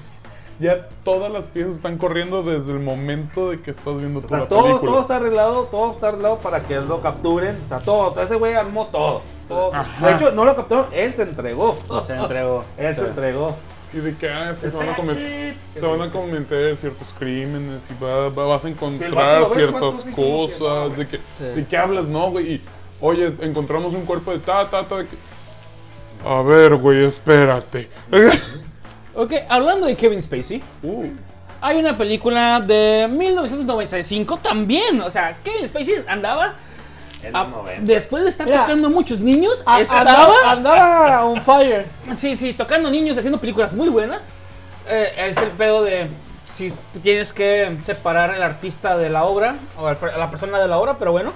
Speaker 4: Ya todas las piezas están corriendo desde el momento de que estás viendo
Speaker 1: O
Speaker 4: toda
Speaker 1: sea,
Speaker 4: la
Speaker 1: todo,
Speaker 4: película.
Speaker 1: todo está arreglado, todo está arreglado para que lo capturen. O sea, todo, todo ese güey armó todo. todo.
Speaker 4: Ajá.
Speaker 1: De hecho, no lo capturaron, él se entregó.
Speaker 6: Se entregó.
Speaker 1: Él se entregó.
Speaker 4: Y de que, ah, es que se van a cometer, se van a cometer ciertos crímenes y va- va- vas a
Speaker 1: Que el vato
Speaker 4: encontrar
Speaker 1: lo ve, el vato
Speaker 4: ciertas
Speaker 1: sí como que, no,
Speaker 4: cosas. De que, ¿De qué hablas, no, güey? Y, oye, encontramos un cuerpo de ta, ta, ta. de que- A ver, güey, espérate.
Speaker 6: Ok, hablando de Kevin Spacey,
Speaker 4: Uh,
Speaker 6: hay una película de 1995 también. O sea, Kevin Spacey andaba.
Speaker 1: En
Speaker 6: a-
Speaker 1: los 90.
Speaker 6: después Ah, de estar
Speaker 3: Mira.
Speaker 6: tocando a muchos niños,
Speaker 3: A-
Speaker 6: estaba.
Speaker 3: andaba, andaba on fire.
Speaker 6: Sí, sí, tocando niños, haciendo películas muy buenas. Eh, es el pedo de si tienes que separar al artista de la obra o al per- a la persona de la obra, pero bueno.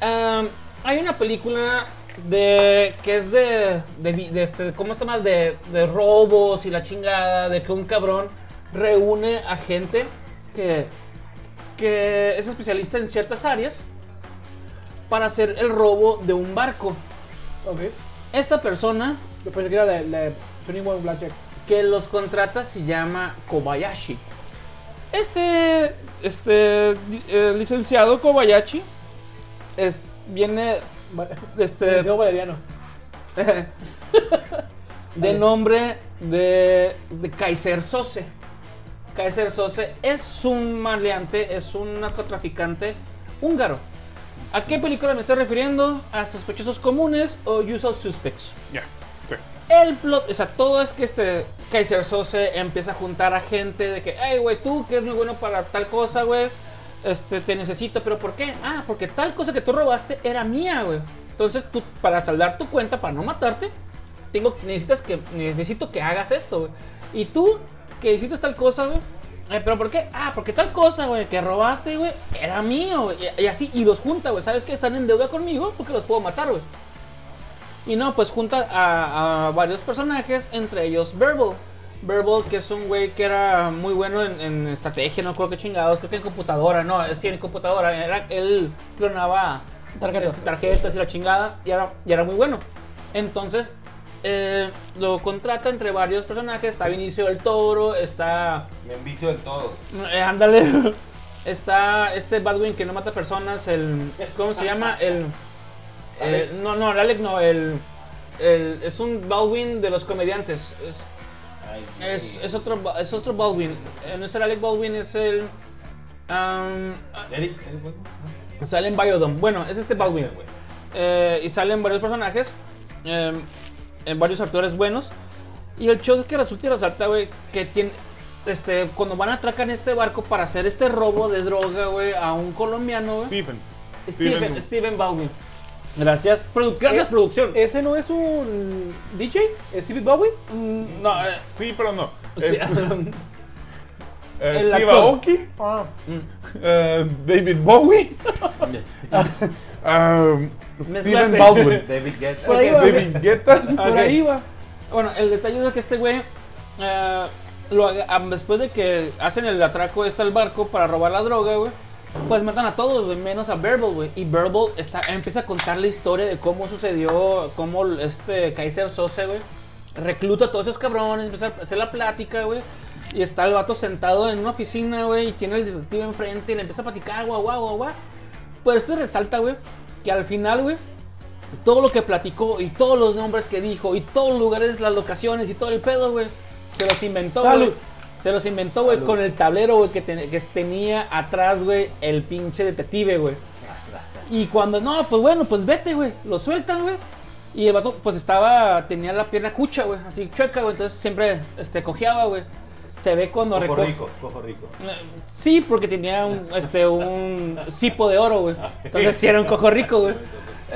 Speaker 6: Am, hay una película de que es de, de, vi- de este, ¿cómo se llama? De, de robos y la chingada, de que un cabrón reúne a gente que, que es especialista en ciertas áreas para hacer el robo de un barco.
Speaker 3: Ok.
Speaker 6: Esta persona
Speaker 3: Yo pensé que era la, la 21 Blackjack.
Speaker 6: que los contrata se llama Kobayashi. Este, este eh, licenciado Kobayashi es, viene
Speaker 3: Ba-
Speaker 6: este,
Speaker 3: Liceo valeriano.
Speaker 6: de nombre de, de Kaiser Sose. Kaiser Sose es un maleante, es un narcotraficante húngaro. ¿A qué película me estoy refiriendo? ¿A Sospechosos Comunes o Usual Suspects?
Speaker 4: ya, sí.
Speaker 6: El plot, o sea, todo es que este Kaiser Sose empieza a juntar a gente de que, hey, güey, tú que eres muy bueno para tal cosa, güey, este, te necesito, pero ¿por qué? Ah, porque tal cosa que tú robaste era mía, güey. Entonces tú, para saldar tu cuenta, para no matarte, tengo, necesitas que, necesito que hagas esto, güey. Y tú, que hiciste tal cosa, güey, "Eh, pero ¿por qué? Ah, porque tal cosa, güey, que robaste, güey, era mío, güey. Y, y así, y los junta, güey, ¿sabes que Están en deuda conmigo porque los puedo matar, güey. Y no, pues junta a, a varios personajes, entre ellos Verbal. Verbal, que es un güey que era muy bueno en, en estrategia, no creo que chingados, creo que en computadora, no, sí, en computadora, era, él clonaba
Speaker 3: Tarjetas.
Speaker 6: este, tarjetas y la chingada, y era, y era muy bueno. Entonces, eh, lo contrata entre varios personajes, está Vinicio del Toro, está
Speaker 1: Me envicio del todo.
Speaker 6: eh, ándale. Está este Badwin que no mata personas, el. ¿Cómo se llama? El. el-
Speaker 1: Alec.
Speaker 6: no, no, el Alec no, el, el- Es un Baldwin de los comediantes. Es,
Speaker 1: Ay,
Speaker 6: es,
Speaker 1: sí.
Speaker 6: es otro, Ba- es otro Baldwin. Eh, no es el Alec Baldwin, es el. am,
Speaker 1: Eric, Eric, güey.
Speaker 6: sale en Biodome. Bueno, es este Baldwin.
Speaker 1: güey.
Speaker 6: Eh, y salen varios personajes, eh, en varios actores buenos. Y el show es que resulta y resalta, güey, que tiene. Este, cuando van a atracar este barco para hacer este robo de droga, güey, a un colombiano, güey.
Speaker 4: Stephen.
Speaker 6: Steven, Steven Baldwin. Gracias, produ- gracias
Speaker 3: Eh,
Speaker 6: producción.
Speaker 3: ¿Ese no es un DJ? ¿Es David Bowie?
Speaker 6: Mm, no, eh,
Speaker 4: Sí, pero no.
Speaker 6: sí,
Speaker 4: Es, eh,
Speaker 6: el
Speaker 4: Steve
Speaker 6: actor.
Speaker 4: Aoki.
Speaker 3: Ah.
Speaker 4: eh, David Bowie. ah,
Speaker 6: Mezclaste.
Speaker 4: Stephen Baldwin.
Speaker 1: David Guetta.
Speaker 3: Por ahí va.
Speaker 4: David Guetta.
Speaker 3: Por
Speaker 6: Ok.
Speaker 3: ahí va.
Speaker 6: Bueno, el detalle es que este güey, eh, lo aga- am- después de que hacen el atraco este al barco para robar la droga, güey, pues matan a todos, güey, menos a Verbal, güey. Y Verbal está, empieza a contar la historia de cómo sucedió, cómo este Kaiser Sose, güey, recluta a todos esos cabrones, empieza a hacer la plática, güey. Y está el vato sentado en una oficina, güey, y tiene el detective enfrente y le empieza a platicar, guau, guau, guau, guau. Pero esto resalta, güey, que al final, güey, todo lo que platicó y todos los nombres que dijo y todos los lugares, las locaciones y todo el pedo, güey. Se los inventó,
Speaker 3: Salud.
Speaker 6: güey. Se los inventó, güey, con el tablero, güey, que, ten- que tenía atrás, güey, el pinche detective, güey. Y cuando, no, pues bueno, pues vete, güey. Lo sueltan, güey. Y el vato, pues estaba, tenía la pierna cucha, güey, así chueca, güey. Entonces siempre, este, cojeaba, güey. Se ve cuando
Speaker 1: Cojo
Speaker 6: reco-
Speaker 1: rico, cojo rico.
Speaker 6: Sí, porque tenía un, este, un cipo de oro, güey. Entonces sí era un cojo rico, güey.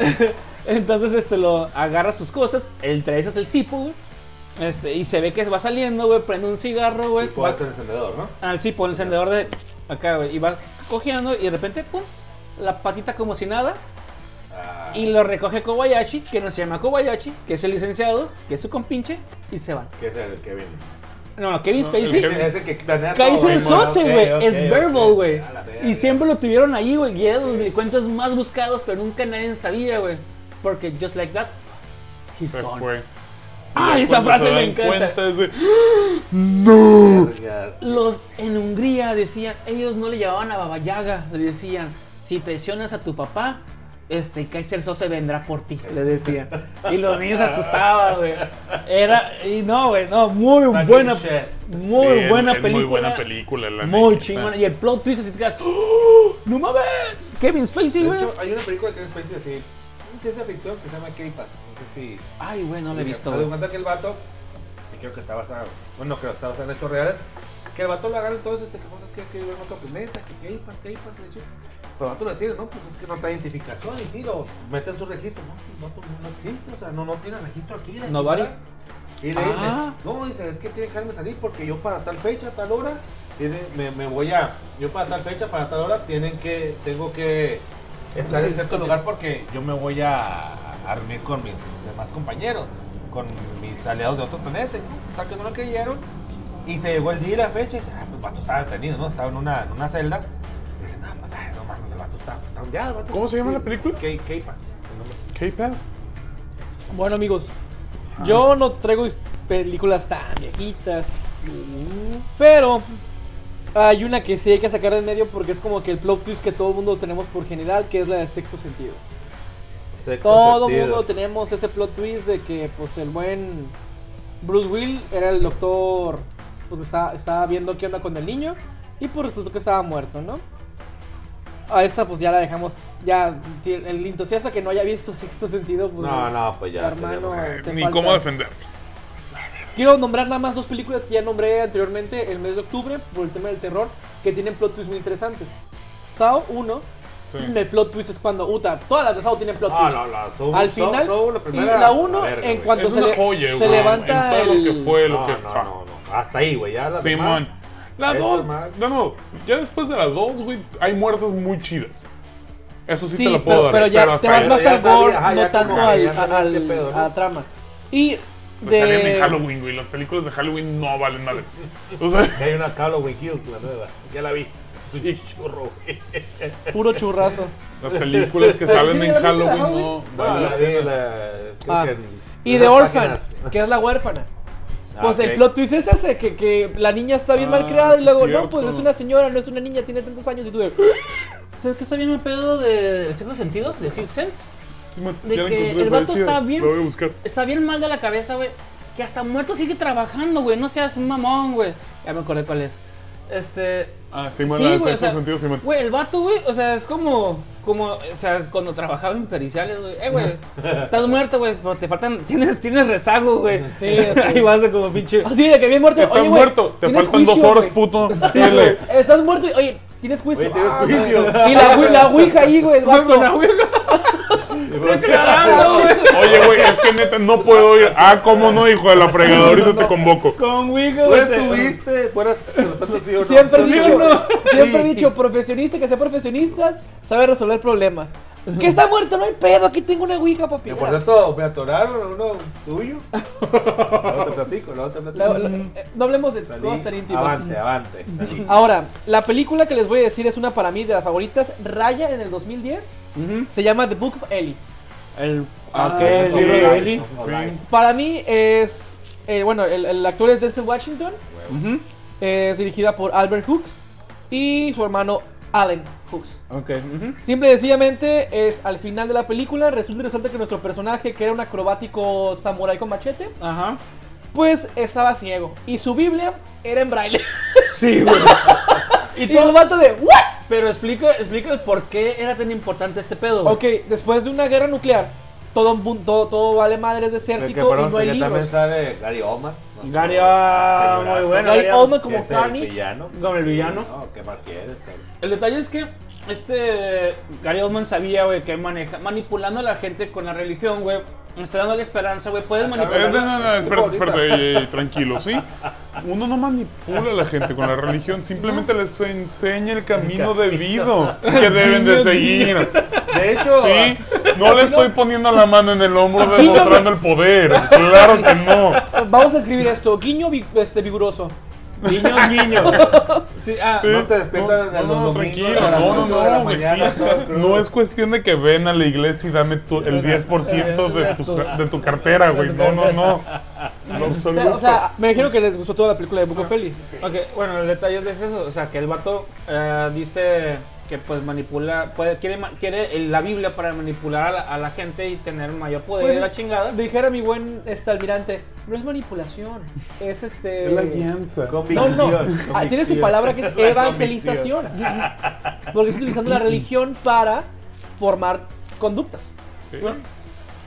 Speaker 6: Entonces este, lo agarra sus cosas, entre esas el cipo, güey. Este, y se ve que va saliendo, güey, prende un cigarro, güey.
Speaker 1: Puedo
Speaker 6: va-
Speaker 1: hacer encendedor, ¿no?
Speaker 6: al cipo, Ah, el encendedor de acá, güey. Y va cojeando y de repente, pum, la patita como si nada.
Speaker 1: Ah.
Speaker 6: Y lo recoge Kobayashi, que no se llama Kobayashi, que es el licenciado, que es su compinche, y se van.
Speaker 1: Que es el Kevin.
Speaker 6: No, no, Kevin
Speaker 4: No, el
Speaker 6: Spacey.
Speaker 4: Kevin
Speaker 1: Es el que planea todo,
Speaker 6: Kaiser
Speaker 1: güey.
Speaker 6: Sose,
Speaker 1: Ok,
Speaker 6: güey.
Speaker 1: ok,
Speaker 6: es
Speaker 1: ok.
Speaker 6: verbal, güey.
Speaker 1: A la verga.
Speaker 6: Y siempre lo tuvieron ahí, güey. Y era de los delincuentes más buscados, pero nunca nadie sabía, güey. Porque just like that, he's
Speaker 4: Se
Speaker 6: gone.
Speaker 4: fue.
Speaker 6: ¡Ay, esa
Speaker 4: Cuando
Speaker 6: frase
Speaker 4: se
Speaker 6: me
Speaker 4: dan
Speaker 6: encanta!
Speaker 4: cuenta, es de-
Speaker 1: Vergas.
Speaker 6: Los en Hungría decían, ellos no le llamaban a Baba Yaga, le decían, si traicionas a tu papá, este Kaiser Sose vendrá por ti, le decían. Y los niños se asustaban, güey. Era, y no, güey, no, muy
Speaker 1: Fucking
Speaker 6: buena,
Speaker 1: shit.
Speaker 6: muy
Speaker 4: Sí, es-
Speaker 6: buena
Speaker 4: es Muy
Speaker 6: película.
Speaker 4: buena película, la
Speaker 6: Muy
Speaker 4: neta.
Speaker 6: chingona. Y el plot twist así te quedas. ¡Oh! ¡No mames! Kevin Spacey,
Speaker 1: De
Speaker 6: güey.
Speaker 1: hecho, hay una película que es especie así. Ciencia ficción que se llama K-Pass. No sé si.
Speaker 6: Ay, güey, no lo he visto,
Speaker 1: Me
Speaker 6: güey.
Speaker 1: cuenta que el vato, y creo que está basado, bueno, creo que está basado en hechos reales, que el vato lo agarra y todo eso, este, que cosas que hay que ver en otro planeta, que qué pasa, qué pasa, de hecho. Pero el vato lo tiene, no, pues es que no trae identificación y sí, lo mete en su registro, no, pues, no, no, no existe, o sea, no, no tiene registro aquí. la
Speaker 6: No vale.
Speaker 1: chingada. Y le
Speaker 6: Ah.
Speaker 1: dice, no, dice, es que tiene que dejarme salir porque yo para tal fecha, tal hora, tiene, me, me voy a, yo para tal fecha, para tal hora, tienen que, tengo que estar en cierto lugar porque yo me voy a, a reunir con mis demás compañeros, con mis aliados de otros planetas, ¿no? Tal que no lo creyeron. Y se llegó el día y la fecha y dice, ah, pues el vato estaba detenido, ¿no? Estaba en una, en una celda. Y dice, no, pues, ay, no mames, el vato está, está ondeado, el vato".
Speaker 4: ¿Cómo se llama la película?
Speaker 1: ¿Qué, qué pasa?
Speaker 4: K-Pass.
Speaker 3: Bueno, amigos, yo no traigo his- películas tan viejitas. Pero hay una que sí hay que sacar de en medio porque es como que el plot twist que todo el mundo tenemos por general, que es la de sexto sentido. Todo el mundo tenemos ese plot twist de que pues el buen Bruce Will era el doctor, pues que estaba, estaba viendo qué onda con el niño y pues resultó que estaba muerto, ¿no? A esa pues ya la dejamos, ya ti- el entusiasta que no haya visto sexto sentido, pues
Speaker 1: No, no, pues ya. sería
Speaker 3: hermano,
Speaker 1: mujer.
Speaker 3: te
Speaker 4: Ni
Speaker 3: falta-
Speaker 4: cómo defenderlos.
Speaker 3: Quiero nombrar nada más dos películas que ya nombré anteriormente el mes de octubre por el tema del terror que tienen plot twists muy interesantes. Saw 1,
Speaker 4: Sí.
Speaker 3: el plot twist es cuando Uta, todas las de Saw tienen plot
Speaker 1: Ah,
Speaker 3: twist.
Speaker 1: no, no, Soul-
Speaker 3: Al
Speaker 1: Soul-
Speaker 3: final,
Speaker 1: Soul,
Speaker 3: y
Speaker 1: primera,
Speaker 3: la uno,
Speaker 1: verga,
Speaker 3: en
Speaker 1: güey.
Speaker 3: cuanto-
Speaker 4: Es
Speaker 3: Cuando
Speaker 4: una
Speaker 3: se le-
Speaker 4: joya,
Speaker 3: se
Speaker 4: güey.
Speaker 3: levanta
Speaker 4: en todo lo
Speaker 3: el-
Speaker 4: que fue, lo
Speaker 1: No,
Speaker 4: que
Speaker 1: no,
Speaker 4: es.
Speaker 1: no, no. Hasta ahí, güey, ya la
Speaker 4: Simón. La
Speaker 1: Eso,
Speaker 4: dos.
Speaker 1: man.
Speaker 4: No, no. Ya después de las dos, güey, hay muertas muy chidas. Eso sí,
Speaker 3: Sí,
Speaker 4: te lo puedo
Speaker 3: pero,
Speaker 4: dar.
Speaker 3: pero ya te
Speaker 4: hasta
Speaker 3: vas
Speaker 4: ahí.
Speaker 1: ahí.
Speaker 3: más
Speaker 1: Ya
Speaker 3: al
Speaker 1: sabía,
Speaker 3: gore,
Speaker 1: ajá,
Speaker 3: no
Speaker 1: ya
Speaker 3: tanto
Speaker 1: como que
Speaker 3: al,
Speaker 1: ya sabes
Speaker 3: al-
Speaker 1: qué pedo, ¿no?
Speaker 3: a la trama. Y
Speaker 4: este Pues salían
Speaker 3: De-
Speaker 4: en Halloween, güey. Las películas de Halloween no valen madre. O sea,
Speaker 1: Ya hay una Halloween Kills, la nueva. Ya la vi. Es un churro, güey.
Speaker 3: Puro churrazo.
Speaker 4: las películas que salen
Speaker 3: ¿Sí
Speaker 4: en
Speaker 3: la viste,
Speaker 4: Halloween
Speaker 3: Halloween?
Speaker 4: no
Speaker 1: No,
Speaker 4: valen
Speaker 1: la
Speaker 4: la
Speaker 1: vi,
Speaker 4: pena.
Speaker 1: la. creo
Speaker 3: Ah,
Speaker 1: que en-
Speaker 3: Y
Speaker 1: en
Speaker 3: de
Speaker 1: las
Speaker 3: Orphan,
Speaker 1: páginas.
Speaker 3: que es la huérfana.
Speaker 1: Ah,
Speaker 3: Pues
Speaker 1: ok.
Speaker 3: el plot twist es ese, que, que la niña está bien mal
Speaker 4: Ah,
Speaker 3: creada
Speaker 4: sí
Speaker 3: y
Speaker 4: es
Speaker 3: luego,
Speaker 4: cierto.
Speaker 3: no, pues es una señora, no es una niña, tiene tantos años y tú de... "Ah",
Speaker 6: O sea, que está bien el pedo de sexto sentido, de Sixth Sense.
Speaker 4: Sí, man,
Speaker 6: De
Speaker 4: ya la
Speaker 6: que
Speaker 4: encontré,
Speaker 6: el
Speaker 4: está
Speaker 6: vato
Speaker 4: chida.
Speaker 6: está bien-
Speaker 4: La voy a buscar.
Speaker 6: Está bien mal de la cabeza, güey. Que hasta muerto sigue trabajando, güey. No seas mamón, güey. Ya me acordé cuál es. Este.
Speaker 4: Ah, sí, man,
Speaker 6: Sí,
Speaker 4: la de
Speaker 6: güey, o
Speaker 4: sexto
Speaker 6: sea,
Speaker 4: sentido, sí, man.
Speaker 6: Güey, el vato, güey, o sea, es como, como, o sea, cuando trabajaba en periciales, güey, eh, güey, estás muerto, güey, pero te faltan, tienes, tienes rezago, güey.
Speaker 3: Sí, sí.
Speaker 6: Ahí vas de como pinche.
Speaker 3: Así de que bien muerto.
Speaker 4: Estás
Speaker 3: oye, güey,
Speaker 4: muerto, te
Speaker 3: tienes
Speaker 4: faltan dos
Speaker 3: juicio,
Speaker 4: horas,
Speaker 3: güey.
Speaker 4: puto.
Speaker 3: Sí,
Speaker 4: Dile.
Speaker 3: güey, Estás muerto y, oye, tienes
Speaker 1: Oye,
Speaker 3: juicio.
Speaker 1: tienes
Speaker 3: Ah,
Speaker 1: juicio.
Speaker 3: Y la, wi- la ouija ahí, güey, el
Speaker 6: Güey,
Speaker 3: vato.
Speaker 6: con la huelga.
Speaker 1: Pues,
Speaker 6: Declarando, güey.
Speaker 4: Oye, güey, es que neta, no puedo ir. Ah, cómo no, hijo de la fregadora, ahorita te convoco.
Speaker 6: Con Wigo,
Speaker 1: Tú
Speaker 6: güey. te-
Speaker 1: estuviste, tú eras- pues, te lo pasas así o no.
Speaker 3: Siempre he
Speaker 1: Sí,
Speaker 3: dicho,
Speaker 1: ¿no?
Speaker 3: siempre he
Speaker 1: Sí.
Speaker 3: dicho, profesionista que sea profesionista, sabe resolver problemas. Que está muerto, no hay pedo, aquí tengo una ouija, papi.
Speaker 1: Y por cierto, me atoraron a uno tuyo. Luego te platico, luego te platico.
Speaker 3: La- la- eh, no hablemos de
Speaker 1: Salí,
Speaker 3: cosas tan íntimas.
Speaker 1: avante, avante. salí.
Speaker 3: Ahora, la película que les voy a decir es una para mí de las favoritas. Raya en el 2010
Speaker 6: Ujú.
Speaker 3: se llama The Book of Ellie.
Speaker 6: El.
Speaker 1: Ah,
Speaker 6: ok,
Speaker 1: eso
Speaker 6: sí,
Speaker 1: no lo
Speaker 6: güey.
Speaker 1: hizo, no lo
Speaker 4: Sí.
Speaker 1: hizo.
Speaker 3: Para mí es. eh, bueno, el, el actor es Denzel Washington.
Speaker 6: Ujú.
Speaker 3: Es dirigida por Albert Hooks y su hermano Allen Hooks.
Speaker 6: Ok, ujú.
Speaker 3: Simple y sencillamente es al final de la película. Resulta y resalta que nuestro personaje, que era un acrobático samurái con machete,
Speaker 6: Ajá.
Speaker 3: pues estaba ciego. Y su Biblia era en braille.
Speaker 6: Sí, güey.
Speaker 3: y todo el vato de ¿What?
Speaker 6: Pero explica, explica el por qué era tan importante este pedo. güey.
Speaker 3: Ok, después de una guerra nuclear, todo, un bun- todo, todo vale madre es
Speaker 1: Que,
Speaker 3: desértico y
Speaker 1: perdón,
Speaker 3: no hay
Speaker 1: que también
Speaker 3: libros.
Speaker 1: sale Gary Oldman. ¿no?
Speaker 6: Gary, ah,
Speaker 1: Señorazo.
Speaker 6: muy bueno.
Speaker 3: Gary
Speaker 6: Gary
Speaker 3: Oldman
Speaker 1: Que
Speaker 3: como
Speaker 1: es el
Speaker 3: Carnage.
Speaker 1: villano.
Speaker 6: Como el
Speaker 1: Sí,
Speaker 6: villano.
Speaker 1: no, ¿Qué más quieres? cabrón?
Speaker 6: El detalle es que este Gary Oldman sabía, güey, que maneja, manipulando a la gente con la religión, güey, está dando la esperanza, güey, puedes
Speaker 4: Eh, no,
Speaker 6: manipular.
Speaker 4: no, no, espérate, espérate, ey, ey, tranquilo, ¿sí? Uno no manipula a la gente con la religión, simplemente les enseña el camino debido que deben de seguir,
Speaker 1: De hecho,
Speaker 4: ¿sí? No le estoy poniendo la mano en el hombro demostrando el poder, claro que no.
Speaker 3: Vamos a escribir esto, guiño vi- este, vigoroso.
Speaker 6: Niño, niño. Sí, ah,
Speaker 4: Sí,
Speaker 1: No te despiertan
Speaker 4: no,
Speaker 1: en los
Speaker 4: no,
Speaker 1: domingos
Speaker 4: tranquilo,
Speaker 1: a las
Speaker 4: no, no,
Speaker 1: ocho de la
Speaker 4: no, güey,
Speaker 1: mañana,
Speaker 4: sí.
Speaker 1: todo crudo.
Speaker 4: No es cuestión de que ven a la iglesia y dame tu- el 10% de tu, de tu cartera, güey. No, no, no. No,
Speaker 3: O sea, o
Speaker 4: absoluto.
Speaker 3: sea, me dijeron que les gustó toda la película de Buco Feli.
Speaker 6: ok, bueno, el detalle es eso, o sea, que el vato eh, dice que pues manipula, puede, quiere, ma- quiere el- la Biblia para manipular a la, a la gente y tener mayor poder
Speaker 3: Pues,
Speaker 6: de la chingada.
Speaker 3: Dijera mi buen este, almirante, no es manipulación, es este...
Speaker 4: Es la guianza.
Speaker 3: No,
Speaker 1: Convicción.
Speaker 3: no, ah,
Speaker 1: convicción.
Speaker 3: tiene su palabra que es
Speaker 1: La
Speaker 3: evangelización. Porque está utilizando la religión para formar conductas.
Speaker 4: Sí.
Speaker 6: Bueno,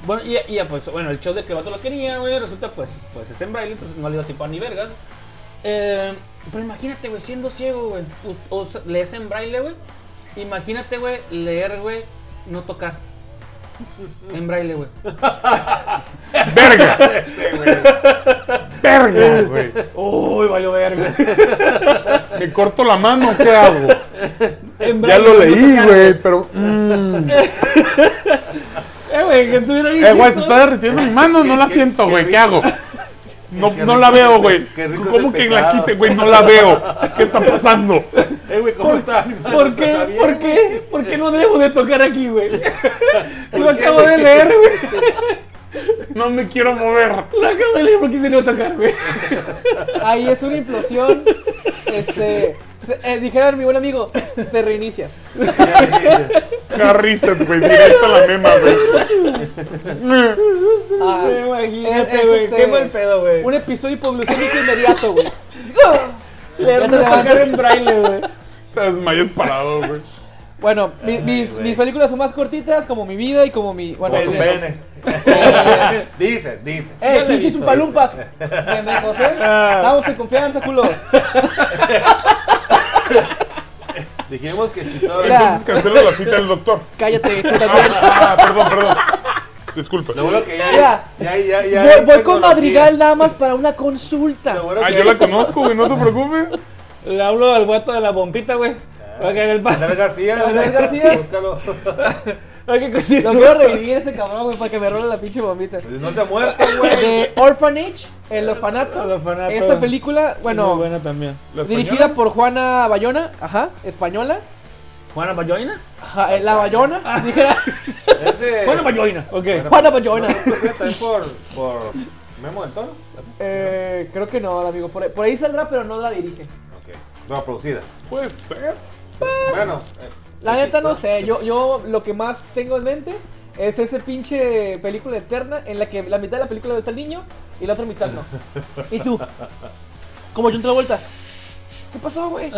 Speaker 6: bueno, y, y, pues, bueno, el show de que el vato lo quería, güey, resulta pues, pues es en braille, entonces no le iba a sin pan ni vergas. Eh, pero imagínate, güey, siendo ciego, güey, us- us- lees en braille, güey. Imagínate, güey, leer, güey, no tocar. En braille, güey.
Speaker 4: ¡Verga! ¡Verga, güey!
Speaker 6: Uy, valió verga.
Speaker 4: ¿Me corto la mano qué hago?
Speaker 6: En
Speaker 2: Ya
Speaker 6: braille,
Speaker 2: lo
Speaker 6: no
Speaker 2: leí,
Speaker 6: tocar,
Speaker 2: güey, pero. mm.
Speaker 6: Eh, güey, que estuviera bien.
Speaker 4: Eh, güey, se
Speaker 6: chistoso.
Speaker 4: está derritiendo mi mano, no la siento, güey. ¿Qué hago? No,
Speaker 1: Qué
Speaker 4: no
Speaker 1: rico
Speaker 4: la veo,
Speaker 1: es-
Speaker 4: güey.
Speaker 1: qué rico es
Speaker 4: ¿Cómo
Speaker 1: el
Speaker 4: que la
Speaker 1: pecado.
Speaker 4: quite, güey? No la veo. ¿Qué está pasando?
Speaker 1: Eh, güey, ¿cómo está?
Speaker 6: ¿Por
Speaker 1: ¿Está
Speaker 6: qué?
Speaker 1: bien?
Speaker 6: ¿Por qué? ¿Por qué no debo de tocar aquí, güey? Lo
Speaker 1: qué,
Speaker 6: acabo de
Speaker 1: güey?
Speaker 6: leer, güey.
Speaker 4: No me quiero mover.
Speaker 6: Lo acabo de leer porque se no tocar, güey.
Speaker 3: Ahí es una implosión. Este, se- eh, dijera mi buen amigo, te reinicias.
Speaker 4: Carricet, güey, directo a la mema, güey.
Speaker 3: Ah, Es-
Speaker 6: Imagínate,
Speaker 3: es
Speaker 6: güey.
Speaker 3: este-
Speaker 6: Qué mal pedo, güey.
Speaker 3: un episodio hipoglucémico inmediato, güey.
Speaker 6: Leer
Speaker 3: Ya te
Speaker 6: no tocar
Speaker 3: levantas.
Speaker 6: en braille, güey.
Speaker 4: Te desmayas parado, güey.
Speaker 3: Bueno, mi-
Speaker 1: Ay,
Speaker 3: mis,
Speaker 1: güey.
Speaker 3: mis películas son más cortitas, como Mi Vida y como mi. Bueno,
Speaker 1: Por tu
Speaker 3: eh,
Speaker 1: pene. Dicen, dicen.
Speaker 6: Ya la
Speaker 3: ¡Eh,
Speaker 6: he
Speaker 3: pinches
Speaker 6: visto, Ah.
Speaker 3: un palumpas! Pendejos, ¿eh? Estamos en confianza, culos.
Speaker 1: Dijimos que chitó.
Speaker 3: Mira.
Speaker 4: Entonces cancelo la cita del doctor.
Speaker 3: Cállate, tú
Speaker 4: Ah,
Speaker 3: también.
Speaker 4: ah, perdón, perdón. Disculpa.
Speaker 1: Lo bueno que ya.
Speaker 3: Mira.
Speaker 1: ya, ya, ya
Speaker 3: Voy,
Speaker 1: hay
Speaker 3: voy con
Speaker 1: tecnología.
Speaker 3: Madrigal nada más para una consulta.
Speaker 1: Lo bueno
Speaker 4: Ah,
Speaker 1: que
Speaker 4: yo la
Speaker 1: hay-
Speaker 4: conozco, güey, no te preocupes.
Speaker 6: Le hablo al guato de la bompita, güey. Para que haga el pa-
Speaker 1: Andrés García.
Speaker 3: Andrés García.
Speaker 1: Búscalo.
Speaker 6: Ok, continúa.
Speaker 3: Lo quiero revivir ese cabrón, güey, para que me robe la pinche bombita.
Speaker 1: No se ha muerto, güey.
Speaker 3: De Orphanage, El Orfanato.
Speaker 6: El Orfanato.
Speaker 3: Esta película, bueno,
Speaker 6: Muy buena también.
Speaker 4: ¿La
Speaker 3: dirigida
Speaker 4: española?
Speaker 3: por Juana Bayona, ajá, española.
Speaker 6: ¿Juana Bayoina?
Speaker 3: Ajá, eh, la Bayona, dijera
Speaker 1: Es de-
Speaker 6: Juana Bayoina, ok.
Speaker 3: Juana Bayona.
Speaker 1: ¿No fue también por, por Memo del Toro?
Speaker 3: Eh, creo que no, amigo, por ahí, por ahí saldrá, pero no la dirige.
Speaker 1: Ok. No, producida.
Speaker 4: Puede ser.
Speaker 1: Bueno, eh,
Speaker 3: La neta no sé, yo, yo lo que más tengo en mente es ese pinche película eterna en la que la mitad de la película ves al niño y la otra mitad no. ¿Y tú? Como John Travolta. ¿Qué pasó, güey?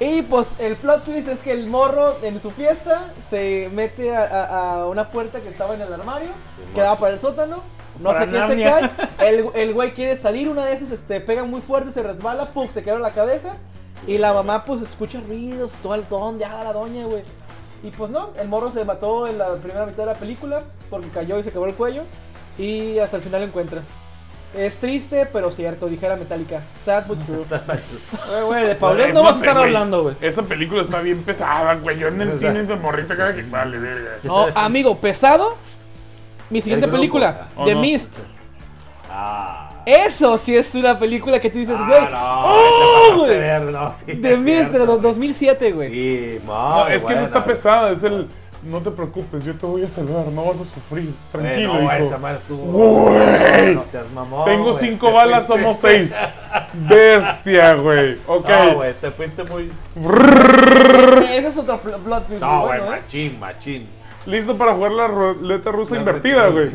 Speaker 3: Y pues el plot twist es que el morro en su fiesta se mete a, a- a una puerta que estaba en el armario, que daba para el sótano, no
Speaker 6: Para
Speaker 3: sé qué se
Speaker 6: Narnia.
Speaker 3: cae, el, el güey quiere salir, una de esas este, pega muy fuerte, se resbala, pum, se quebra la cabeza. Y la mamá pues escucha ruidos, todo el don, ya la doña, güey. Y pues no, el morro se mató en la primera mitad de la película porque cayó y se quebró el cuello. Y hasta el final lo encuentra. Es triste, pero cierto, dijera Metallica. Sad but true.
Speaker 6: Güey, güey, de Paulette no
Speaker 4: Eso
Speaker 6: vas a
Speaker 4: sé,
Speaker 6: estar
Speaker 4: güey.
Speaker 6: hablando, güey.
Speaker 4: Esa película está bien pesada, güey. Yo en el cine de morrito cada que vale, verga.
Speaker 3: No, amigo, pesado. Mi siguiente
Speaker 1: El grupo.
Speaker 3: película,
Speaker 4: Oh,
Speaker 3: The
Speaker 4: no.
Speaker 3: Mist.
Speaker 1: Ah.
Speaker 3: Eso sí es una película que tú dices, güey.
Speaker 1: Ah, no,
Speaker 3: ¡Oh,
Speaker 1: te pasaste
Speaker 3: güey!
Speaker 1: de ver, no, sí,
Speaker 3: The
Speaker 1: es
Speaker 3: Mist de
Speaker 1: cierto.
Speaker 3: 2007, güey.
Speaker 1: Sí,
Speaker 4: No, es que no está
Speaker 1: pesado.
Speaker 4: pesada, es el. No te preocupes, yo te voy a salvar, no vas a sufrir. Tranquilo,
Speaker 1: Bueno,
Speaker 4: hijo.
Speaker 1: esa madre estuvo.
Speaker 4: Güey.
Speaker 1: No seas mamón,
Speaker 4: Tengo
Speaker 1: güey.
Speaker 4: cinco
Speaker 1: Te fuiste-
Speaker 4: balas, somos seis. Bestia, güey. Ok.
Speaker 1: No, güey, te fuiste muy.
Speaker 3: Ese es otro pl- plot twist.
Speaker 1: No,
Speaker 3: muy
Speaker 1: güey,
Speaker 3: bueno, ¿eh?
Speaker 1: machín, machín.
Speaker 4: Listo para jugar la ruleta rusa invertida, güey.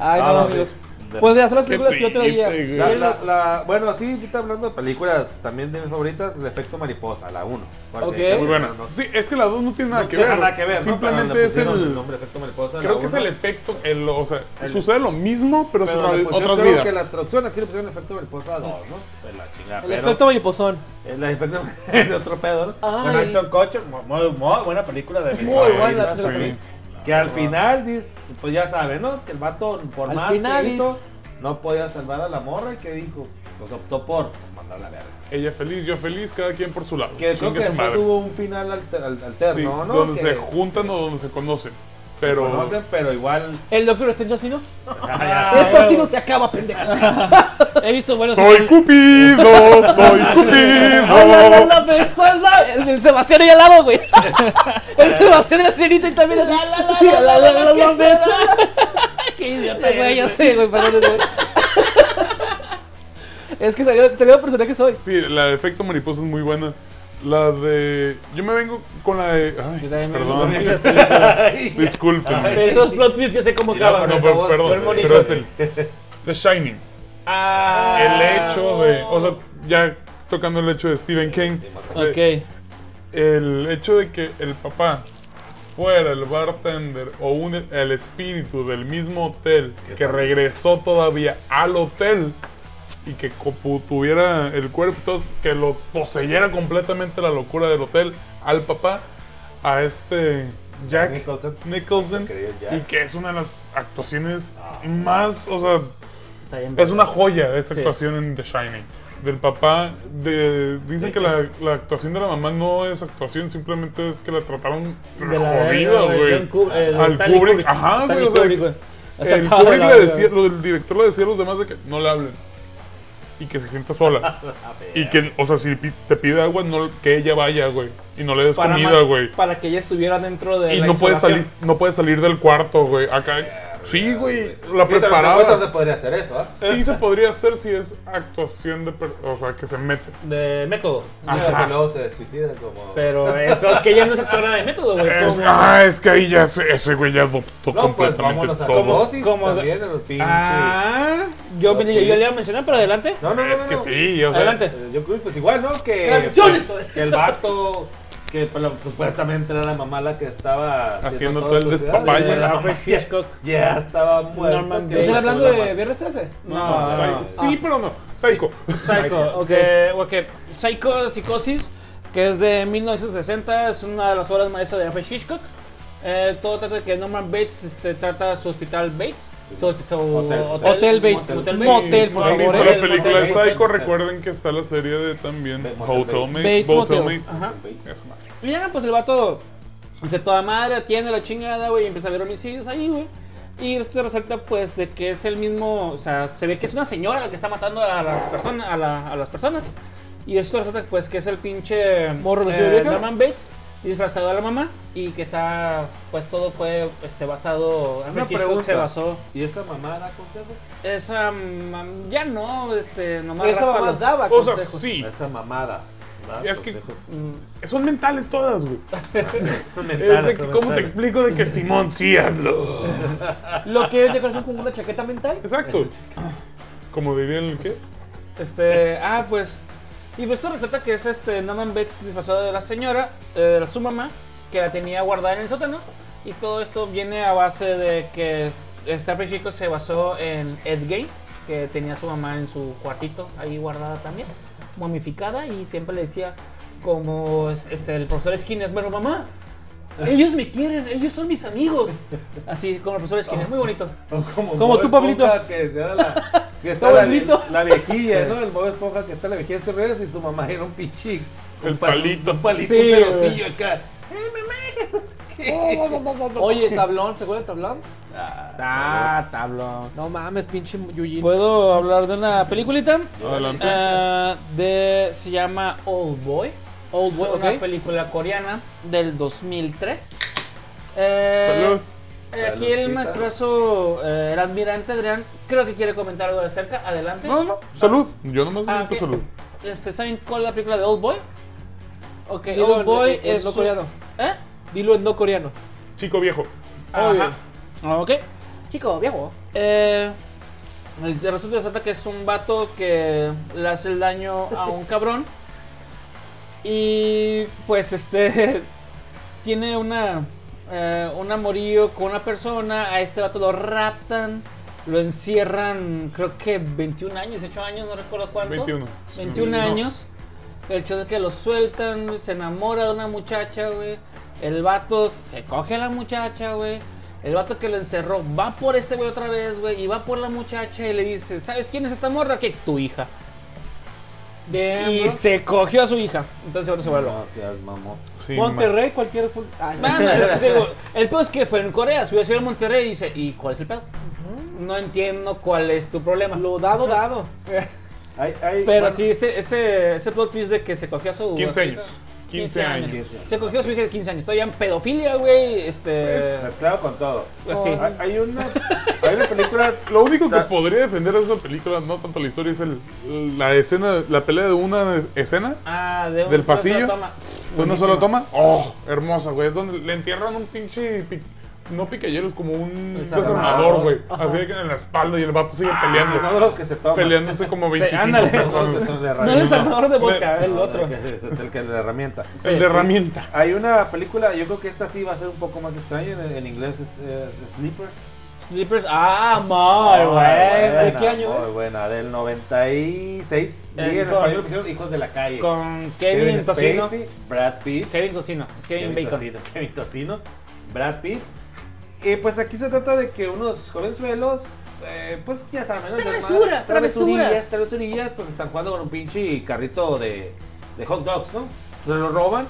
Speaker 3: Ay, no,
Speaker 1: No, no,
Speaker 3: amigos.
Speaker 1: de-
Speaker 3: Pues ya son las
Speaker 4: Qué
Speaker 3: películas que yo traía.
Speaker 4: triste, güey.
Speaker 1: La-
Speaker 3: Yo
Speaker 1: la- la- bueno, sí, ahorita hablando de películas también de mis favoritas, el efecto mariposa, la 1.
Speaker 3: Ok.
Speaker 4: Muy buena.
Speaker 1: No,
Speaker 4: Sí, es que las dos no tienen nada,
Speaker 1: no
Speaker 4: que,
Speaker 1: tiene
Speaker 4: ver.
Speaker 1: nada que ver, ¿no?
Speaker 4: Simplemente
Speaker 1: Pero le
Speaker 4: es el.
Speaker 1: pusieron nombre efecto mariposa,
Speaker 4: Creo
Speaker 1: la
Speaker 4: que es
Speaker 1: uno.
Speaker 4: el efecto. el- o sea,
Speaker 1: El-
Speaker 4: sucede lo mismo, pero,
Speaker 1: Pero
Speaker 4: son
Speaker 1: le
Speaker 4: otras-
Speaker 1: pusieron-
Speaker 4: otras
Speaker 1: pues, creo
Speaker 4: vidas.
Speaker 1: que la traducción aquí le pusieron efecto mariposa 2, ¿no? Pues la chingada.
Speaker 3: El
Speaker 1: pero-
Speaker 3: efecto mariposón.
Speaker 1: El efecto de otro pedo, ¿no?
Speaker 3: Ay.
Speaker 1: Con Ashton Kutcher, mu- muy, muy buena película de mis
Speaker 3: Muy
Speaker 1: favoritas.
Speaker 3: buena la
Speaker 4: Sí.
Speaker 3: película.
Speaker 1: Que al final, dis- pues ya saben, ¿no? Que el vato, por
Speaker 3: Al
Speaker 1: más
Speaker 3: final
Speaker 1: que
Speaker 3: es-
Speaker 1: hizo, no podía salvar a la morra y que dijo, pues optó por mandar la verga.
Speaker 4: Ella feliz, yo feliz, cada quien por su lado.
Speaker 1: Que creo que
Speaker 4: Chingue su
Speaker 1: después
Speaker 4: madre.
Speaker 1: hubo un final alter- al- alterno,
Speaker 4: Sí,
Speaker 1: ¿no?
Speaker 4: donde
Speaker 1: Que
Speaker 4: se juntan o donde se conocen. Pero.
Speaker 1: conocen, pero igual...
Speaker 3: El Doctor Strange así no.
Speaker 1: Ah,
Speaker 3: Esto así no se acaba, pendeja.
Speaker 6: He visto buenos.
Speaker 4: Soy Cupido, soy Cupido.
Speaker 3: la persona! El, el Sebastián ahí al lado, güey. El Sebastián de la sirenita y también. La, la, la, la, la, la,
Speaker 6: ¿Qué es eso? Qué
Speaker 3: la,
Speaker 6: idiota
Speaker 3: Güey, ya
Speaker 6: eres,
Speaker 3: sé, güey, perdón. güey. Es que salió, salió el personaje que soy.
Speaker 4: Sí, la de efecto mariposa es muy buena. La de. Yo me vengo con la de. Ay,
Speaker 6: Yo también me vengo
Speaker 4: perdón.
Speaker 6: con muchas películas.
Speaker 4: Disculpen.
Speaker 6: Pero los plot twists ya sé cómo
Speaker 1: Y luego
Speaker 6: acaban.
Speaker 1: con esa
Speaker 4: No, pero-
Speaker 1: voz,
Speaker 4: perdón,
Speaker 1: duermo
Speaker 4: pero
Speaker 1: bonito.
Speaker 4: es el. The Shining.
Speaker 6: Ah.
Speaker 4: El hecho de. O sea, ya tocando el hecho de Stephen King. de-
Speaker 6: Ok.
Speaker 4: el hecho de que el papá fuera el bartender o un, el espíritu del mismo hotel que regresó todavía al hotel y que copu- tuviera el cuerpo, todo, que lo poseyera completamente la locura del hotel al papá, a este Jack
Speaker 1: Nicholson.
Speaker 4: Nicholson,
Speaker 1: Lo que diga Jack. Ah.
Speaker 4: y que es una de las actuaciones más, o sea,
Speaker 6: Está bien,
Speaker 4: es una
Speaker 6: perdón.
Speaker 4: joya esa
Speaker 6: Sí.
Speaker 4: actuación en The Shining. Del papá, de, dicen que la, la actuación de la mamá no es actuación, simplemente es que la trataron
Speaker 6: De la
Speaker 4: jodida,
Speaker 6: verga, John
Speaker 4: güey.
Speaker 6: Cub- el
Speaker 4: Al
Speaker 6: Stanley
Speaker 4: Kubrick, ajá,
Speaker 6: Stanley
Speaker 4: güey, o sea,
Speaker 6: Kubrick, güey. Está
Speaker 4: El
Speaker 6: toda
Speaker 4: Kubrick
Speaker 6: la
Speaker 4: le
Speaker 6: verga.
Speaker 4: decía, lo- el director le decía a los demás de que no le hablen y que se sienta sola. y que, o sea, si pi- te pide agua, no, que ella vaya, güey. Y no le des
Speaker 6: Para,
Speaker 4: comida,
Speaker 6: ma-
Speaker 4: güey.
Speaker 6: para que ella estuviera dentro de
Speaker 4: Y
Speaker 6: la
Speaker 4: no puede, salir,
Speaker 6: insolación.
Speaker 4: no puede salir del cuarto, güey. Acá, sí, güey,
Speaker 1: Ahorita no se-
Speaker 4: la
Speaker 1: ahorita no
Speaker 4: preparaba.
Speaker 1: se podría hacer eso, ¿ah?
Speaker 4: Sí se podría hacer si es actuación de... per- O sea, que se mete.
Speaker 6: De método.
Speaker 4: Ajá.
Speaker 1: Mira, que luego se suicidan como...
Speaker 6: Pero, eh, pero es que ella no es actora de método, güey.
Speaker 4: Es-
Speaker 6: como-
Speaker 4: ah, es que ahí ya se- ese güey ya adoptó
Speaker 1: No, pues
Speaker 4: completamente
Speaker 1: vámonos a
Speaker 4: todo.
Speaker 1: Zoonosis
Speaker 6: Como-
Speaker 1: también, a los pinches.
Speaker 6: Ah, yo, yo, yo le iba a mencionar, pero adelante.
Speaker 1: No, no, no,
Speaker 4: Es
Speaker 1: no,
Speaker 4: que
Speaker 1: no.
Speaker 4: sí, o sea,
Speaker 6: Adelante.
Speaker 1: Eh, Yo creo que pues igual, ¿no? Que,
Speaker 3: ¡Canciones!
Speaker 1: pues, que el vato, que pues, la- supuestamente era la mamá la que estaba
Speaker 4: Haciendo
Speaker 1: todas
Speaker 4: todo el
Speaker 1: las
Speaker 4: despapay.
Speaker 1: sociedades,
Speaker 4: Vaya,
Speaker 6: de
Speaker 1: la
Speaker 6: Eh, Alfred
Speaker 1: mamá ya-
Speaker 6: Hitchcock.
Speaker 1: Ya estaba muerta.
Speaker 6: Norman
Speaker 1: que-
Speaker 3: ¿Están
Speaker 6: Bates.
Speaker 1: pues,
Speaker 3: hablando
Speaker 1: la
Speaker 3: de
Speaker 1: mamá-
Speaker 3: Viernes 13?
Speaker 6: No,
Speaker 4: Psy-
Speaker 6: no, no.
Speaker 4: Sí, pero no. Psycho.
Speaker 6: Psycho,
Speaker 3: Ok.
Speaker 6: de- ok. Psycho Psicosis, que es de 1960, es una de las obras maestras de Alfred Hitchcock. Eh, todo trata de que Norman Bates este, trata su hospital Bates. Su, su
Speaker 1: Hotel.
Speaker 3: Hotel Bates.
Speaker 6: Hotel
Speaker 3: Motel, por
Speaker 4: Si han
Speaker 3: favor,
Speaker 4: visto
Speaker 3: eh.
Speaker 4: la película
Speaker 1: Motel,
Speaker 4: de Psycho,
Speaker 1: Motel.
Speaker 4: recuerden que está la serie de también
Speaker 1: De Motel
Speaker 4: Hotel
Speaker 1: Bates.
Speaker 4: Mates.
Speaker 3: Bates
Speaker 4: Hotel
Speaker 3: Motel.
Speaker 4: Mates. Esa madre.
Speaker 6: Y ya, pues el vato dice toda madre, tiene la chingada, güey, y empieza a ver homicidios ahí, güey. Y esto resulta, pues, de que es el mismo, o sea, se ve que es una señora la que está matando a las personas, a, la- a las personas. Y esto resulta, pues, que es el pinche eh,
Speaker 3: Morro vestido de vieja.
Speaker 6: Norman Bates disfrazado a la mamá y que está, pues, todo fue, este, basado,
Speaker 1: Una
Speaker 6: Alfred Hitchcock
Speaker 1: pregunta.
Speaker 6: se basó.
Speaker 1: ¿Y esa mamá da consejos?
Speaker 6: Esa, mm, ya no, este, nomás
Speaker 3: Esa
Speaker 6: raspa
Speaker 3: mamá
Speaker 6: los-
Speaker 3: daba
Speaker 4: O sea,
Speaker 3: consejos.
Speaker 4: sí.
Speaker 1: Esa mamada. da
Speaker 4: Es que-
Speaker 1: consejos.
Speaker 4: Son mentales todas, güey.
Speaker 1: Son
Speaker 4: Es
Speaker 1: mentales,
Speaker 4: de que,
Speaker 1: son
Speaker 4: ¿Cómo te
Speaker 1: mentales.
Speaker 4: explico de que Simón sí hazlo?
Speaker 3: Lo que es decoración con una chaqueta mental.
Speaker 4: Exacto. Como dirían el que es.
Speaker 6: Este, ah, pues. Y pues esto resulta que es este Norman Bates disfrazado de la señora, eh, de su mamá, que la tenía guardada en el sótano. Y todo esto viene a base de que Starfleet Chico se basó en Ed Gein, que tenía a su mamá en su cuartito ahí guardada también, momificada, y siempre le decía, como este, el profesor Skinner, bueno, mamá, ellos me quieren, ellos son mis amigos. Así como el profesor Skinner, muy bonito.
Speaker 1: O Como,
Speaker 3: Como
Speaker 1: Bob
Speaker 3: tú, Pablito.
Speaker 1: Esponja, Que, se da la, que está
Speaker 3: Todo
Speaker 1: la,
Speaker 3: bonito.
Speaker 1: la viejilla,
Speaker 6: Sí.
Speaker 1: ¿no? El Bob Esponja que está la viejilla de Torres y su mamá era un pinche.
Speaker 4: El
Speaker 1: un pa-
Speaker 4: palito.
Speaker 1: Un palito,
Speaker 3: Sí,
Speaker 1: un pelotillo acá.
Speaker 3: Oye, tablón, ¿se acuerda del tablón?
Speaker 6: Ah, tablón.
Speaker 3: No mames, pinche Yuji.
Speaker 6: ¿Puedo hablar de una peliculita?
Speaker 4: Adelante.
Speaker 6: Ah, de, se llama Old Boy. Old Boy,
Speaker 3: ok.
Speaker 6: una película coreana del 2003. Eh,
Speaker 4: Salud.
Speaker 6: eh, Aquí
Speaker 1: Saludcita.
Speaker 6: el maestrazo, eh, el admirante Adrián, creo que quiere comentar algo de cerca. Adelante.
Speaker 4: No, no. Salud. Yo nomás
Speaker 6: Ah,
Speaker 4: digo tu
Speaker 6: ok.
Speaker 4: salud.
Speaker 6: Este, ¿Saben cuál es la película de Old Boy? Ok,
Speaker 3: Dilo
Speaker 6: Old
Speaker 3: en-
Speaker 6: Boy
Speaker 3: en
Speaker 6: es.
Speaker 3: no
Speaker 6: un-
Speaker 3: coreano.
Speaker 6: ¿Eh?
Speaker 3: Dilo en no coreano.
Speaker 4: Chico viejo.
Speaker 3: Muy
Speaker 6: Ajá. Ah, Ok.
Speaker 3: Chico, viejo.
Speaker 6: Eh, el- resulta y resalta que es un vato que le hace el daño a un cabrón. Y pues este tiene una eh, un amorío con una persona. A este vato lo raptan, lo encierran, creo que 21 años, 18 años, no recuerdo cuánto.
Speaker 4: 21.
Speaker 6: 21
Speaker 4: No.
Speaker 6: años. El hecho es que lo sueltan, güey, se enamora de una muchacha, güey. El vato se coge a la muchacha, güey. El vato que lo encerró va por este güey otra vez, güey. Y va por la muchacha y le dice, ¿sabes quién es esta morra? Que tu hija.
Speaker 3: Bien.
Speaker 6: Y
Speaker 3: bro.
Speaker 6: se cogió a su hija. Entonces el vato se vuelve.
Speaker 1: Gracias, mamón.
Speaker 4: Sí,
Speaker 3: Monterrey, cualquier. Ah, pu- Ay,
Speaker 6: Bueno, el- digo, el pedo es que fue en Corea, subió a Ciudad de Monterrey y dice, ¿y cuál es el pedo? No entiendo cuál es tu problema.
Speaker 3: Lo dado, dado.
Speaker 1: Ay, ay,
Speaker 6: Pero
Speaker 1: bueno,
Speaker 6: sí, ese, ese, ese plot twist de que se cogió a su.
Speaker 4: 15 años.
Speaker 6: 15,
Speaker 4: 15
Speaker 6: años.
Speaker 4: años.
Speaker 6: Se cogió a su hija de 15 años. Todavía en pedofilia, güey. Este. pues
Speaker 1: Mezclado Pues, con todo.
Speaker 6: Así.
Speaker 1: Hay, hay una, hay una película.
Speaker 4: Lo único que
Speaker 1: Ta-
Speaker 4: podría defender de esa película, no tanto la historia, es el, la escena, la pelea de una escena
Speaker 6: Ah, de
Speaker 4: ¿Del
Speaker 6: una sola
Speaker 4: pasillo?
Speaker 6: toma.
Speaker 4: de una
Speaker 6: Buenísima.
Speaker 4: sola toma. ¡Oh! Hermosa, güey. Es donde le entierran un pinche. pi- no picayero, es como un desarmador,
Speaker 1: Desarmador.
Speaker 4: güey. Así de que en la espalda y el vato
Speaker 6: Ah,
Speaker 4: sigue peleando.
Speaker 1: Uno de los que se toma.
Speaker 4: peleándose como
Speaker 6: Sí,
Speaker 4: 25
Speaker 6: ándale.
Speaker 4: personas.
Speaker 1: Otro que es
Speaker 6: No el salvador
Speaker 4: No,
Speaker 6: de boca, el
Speaker 1: No,
Speaker 6: otro.
Speaker 1: el que- es El que es la herramienta.
Speaker 4: El de herramienta.
Speaker 1: Hay una película, yo creo que esta sí va a ser un poco más extraña. En, en inglés es eh, Sleeper.
Speaker 6: Slippers. Ah, muy, güey.
Speaker 3: ¿de qué año
Speaker 1: Muy
Speaker 3: es?
Speaker 1: buena, del 96. Y
Speaker 6: Es
Speaker 1: en
Speaker 6: con-
Speaker 1: español pusieron Hijos de la Calle.
Speaker 6: Con Kevin Tocino.
Speaker 1: Spacey, Brad Pitt.
Speaker 6: Kevin Tocino. Es Kevin, Bacon.
Speaker 1: Tocino, Kevin Tocino, Brad Pitt. Y pues aquí se trata de que unos jovenzuelos, eh, pues ya saben, ¿no?
Speaker 6: Travesuras,
Speaker 1: travesurillas,
Speaker 6: travesuras.
Speaker 1: travesurillas, pues están jugando con un pinche carrito de, de hot dogs, ¿no? Se lo roban,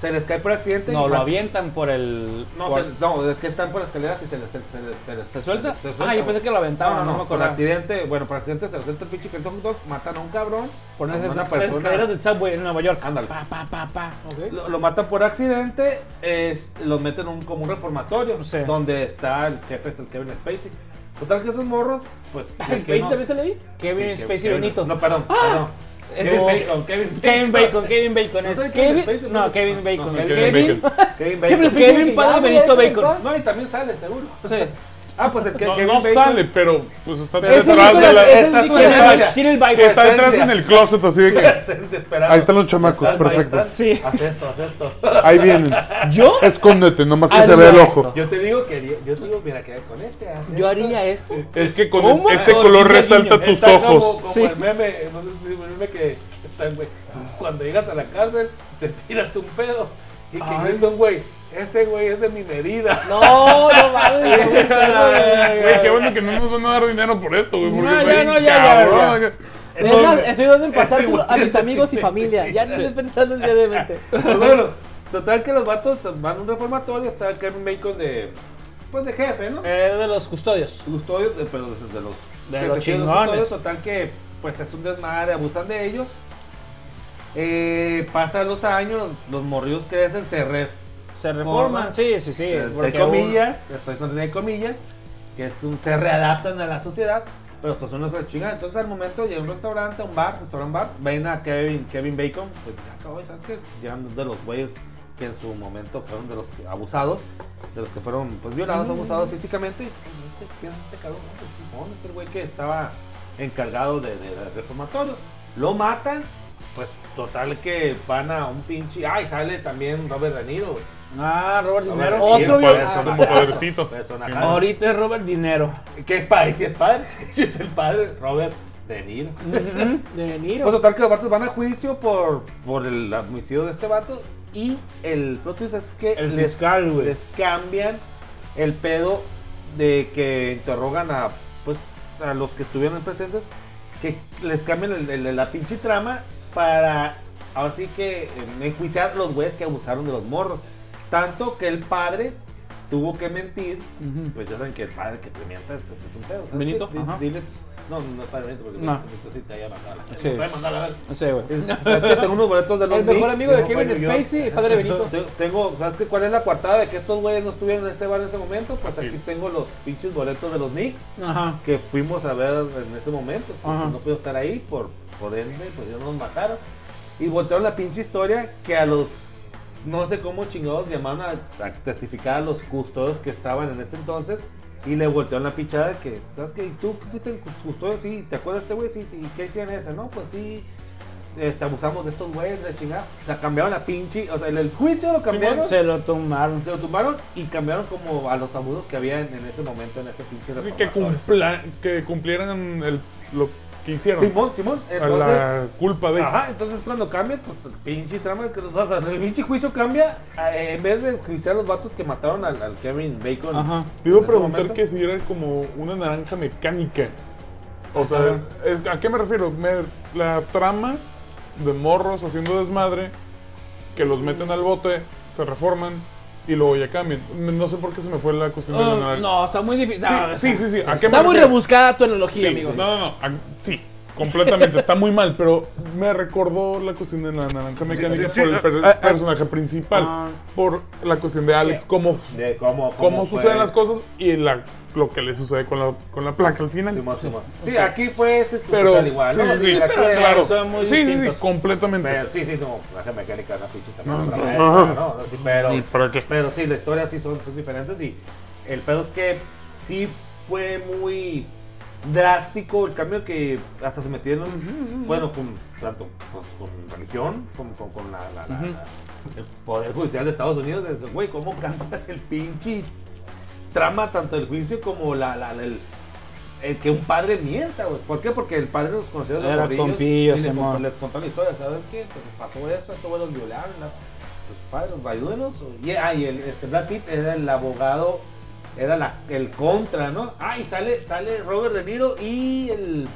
Speaker 1: se les cae por accidente.
Speaker 6: No,
Speaker 1: y
Speaker 6: lo
Speaker 1: ma-
Speaker 6: avientan por el.
Speaker 1: Ah. No,
Speaker 6: por-
Speaker 1: se- no, es que están por las escaleras y se les. Se, les- se les- se les-
Speaker 6: ¿Se suelta?
Speaker 1: se les
Speaker 6: Ah, yo pensé que lo aventaban, no, me
Speaker 1: por
Speaker 6: acordaba.
Speaker 1: accidente, bueno, por accidente se les suelta el pinche carrito de hot dogs, matan a un cabrón,
Speaker 6: Por
Speaker 1: a
Speaker 6: esas
Speaker 1: una
Speaker 6: esas escaleras del subway en Nueva York.
Speaker 1: Ándale.
Speaker 6: Pa, pa, pa, pa.
Speaker 3: Ok.
Speaker 1: Lo, lo matan por accidente, es, los meten en un, como un reformatorio,
Speaker 6: Sí.
Speaker 1: donde está el jefe, es el Kevin Spacey. Total que esos morros, pues...
Speaker 3: ¿El
Speaker 1: que
Speaker 3: Pace
Speaker 1: no-
Speaker 3: también se leí?
Speaker 6: Kevin
Speaker 1: sí,
Speaker 6: Spacey
Speaker 1: Kevin-
Speaker 6: bonito. Ah,
Speaker 1: No, perdón, perdón.
Speaker 6: Ese
Speaker 1: Kevin
Speaker 6: es-
Speaker 1: Bacon, Kevin Bacon.
Speaker 6: Kevin Bacon, Kevin Bacon.
Speaker 1: ¿No
Speaker 6: Es
Speaker 1: soy Kevin Bacon?
Speaker 6: Kevin. No, Kevin Bacon.
Speaker 1: No,
Speaker 6: el
Speaker 4: Kevin
Speaker 6: Kevin.
Speaker 4: Bacon.
Speaker 1: Kevin Bacon.
Speaker 6: Kevin, Kevin Padre Benito Bacon.
Speaker 1: No, y también sale, seguro.
Speaker 6: Sí.
Speaker 1: Ah, pues el que
Speaker 4: No,
Speaker 1: Kevin
Speaker 4: no
Speaker 1: Bacon-
Speaker 4: sale, pero pues está
Speaker 3: Pero es el
Speaker 4: detrás de
Speaker 3: Nicolas-
Speaker 4: la.
Speaker 3: es el
Speaker 4: está-
Speaker 3: Nicolas-
Speaker 6: Tiene el
Speaker 1: Mira,
Speaker 6: baile, Tiene el
Speaker 4: Sí,
Speaker 6: baile.
Speaker 4: está detrás en el closet, así de que.
Speaker 1: Desesperado.
Speaker 2: Ahí están los chamacos,
Speaker 1: Está el
Speaker 2: perfectos.
Speaker 1: maestral.
Speaker 6: Sí.
Speaker 1: Haz esto, haz esto.
Speaker 2: Ahí vienen.
Speaker 6: ¿Yo?
Speaker 2: Escóndete, nomás que se
Speaker 6: Haría
Speaker 2: vea el
Speaker 6: esto.
Speaker 2: ojo.
Speaker 1: Yo te digo que, yo te digo, mira, que con este haz
Speaker 6: ¿Yo
Speaker 1: esto.
Speaker 6: haría esto?
Speaker 4: Es que con
Speaker 6: ¿Cómo?
Speaker 4: este
Speaker 6: Ah,
Speaker 4: color
Speaker 6: guiño,
Speaker 4: resalta
Speaker 6: guiño.
Speaker 4: tus
Speaker 1: Está como- Como,
Speaker 4: ojos.
Speaker 6: Sí.
Speaker 1: el meme, no sé si el meme que está, güey, cuando llegas a la cárcel te tiras un pedo y que grita un güey, ese güey es de mi medida.
Speaker 3: No, no mames.
Speaker 4: Güey, qué bueno que no nos van a dar dinero por esto, güey. porque
Speaker 6: No,
Speaker 4: está
Speaker 6: ya,
Speaker 4: bien
Speaker 6: no, ya, ya,
Speaker 4: cabrón,
Speaker 6: ya.
Speaker 4: acá.
Speaker 3: Es más, estoy dando en
Speaker 1: Ese
Speaker 3: pasárselo
Speaker 1: güey.
Speaker 3: a mis amigos y familia. Ya no estoy pensando seriamente.
Speaker 1: Pues bueno, Total que los vatos van a un reformatorio, está el Kevin Bacon de. Pues de jefe, ¿no?
Speaker 6: eh, Es de los custodios.
Speaker 1: Custodios, eh, pero de, de los.
Speaker 6: De
Speaker 1: jefes,
Speaker 6: los
Speaker 1: sí,
Speaker 6: chingones.
Speaker 1: custodios, total que pues es un desmadre, abusan de ellos. Eh, pasan los años, los morrillos crecen, se re.
Speaker 6: Se reforman,
Speaker 1: Forman.
Speaker 6: sí, sí, sí.
Speaker 1: entre
Speaker 6: porque
Speaker 1: comillas, estoy con entre comillas, que es un, se readaptan a la sociedad, pero estos son los de chingada. Entonces al momento llega un restaurante, un bar, restaurant bar, ven a Kevin, Kevin Bacon, pues ya acabó, ¿sabes qué? Llegan de los güeyes que en su momento fueron de los que- abusados, de los que fueron pues violados, abusados físicamente, y dicen, "Pues, este, ¿quién es este cabrón? No, pues, Simón, es el güey que estaba encargado de, de, de reformatorio. Lo matan, pues total que van a un pinche, ay, sale también Robert De Niro, güey.
Speaker 6: un- Ah, Robert Dinero.
Speaker 3: Otro
Speaker 4: Bien,
Speaker 3: violador.
Speaker 4: padre, son un
Speaker 1: Personajazo,
Speaker 4: podercito.
Speaker 1: personajazo.
Speaker 4: Sí, man.
Speaker 6: Ahorita es Robert Dinero.
Speaker 1: Que es padre, si es padre. Si es el padre, Robert De Niro.
Speaker 3: De
Speaker 1: Pues
Speaker 3: Niro.
Speaker 1: total que los vatos van a juicio por, por el homicidio de este vato. Y el plot twist es que
Speaker 6: El
Speaker 1: les,
Speaker 6: fiscal, güey.
Speaker 1: les cambian el pedo de que interrogan a pues a los que estuvieron presentes. Que les cambian el- el- la pinche trama para ahora sí que eh, enjuiciar los güeyes que abusaron de los morros. Tanto que el padre tuvo que mentir
Speaker 6: Ujú.
Speaker 1: pues ya saben que el padre que te mienta es, es- es un pedo. ¿sabes
Speaker 6: Benito,
Speaker 1: qué? Di-
Speaker 6: ajá.
Speaker 1: Dile. No, no es padre Benito porque
Speaker 6: No.
Speaker 1: Benito sí te haya mandado a la
Speaker 6: Sí.
Speaker 1: Te voy a mandar a la verga.
Speaker 6: Sí, güey.
Speaker 1: Es- ¿sabes qué? Tengo unos boletos de los
Speaker 3: El mejor
Speaker 1: Knicks,
Speaker 3: amigo de
Speaker 1: tengo
Speaker 3: Kevin
Speaker 1: Kyrie Irving.
Speaker 3: Spacey, el padre de Benito.
Speaker 1: Te- Tengo, ¿sabes qué? cuál es la cuartada de que estos güeyes no estuvieron en ese bar en ese momento? Pues
Speaker 4: Así.
Speaker 1: aquí tengo los pinches boletos de los Knicks
Speaker 6: Ajá.
Speaker 1: que fuimos a ver en ese momento.
Speaker 6: Ajá.
Speaker 1: Pues, no pude estar ahí, por, por ende, pues ya nos mataron. Y voltearon la pinche historia que a los, no sé cómo chingados, llamaron a, a testificar a los custodios que estaban en ese entonces. Y le voltearon la pichada que, ¿sabes qué? ¿Y tú que fuiste el cus- custodio? Sí, ¿te acuerdas de este güey? Sí, ¿y qué hicieron ese? No, pues sí, este, abusamos de estos güeyes, la chingada. O sea, cambiaron la pinche, o sea, el, el juicio lo cambiaron.
Speaker 6: Se lo tomaron.
Speaker 1: se lo tumbaron y cambiaron como a los abusos que había en, en ese momento en ese pinche
Speaker 4: Sí, Que,
Speaker 1: reformatorio.
Speaker 4: cumpla- que cumplieran el- lo que hicieron.
Speaker 1: Simón, Simón,
Speaker 4: a
Speaker 1: entonces.
Speaker 4: la culpa de.
Speaker 1: Ajá, entonces cuando cambia, pues el pinche trama, que- o sea, el pinche juicio cambia, eh, en vez de juiciar a los vatos que mataron al, al Kevin Bacon.
Speaker 6: Ajá.
Speaker 4: Te iba
Speaker 1: en ese
Speaker 4: a preguntar
Speaker 1: momento.
Speaker 4: que si era como una naranja mecánica. O sea,
Speaker 1: Ajá.
Speaker 4: es- ¿a qué me refiero? Me- la trama de morros haciendo desmadre, que los meten al bote, se reforman y luego ya cambian. No sé por qué se me fue la cuestión de la
Speaker 6: Oh,
Speaker 4: naranja.
Speaker 6: no, está muy difícil. Ah, No,
Speaker 4: Ah, Sí, sí, sí, sí. ¿A qué me
Speaker 3: Está muy
Speaker 4: refiero?
Speaker 3: rebuscada tu
Speaker 4: Sí,
Speaker 3: analogía, amigo.
Speaker 4: No, no, no. Ah, Sí, completamente. está muy mal, pero me recordó la cuestión de la naranja mecánica por el per- personaje principal.
Speaker 6: Ah.
Speaker 4: por la cuestión de Alex,
Speaker 6: ¿Qué?
Speaker 4: cómo,
Speaker 1: De cómo,
Speaker 4: cómo
Speaker 1: fue-
Speaker 4: suceden las cosas y la, lo que le sucede con la, con la placa al final.
Speaker 1: Simón, Simón. Sí, aquí fue circunstancial
Speaker 4: Pero,
Speaker 1: igual.
Speaker 4: sí,
Speaker 1: ¿no?
Speaker 4: sí, sí,
Speaker 1: Aquí
Speaker 6: pero
Speaker 1: era-
Speaker 4: claro.
Speaker 6: son muy
Speaker 4: sí, sí, sí,
Speaker 6: distintos.
Speaker 4: completamente.
Speaker 1: Pero sí, sí, no, la mecánica, la pinche también.
Speaker 4: No,
Speaker 1: otra
Speaker 4: no,
Speaker 1: vez,
Speaker 4: ajá.
Speaker 1: ¿no? O sea, sí, pero,
Speaker 4: ¿Y para qué?
Speaker 1: pero sí, la historia sí son, son diferentes y el pedo es que sí fue muy drástico el cambio que hasta se metieron, bueno, con, tanto pues, con religión, como con, con la, la- la- la- el Poder Judicial de Estados Unidos, de que, güey, ¿cómo cambias el pinche trama tanto el juicio como la, la- la- el, el que un padre mienta, güey? ¿Por qué? Porque el padre los conoció de los
Speaker 6: Era
Speaker 1: morrillos
Speaker 6: compillo,
Speaker 1: y les,
Speaker 6: Simón.
Speaker 1: contó- les contó la historia, ¿sabes qué? Pues pasó esto, estos güeyes los violaron, la- los padres, los ayúdenos. Y, ah, y el, este Brad Pitt era el abogado, era la, el contra, ¿no? Ah, y sale, sale Robert De Niro y el...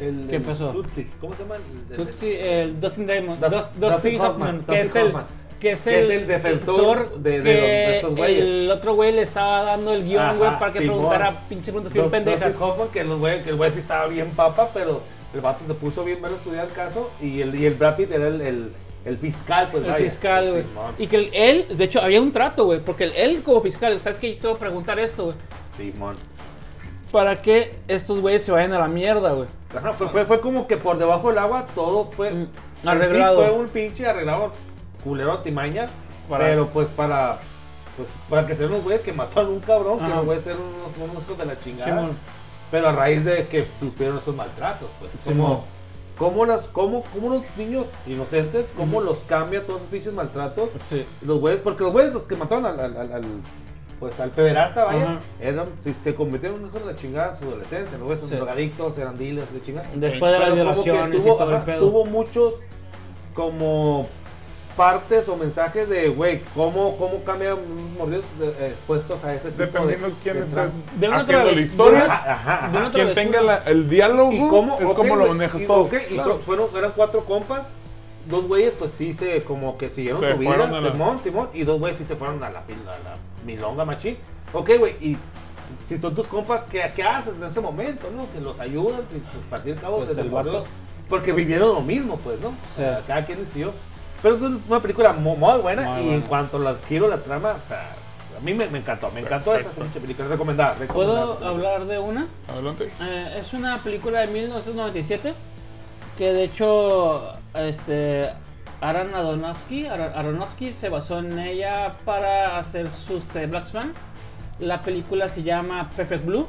Speaker 1: el
Speaker 6: ¿Qué
Speaker 1: el
Speaker 6: pasó?
Speaker 1: Tutsi, ¿cómo se llama? El- el-
Speaker 6: Tutsi, el Dustin Diamond,
Speaker 1: Dust-
Speaker 6: Dust-
Speaker 1: Dustin
Speaker 6: Dustin
Speaker 1: Hoffman,
Speaker 6: Hoffman,
Speaker 1: Dustin
Speaker 6: que es el
Speaker 1: Hoffman,
Speaker 6: que es
Speaker 1: que es
Speaker 6: el,
Speaker 1: el defensor
Speaker 6: defensor
Speaker 1: de- de
Speaker 6: que
Speaker 1: los- de estos güeyes.
Speaker 6: el otro güey le estaba dando el guión,
Speaker 1: Ajá,
Speaker 6: güey, para que
Speaker 1: Simón.
Speaker 6: preguntara pinches preguntas bien
Speaker 1: Dos-
Speaker 6: pendejas.
Speaker 1: Dustin Hoffman, que, los güey- que el güey sí estaba bien papa, pero el vato se puso bien mal a estudiar el caso y el, y el Brad Pitt era el, el- el fiscal, pues
Speaker 6: El
Speaker 1: vaya.
Speaker 6: fiscal, güey.
Speaker 1: Simón.
Speaker 6: Y que el- él, de hecho, había un trato, güey, porque el- él como fiscal, ¿sabes qué? Yo te voy a preguntar esto, güey.
Speaker 1: Simón.
Speaker 6: ¿Para qué estos güeyes se vayan a la mierda, güey?
Speaker 1: Ajá, fue, fue, fue como que por debajo del agua todo fue
Speaker 6: Mm,
Speaker 1: en sí
Speaker 6: arreglado.
Speaker 1: fue un pinche arreglado culero timaña,
Speaker 6: Para-
Speaker 1: pero pues para pues para que sean unos güeyes que mataron a un cabrón, que
Speaker 6: Ajá.
Speaker 1: los güeyes eran unos, unos hijos de la chingada.
Speaker 6: Simón.
Speaker 1: Pero a raíz de que sufrieron esos maltratos, pues.
Speaker 6: Simón.
Speaker 1: Como, como, las, como, como los niños inocentes, cómo los cambia todos esos pinches maltratos.
Speaker 6: Sí.
Speaker 1: Los güeyes, porque los güeyes los que mataron al, al, al- al- pues al pederasta, vaya,
Speaker 6: Ajá.
Speaker 1: eran, si se convirtieron en hijos de la chingada en su adolescencia, los güeyes son
Speaker 6: Sí.
Speaker 1: drogadictos, eran dealers de chingada.
Speaker 6: Después
Speaker 1: Pero
Speaker 6: de las
Speaker 1: como que
Speaker 6: violaciones
Speaker 1: tuvo,
Speaker 6: y todo el
Speaker 1: ajá,
Speaker 6: pedo.
Speaker 1: tuvo muchos como partes o mensajes de, güey, cómo, cómo cambian unos mordidos eh, expuestos a ese tipo
Speaker 4: Dependiendo
Speaker 1: de,
Speaker 4: de quién
Speaker 1: de
Speaker 4: esté
Speaker 1: trama.
Speaker 6: De una
Speaker 4: haciendo la
Speaker 6: travesura.
Speaker 4: historia,
Speaker 1: Ajá, ajá, ajá.
Speaker 6: De
Speaker 4: quien
Speaker 6: una travesura.
Speaker 4: tenga la- el diálogo,
Speaker 1: ¿Y cómo,
Speaker 4: es
Speaker 1: ok,
Speaker 4: como lo
Speaker 1: güey,
Speaker 4: manejas
Speaker 1: y-
Speaker 4: todo.
Speaker 1: ok, y
Speaker 4: Claro.
Speaker 1: so- fueron, eran cuatro compas dos güeyes pues sí se como que siguieron
Speaker 4: Se
Speaker 1: su
Speaker 4: fueron
Speaker 1: vida,
Speaker 4: a la-
Speaker 1: Simón, Simón, y dos güeyes sí se fueron a la, pil- a la milonga machín. Ok, güey, y si son tus compas, ¿qué, qué haces en ese momento, no? Que los ayudas, que pues, para ti al cabo,
Speaker 6: Pues,
Speaker 1: desde
Speaker 6: el
Speaker 1: el
Speaker 6: vato.
Speaker 1: barrio, porque vivieron lo mismo, pues, ¿no? O sea,
Speaker 6: Sí.
Speaker 1: cada quien decidió. Pero es una película mu- muy, buena
Speaker 6: Muy
Speaker 1: y en
Speaker 6: buena.
Speaker 1: cuanto la quiero la trama, o sea, a mí me, me encantó, me encantó esa pinche película, recomendada. recomendada.
Speaker 6: ¿Puedo hablar de una?
Speaker 4: Adelante.
Speaker 6: Eh, es una película de 1997 que de hecho este Aaron Aronofsky, Aaron- Aronofsky se basó en ella para hacer sus este, Black Swan. La película se llama Perfect Blue.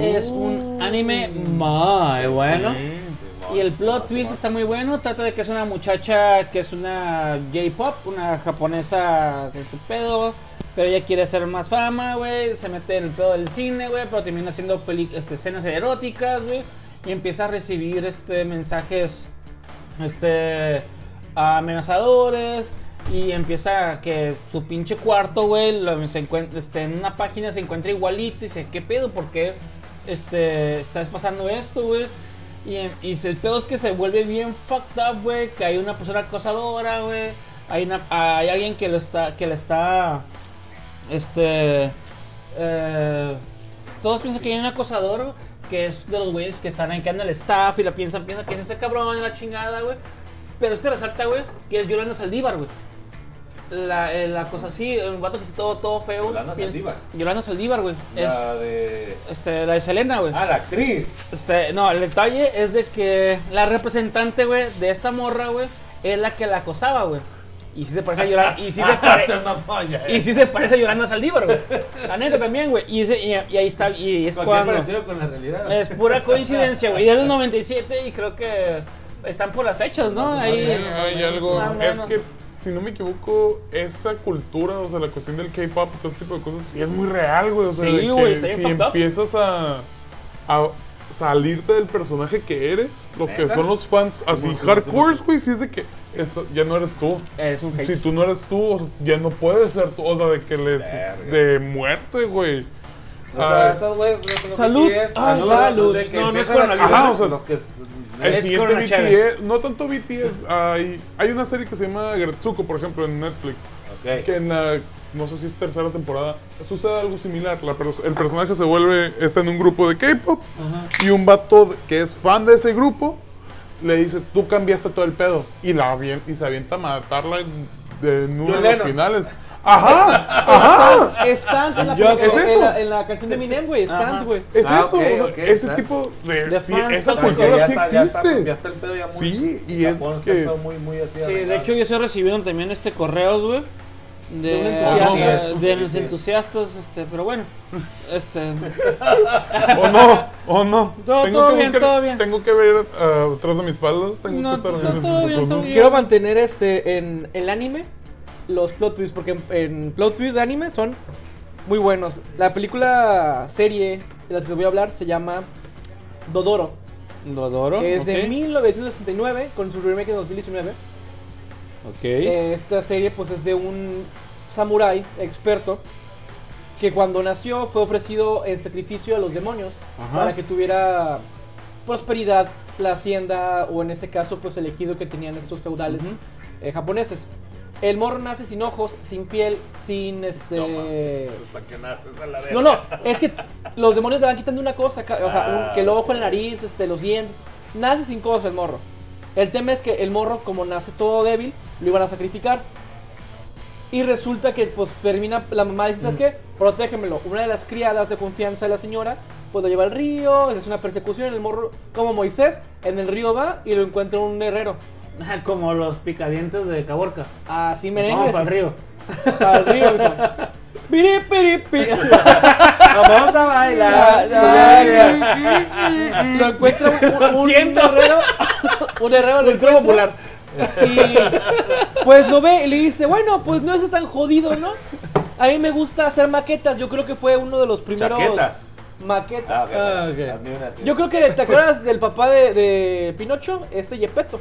Speaker 6: Es un anime muy bueno. Y el plot twist está muy bueno. Trata de que es una muchacha que es una J-pop, una japonesa de su pedo. Pero ella quiere hacer más fama, güey. Se mete en el pedo del cine, güey. Pero termina haciendo peli- este, escenas eróticas, güey. Y empieza a recibir este, mensajes este, amenazadores. Y empieza que su pinche cuarto, güey, lo- se encuentra, este, en una página se encuentra igualito. Y dice, ¿qué pedo? ¿Por qué este, estás pasando esto, güey? Y, en- y se- el pedo es que se vuelve bien fucked up, güey. Que hay una persona acosadora, güey. Hay, una- hay alguien que lo está, que le está, este, eh, todos piensan que hay un acosador que es de los güeyes que están ahí que andan el staff y la piensan, piensan que es ese cabrón y la chingada, güey. Pero este resalta, güey, que es Yolanda Saldívar, güey. La, eh, la cosa así, un vato que está todo, todo feo.
Speaker 1: Yolanda Saldívar.
Speaker 6: Yolanda Saldívar, güey. Es
Speaker 1: La de...
Speaker 6: este, la de Selena, güey.
Speaker 1: Ah, la actriz.
Speaker 6: Este, no, el detalle es de que la representante, güey, de esta morra, güey, es la que la acosaba, güey. Y sí se parece a Yolanda. Y sí se parece. Y sí se parece a Yolanda Saldívar, güey. La neta también, güey. Y, se- y- y ahí está. Y es cuando.
Speaker 1: con la realidad?
Speaker 6: Es pura coincidencia, güey. Y es del 97 y creo que están por las fechas, ¿no? Ahí.
Speaker 4: Hay, hay algo.
Speaker 6: Más o
Speaker 4: Es
Speaker 6: menos.
Speaker 4: que, si no me equivoco, esa cultura, o sea, la cuestión del K-pop y todo ese tipo de cosas, sí es muy real, güey. O sea,
Speaker 6: Sí,
Speaker 4: de que
Speaker 6: güey, está bien
Speaker 4: si
Speaker 6: fucked up.
Speaker 4: empiezas a, a salirte del personaje que eres, lo que
Speaker 1: ¿Neta?
Speaker 4: son los fans así
Speaker 1: Sí, sí,
Speaker 4: hardcore,
Speaker 1: sí.
Speaker 4: güey, si es de que esto ya no eres tú.
Speaker 6: Es un hate.
Speaker 4: Si tú no eres tú, o sea, ya no puedes ser tú, o sea, de que les.
Speaker 1: Verga.
Speaker 4: de muerte, güey.
Speaker 1: O sea,
Speaker 4: Ah,
Speaker 1: esos güeyes, no sé lo que
Speaker 6: Salud.
Speaker 1: es,
Speaker 6: Ah, salud.
Speaker 1: de que
Speaker 6: No, no es
Speaker 1: empiezan a-
Speaker 6: coronavirus.
Speaker 1: Ajá, o sea,
Speaker 4: Es
Speaker 1: los que-
Speaker 4: El
Speaker 6: Es
Speaker 4: siguiente
Speaker 6: Corona
Speaker 4: BTS,
Speaker 6: Channel.
Speaker 4: no tanto BTS, hay, hay una serie que se llama Gretsuko, por ejemplo, en Netflix,
Speaker 1: Ok.
Speaker 4: que en la, no sé si es tercera temporada, sucede algo similar. La pers- el personaje se vuelve, está en un grupo de K-pop y un vato de- que es fan de ese grupo le dice, tú cambiaste todo el pedo. Y, la avien- y se avienta a matarla en, en
Speaker 1: John
Speaker 4: uno de los
Speaker 1: Lennon.
Speaker 4: finales. Ajá, ajá.
Speaker 3: Stand en la,
Speaker 4: Yo-
Speaker 3: película-
Speaker 4: ¿es eso?
Speaker 3: en la, en la canción de Eminem, güey. Stand, güey.
Speaker 4: Es
Speaker 1: Ah,
Speaker 4: eso,
Speaker 1: ok,
Speaker 4: o sea,
Speaker 1: ok,
Speaker 4: ese
Speaker 1: está.
Speaker 4: tipo de...
Speaker 6: De
Speaker 4: sí,
Speaker 6: fans
Speaker 4: esa
Speaker 6: tóxicos.
Speaker 4: cultura
Speaker 1: Ya
Speaker 4: sí
Speaker 1: está- ya está-
Speaker 4: existe.
Speaker 1: ya está el pedo ya muy-
Speaker 4: Sí, y es
Speaker 1: Japón está el
Speaker 4: que...
Speaker 1: pedo muy, muy así
Speaker 6: Sí, de
Speaker 1: arreglado.
Speaker 6: hecho yo estoy recibiendo también este correos, güey. De,
Speaker 3: un entusiasta. Ah,
Speaker 6: de- de los entusiastas, este, pero bueno. Este,
Speaker 4: O no, o no.
Speaker 6: Todo- todo
Speaker 4: que
Speaker 6: bien, todo bien.
Speaker 4: Tengo que ver ah, atrás de mis palos, tengo
Speaker 6: No,
Speaker 4: que estar
Speaker 6: todo-
Speaker 4: viendo
Speaker 6: todo
Speaker 4: esas
Speaker 6: bien, todo
Speaker 4: cosas.
Speaker 6: bien.
Speaker 3: Quiero mantener este en el anime los plot twists, porque en, en plot twists de anime son muy buenos. La película serie de la que voy a hablar se llama Dodoro.
Speaker 6: lo adoro.
Speaker 3: que es
Speaker 6: ok,
Speaker 3: de 1969 con su remake en 2019.
Speaker 6: ok.
Speaker 3: Eh, Esta serie pues es de un samurái experto que cuando nació fue ofrecido en sacrificio a los demonios
Speaker 6: Ajá.
Speaker 3: para que tuviera prosperidad la hacienda o en este caso pues el ejido que tenían estos feudales
Speaker 6: Ujú.
Speaker 3: eh, japoneses. El morro nace sin ojos, sin piel, sin
Speaker 1: No,
Speaker 3: este...
Speaker 4: Pues,
Speaker 1: ¿Para qué naces a la verga?
Speaker 3: No, no, es que los demonios le van quitando una cosa, ca- o sea,
Speaker 1: Ah,
Speaker 3: un- que el ojo,
Speaker 1: ok.
Speaker 3: la nariz, este, los dientes. Nace sin cosas el morro. El tema es que el morro, como nace todo débil, lo iban a sacrificar. Y resulta que, pues, termina, la mamá dice,
Speaker 6: Mm.
Speaker 3: ¿sabes qué? Protégemelo. Una de las criadas de confianza de la señora, pues, lo lleva al río, es una persecución, el morro, como Moisés, en el río va y lo encuentra un herrero.
Speaker 6: Como los picadientes de Caborca.
Speaker 3: Así merengues.
Speaker 6: Vamos para el río.
Speaker 3: Para el río. hijo. Piri, piri, pi.
Speaker 1: Vamos a
Speaker 3: Ah,
Speaker 1: bailar.
Speaker 3: ah, Lo encuentra un, un,
Speaker 6: Lo siento.
Speaker 3: un herrero. Un herrero lo encuentra
Speaker 6: popular.
Speaker 3: Y pues lo ve y le dice, bueno, pues no es tan jodido, ¿no? A mí me gusta hacer maquetas. Yo creo que fue uno de los primeros
Speaker 1: Chaqueta.
Speaker 3: maquetas.
Speaker 1: Ah, ok.
Speaker 6: Ah, ok.
Speaker 1: Hazme una, tío.
Speaker 3: Yo creo que te acuerdas del papá de, de Pinocho, este Yepeto.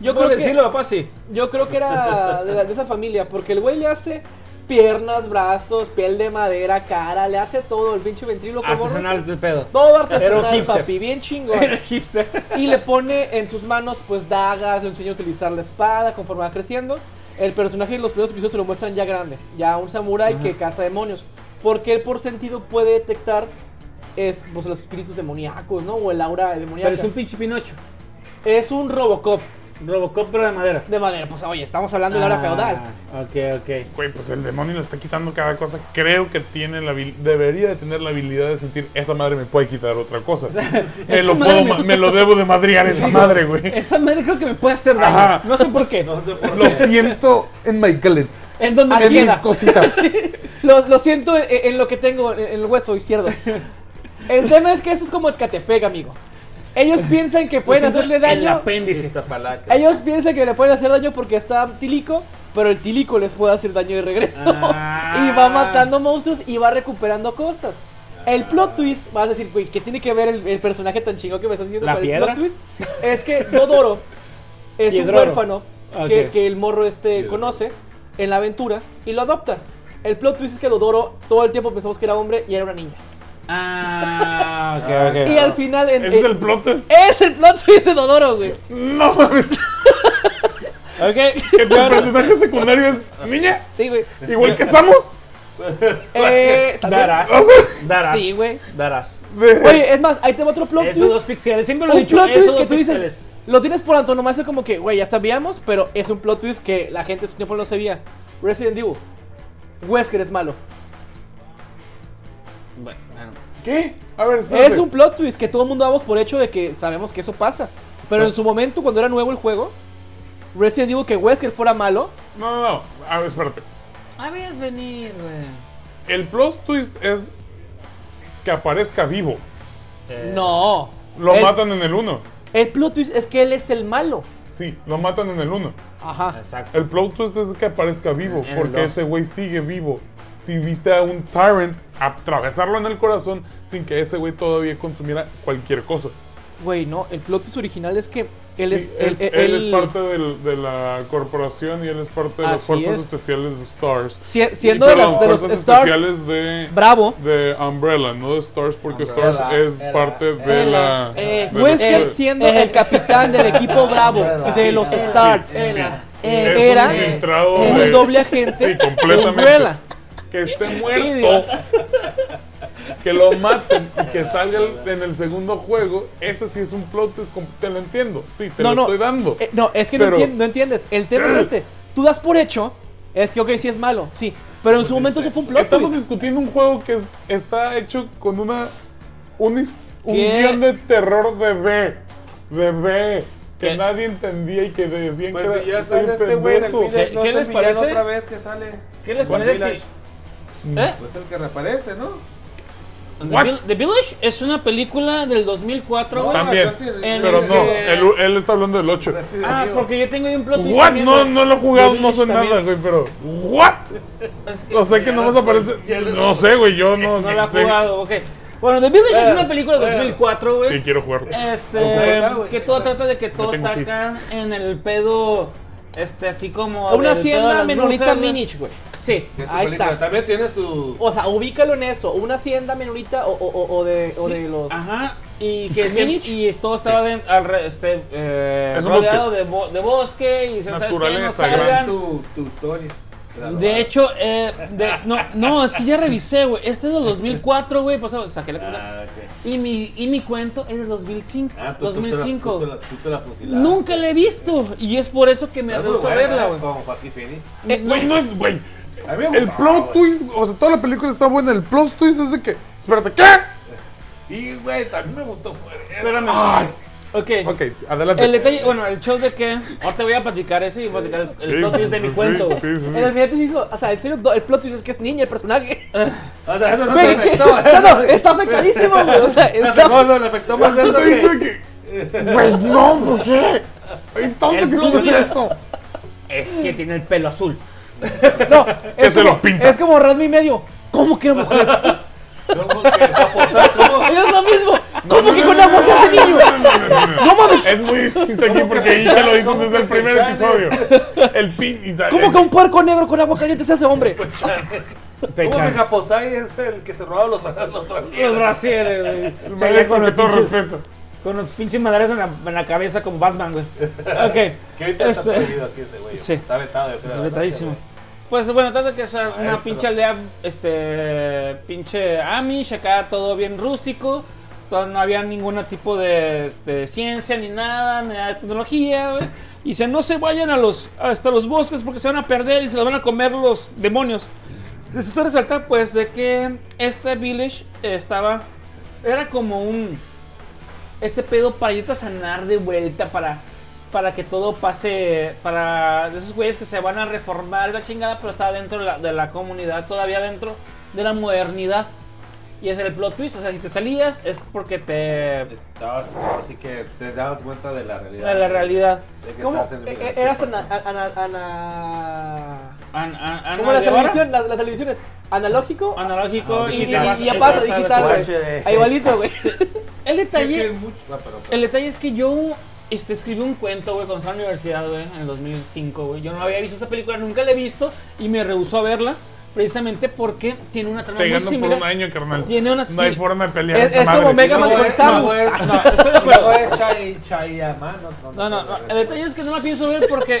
Speaker 3: Yo
Speaker 6: Yo creo
Speaker 3: creo
Speaker 6: decirlo,
Speaker 3: que
Speaker 6: papá, sí.
Speaker 3: yo creo que era de, la- de esa familia porque el güey le hace piernas, brazos, piel de madera, cara, le hace todo el pinche ventríloco.
Speaker 6: Artesanal
Speaker 3: borroso.
Speaker 6: del pedo.
Speaker 3: Todo
Speaker 6: Era un
Speaker 3: artesanal,
Speaker 6: hipster.
Speaker 3: papi, bien chingón.
Speaker 6: Era hipster.
Speaker 3: Y le pone en sus manos, pues, dagas, le enseña a utilizar la espada conforme va creciendo. El personaje en los primeros episodios se lo muestran ya grande, ya un samurái que caza demonios. Porque él por sentido puede detectar es, pues, los espíritus demoníacos, ¿no? O el aura demoníaca.
Speaker 6: Pero es un pinche Pinocho.
Speaker 3: es un Robocop
Speaker 6: Robocop, pero de madera.
Speaker 3: de madera. Pues, oye, estamos hablando de la hora feudal.
Speaker 6: Ah, Ok, ok.
Speaker 4: Güey, pues el demonio le está quitando cada cosa. Creo que tiene la habil- debería de tener la habilidad de sentir, esa madre me puede quitar otra cosa. me,
Speaker 6: esa
Speaker 4: lo
Speaker 6: madre
Speaker 4: puedo
Speaker 6: me-
Speaker 4: ma- me lo debo de madrear esa
Speaker 6: Sí.
Speaker 4: madre, güey.
Speaker 6: Esa madre creo que me puede hacer daño.
Speaker 4: Ajá.
Speaker 6: No sé por qué.
Speaker 1: No sé por
Speaker 2: Lo
Speaker 1: qué.
Speaker 2: siento en my gullets.
Speaker 6: En donde me
Speaker 2: En mis
Speaker 6: quiera.
Speaker 2: cositas.
Speaker 3: Lo, lo siento en, en lo que tengo, en, en el hueso izquierdo. El tema es que eso es como Ecatepec, amigo. Ellos piensan que pueden
Speaker 6: Lo siento
Speaker 3: hacerle
Speaker 6: en Pues El
Speaker 3: daño.
Speaker 6: apéndice.
Speaker 1: Iztapalaca.
Speaker 3: Ellos piensan que le pueden hacer daño porque está tílico, pero el tílico les puede hacer daño de regreso.
Speaker 6: Ah. Ah.
Speaker 3: Y va matando monstruos y va recuperando cosas. El plot twist, vas a decir, güey, ¿qué tiene que ver el, el personaje tan chingón que me estás diciendo
Speaker 6: ¿La
Speaker 3: con
Speaker 6: piedra?
Speaker 3: el plot twist? Es que Dodoro es un
Speaker 6: Piedroro.
Speaker 3: huérfano
Speaker 6: Ah, Ok.
Speaker 3: que, que el morro este conoce en la aventura y lo adopta. El plot twist es que Dodoro todo el tiempo pensamos que era hombre y era una niña.
Speaker 6: Ah, ok, ok.
Speaker 3: Y al final... en-
Speaker 4: Ese es
Speaker 3: en-
Speaker 4: el plot twist.
Speaker 3: es el plot twist de Dodoro, güey.
Speaker 4: No mames.
Speaker 6: Ok.
Speaker 4: Que tu personaje secundario es niña.
Speaker 3: Sí, güey.
Speaker 4: Igual que Samus.
Speaker 3: Eh, también-
Speaker 6: Darás. Darás.
Speaker 3: Sí, güey.
Speaker 6: Darás.
Speaker 3: Oye, es más, ahí te va otro plot
Speaker 6: Esos
Speaker 3: twist.
Speaker 6: dos pixeles. Siempre lo he
Speaker 3: Un
Speaker 6: dicho.
Speaker 3: plot twist
Speaker 6: Esos
Speaker 3: que
Speaker 6: dos
Speaker 3: tú
Speaker 6: pixeles.
Speaker 3: dices, lo tienes por antonomasia como que, güey, ya sabíamos, pero es un plot twist que la gente en su tiempo no sabía. Resident Evil. Wesker es malo.
Speaker 6: Bueno, bueno.
Speaker 4: ¿Qué? A ver, espérate.
Speaker 3: Es un plot twist que todo el mundo damos por hecho de que sabemos que eso pasa. Pero en su momento, cuando era nuevo el juego, Resident Evil que Wesker fuera malo,
Speaker 4: No, no, no. A ver, espérate.
Speaker 6: Habías venir, güey.
Speaker 4: El plot twist es que aparezca vivo.
Speaker 6: Eh,
Speaker 3: no.
Speaker 4: Lo
Speaker 3: el,
Speaker 4: matan en el 1.
Speaker 3: El plot twist es que él es el malo.
Speaker 4: Sí, lo matan en el 1.
Speaker 3: Ajá.
Speaker 6: Exacto.
Speaker 4: El plot twist es que aparezca vivo,
Speaker 6: En el
Speaker 4: porque
Speaker 6: dos.
Speaker 4: ese güey sigue vivo. Si viste a un Tyrant atravesarlo en el corazón sin que ese güey todavía consumiera cualquier cosa.
Speaker 3: Güey, no, el plot twist original es que él
Speaker 4: Sí,
Speaker 3: es... él-
Speaker 4: es-
Speaker 3: él-
Speaker 4: él es
Speaker 3: él-
Speaker 4: parte del- de la corporación y él es parte de las
Speaker 3: Así
Speaker 4: fuerzas
Speaker 3: es.
Speaker 4: especiales de Stars.
Speaker 3: si- siendo
Speaker 4: Y,
Speaker 3: de,
Speaker 4: perdón,
Speaker 3: las- de los
Speaker 4: fuerzas
Speaker 3: Stars,
Speaker 4: especiales de,
Speaker 3: bravo.
Speaker 4: de Umbrella, no de Stars, porque
Speaker 1: Umbrella,
Speaker 4: Stars es
Speaker 1: Ella,
Speaker 4: parte de la.
Speaker 6: eh,
Speaker 4: de los-
Speaker 3: Wesker
Speaker 6: Eh,
Speaker 3: siendo
Speaker 6: eh,
Speaker 3: el capitán del equipo Bravo
Speaker 1: Umbrella.
Speaker 3: de los
Speaker 1: Sí,
Speaker 3: Stars.
Speaker 4: sí, sí.
Speaker 3: Eh,
Speaker 4: Es
Speaker 3: era
Speaker 4: un infiltrado de-
Speaker 3: un doble agente
Speaker 4: Sí,
Speaker 3: de
Speaker 4: completamente.
Speaker 3: Umbrella.
Speaker 4: que esté muerto, que lo maten y que salga el- en el segundo juego, ese sí es un plot twist, com- te lo entiendo, sí, te
Speaker 3: No,
Speaker 4: lo
Speaker 3: no.
Speaker 4: estoy dando.
Speaker 3: Eh, no, es que no,
Speaker 4: Pero-
Speaker 3: entien- no entiendes. El tema es este. Tú das por hecho, es que ok, sí es malo, sí. Pero en su momento eso fue un plot
Speaker 4: Estamos
Speaker 3: twist.
Speaker 4: discutiendo un juego que es- está hecho con una un, his- un
Speaker 3: ¿Qué?
Speaker 4: guión de terror de B, de B, que
Speaker 6: ¿Qué?
Speaker 4: nadie entendía y que decían que
Speaker 1: Pues
Speaker 4: era-
Speaker 1: si ya
Speaker 4: soy un
Speaker 1: sale este güey en el
Speaker 4: pendejo.
Speaker 6: video.
Speaker 1: Village,
Speaker 6: ¿Qué-
Speaker 1: no
Speaker 6: qué
Speaker 1: es
Speaker 6: les
Speaker 1: el villano
Speaker 6: parece?
Speaker 1: otra vez que sale.
Speaker 6: ¿Qué les
Speaker 1: Con
Speaker 6: parece si.?
Speaker 1: Village.
Speaker 6: ¿Eh?
Speaker 1: Pues el que reaparece, ¿no?
Speaker 6: The,
Speaker 4: What?
Speaker 6: Vill- The Village es una película del 2004, güey.
Speaker 4: También,
Speaker 1: Ah, yo sí,
Speaker 6: en
Speaker 4: pero
Speaker 6: el
Speaker 4: no,
Speaker 6: que-
Speaker 4: él, él está hablando del 8.
Speaker 1: Resident
Speaker 6: Ah,
Speaker 1: Evil.
Speaker 6: porque yo tengo ahí un plot twist.
Speaker 4: What?
Speaker 6: también,
Speaker 4: No,
Speaker 6: güey.
Speaker 4: no lo he jugado, no sé
Speaker 6: Village
Speaker 4: nada,
Speaker 6: también.
Speaker 4: güey, pero what? O sea que nomás aparece, no sé, güey, yo no
Speaker 6: No la he
Speaker 4: sé.
Speaker 6: jugado, ok. Bueno, The Village es
Speaker 1: Bueno,
Speaker 6: una película de
Speaker 1: bueno.
Speaker 6: 2004,
Speaker 4: Sí,
Speaker 6: güey.
Speaker 4: quiero jugarlo.
Speaker 6: Este,
Speaker 1: está, güey.
Speaker 6: que todo trata de que todo
Speaker 4: tengo
Speaker 6: está
Speaker 4: aquí.
Speaker 6: acá en el pedo, este, así
Speaker 3: Una
Speaker 6: como... del pedo de
Speaker 3: hacienda
Speaker 6: las
Speaker 3: menonita
Speaker 6: brujas, güey.
Speaker 3: Minich, güey.
Speaker 6: Sí,
Speaker 1: Que tu
Speaker 3: Ahí
Speaker 1: película
Speaker 3: está.
Speaker 1: También tiene su.
Speaker 3: O sea, ubícalo en eso. Una hacienda menonita o, o- o- o de, o
Speaker 6: Sí,
Speaker 3: de los.
Speaker 6: Ajá, y que
Speaker 3: Minich.
Speaker 6: siempre- y todo estaba de- alre- este, eh,
Speaker 4: Es un
Speaker 6: rodeado de, bo- de bosque y se ¿sabes qué? No
Speaker 4: Naturaleza,
Speaker 1: Es
Speaker 6: salgan.
Speaker 1: tu, tu historia. Claro.
Speaker 6: De hecho, eh, de- no, no, es que ya revisé, güey. Este es del 2004, güey. Pues saqué la
Speaker 1: Ah, ok.
Speaker 6: Y mi, y mi cuento es del 2005.
Speaker 1: Ah, tú- tú te la-
Speaker 6: 2005.
Speaker 1: tú te la- tú te la fusilaste.
Speaker 6: Nunca la he visto y es por eso que me
Speaker 1: Está muy
Speaker 6: rehuso a
Speaker 1: buena,
Speaker 6: verla,
Speaker 1: ¿eh?
Speaker 6: güey.
Speaker 1: Como Joaquín Phoenix.
Speaker 4: Güey, no es, güey.
Speaker 1: A mí me
Speaker 4: El
Speaker 1: gustaba,
Speaker 4: plot
Speaker 1: güey.
Speaker 4: twist, o sea, toda la película está buena, el plot twist es de que, espérate, ¿qué?
Speaker 1: Y, güey, también me gustó. güey.
Speaker 6: Espérame. Ok.
Speaker 2: Ok, adelante.
Speaker 6: El detalle, bueno, el show de que ahora te voy a platicar eso y voy a platicar el, el plot twist de mi
Speaker 4: Sí,
Speaker 6: cuento. güey.
Speaker 4: Sí, sí, sí.
Speaker 3: En el final te hizo. O sea, en serio, do- el plot twist es que es niña el personaje.
Speaker 1: O sea, eso no
Speaker 3: Güey,
Speaker 1: le
Speaker 3: que-
Speaker 1: afectó.
Speaker 3: no, no, está afectadísimo, güey. O sea,
Speaker 1: Le
Speaker 3: está.
Speaker 1: afectó, no, le afectó más
Speaker 4: Yo
Speaker 1: eso
Speaker 4: te dije
Speaker 1: que.
Speaker 4: que- Güey, no, ¿por qué? Entonces,
Speaker 6: El
Speaker 4: ¿qué
Speaker 6: plot
Speaker 4: es
Speaker 6: twist.
Speaker 4: eso?
Speaker 6: Es que tiene el pelo azul.
Speaker 3: No,
Speaker 4: Que
Speaker 3: es
Speaker 4: se
Speaker 3: como,
Speaker 4: lo pinta.
Speaker 3: Es como Radmi y medio. ¿Cómo que era mujer?
Speaker 1: ¿Cómo que va a posar? ¿Cómo?
Speaker 3: Es lo mismo. ¿Cómo que con la voz de ese niño?
Speaker 4: ¡No mames! Es muy distinto aquí porque ya lo hizo desde el primer episodio. El pin y sale.
Speaker 3: ¿Cómo que un puerco negro con agua caliente se hace hombre?
Speaker 6: Pues,
Speaker 1: ¿Cómo que
Speaker 6: Pechan.
Speaker 1: Japosai es el que se robaba los bra- los
Speaker 6: Los
Speaker 1: brasileños?
Speaker 6: brasieres,
Speaker 4: El
Speaker 6: güey. Seguía
Speaker 4: maestro,
Speaker 6: con
Speaker 4: que
Speaker 6: los
Speaker 4: todo
Speaker 6: pinches,
Speaker 4: respeto.
Speaker 6: con los pinches madres en la, en la cabeza con Batman, güey. Ok.
Speaker 1: Que ahorita está
Speaker 6: Este-
Speaker 1: prohibido aquí ese güey.
Speaker 6: Sí.
Speaker 1: Está vetado, yo creo.
Speaker 6: Es
Speaker 1: ¿verdad?
Speaker 6: vetadísimo. Pues bueno, trata que es una
Speaker 1: Maestro.
Speaker 6: pinche aldea, este, pinche Amish, acá todo bien rústico, to- no había ningún tipo de este, ciencia ni nada, ni nada de tecnología, güey. Y dicen, no se vayan a los, hasta los bosques porque se van a perder y se los van a comer los demonios. Resulta resaltar, pues, de que este village estaba, era como un, este pedo para irte a sanar de vuelta, para, para que todo pase, para esos güeyes que se van a reformar la chingada, pero está dentro de la, de la comunidad, todavía dentro de la modernidad. Y es el plot twist, o sea, si te salías es porque te...
Speaker 1: Estabas, así que te dabas cuenta de la realidad.
Speaker 6: de la realidad. Eh,
Speaker 1: De que
Speaker 3: ¿Cómo?
Speaker 1: estabas en el-
Speaker 3: E- e- Eras ana, ana- ana-
Speaker 6: An- an-
Speaker 3: ¿Cómo las
Speaker 6: ¿de ahora?
Speaker 3: televisiones? Las, las televisiones. Analógico.
Speaker 6: Analógico
Speaker 1: Ah,
Speaker 6: y,
Speaker 3: Y, y-
Speaker 6: te vas-
Speaker 3: y
Speaker 6: y
Speaker 3: ya
Speaker 6: te
Speaker 3: pasa
Speaker 6: vas a
Speaker 3: digital,
Speaker 6: la-
Speaker 3: güey.
Speaker 1: Guache.
Speaker 3: Ah, Igualito, güey.
Speaker 6: El detalle...
Speaker 1: Es que mucho- Ah, perdón, perdón.
Speaker 6: El detalle es que yo este, escribí un cuento, güey, cuando estaba en la universidad, güey, en el 2005, güey. Yo no había visto esta película, nunca la he visto y me rehusó a verla precisamente porque tiene una trama
Speaker 4: Te
Speaker 6: muy
Speaker 4: gano por un
Speaker 6: similar.
Speaker 4: año, carnal.
Speaker 6: Tiene una-
Speaker 4: No hay
Speaker 6: sí.
Speaker 4: forma de pelear.
Speaker 3: Es-
Speaker 4: esa
Speaker 3: es como
Speaker 4: madre.
Speaker 3: Mega
Speaker 1: No
Speaker 3: Man
Speaker 1: es-
Speaker 3: con Samus.
Speaker 1: No es, no,
Speaker 6: estoy de acuerdo.
Speaker 1: no es Chai- Chayaman, No,
Speaker 6: No, no, no. El detalle es que no la pienso ver porque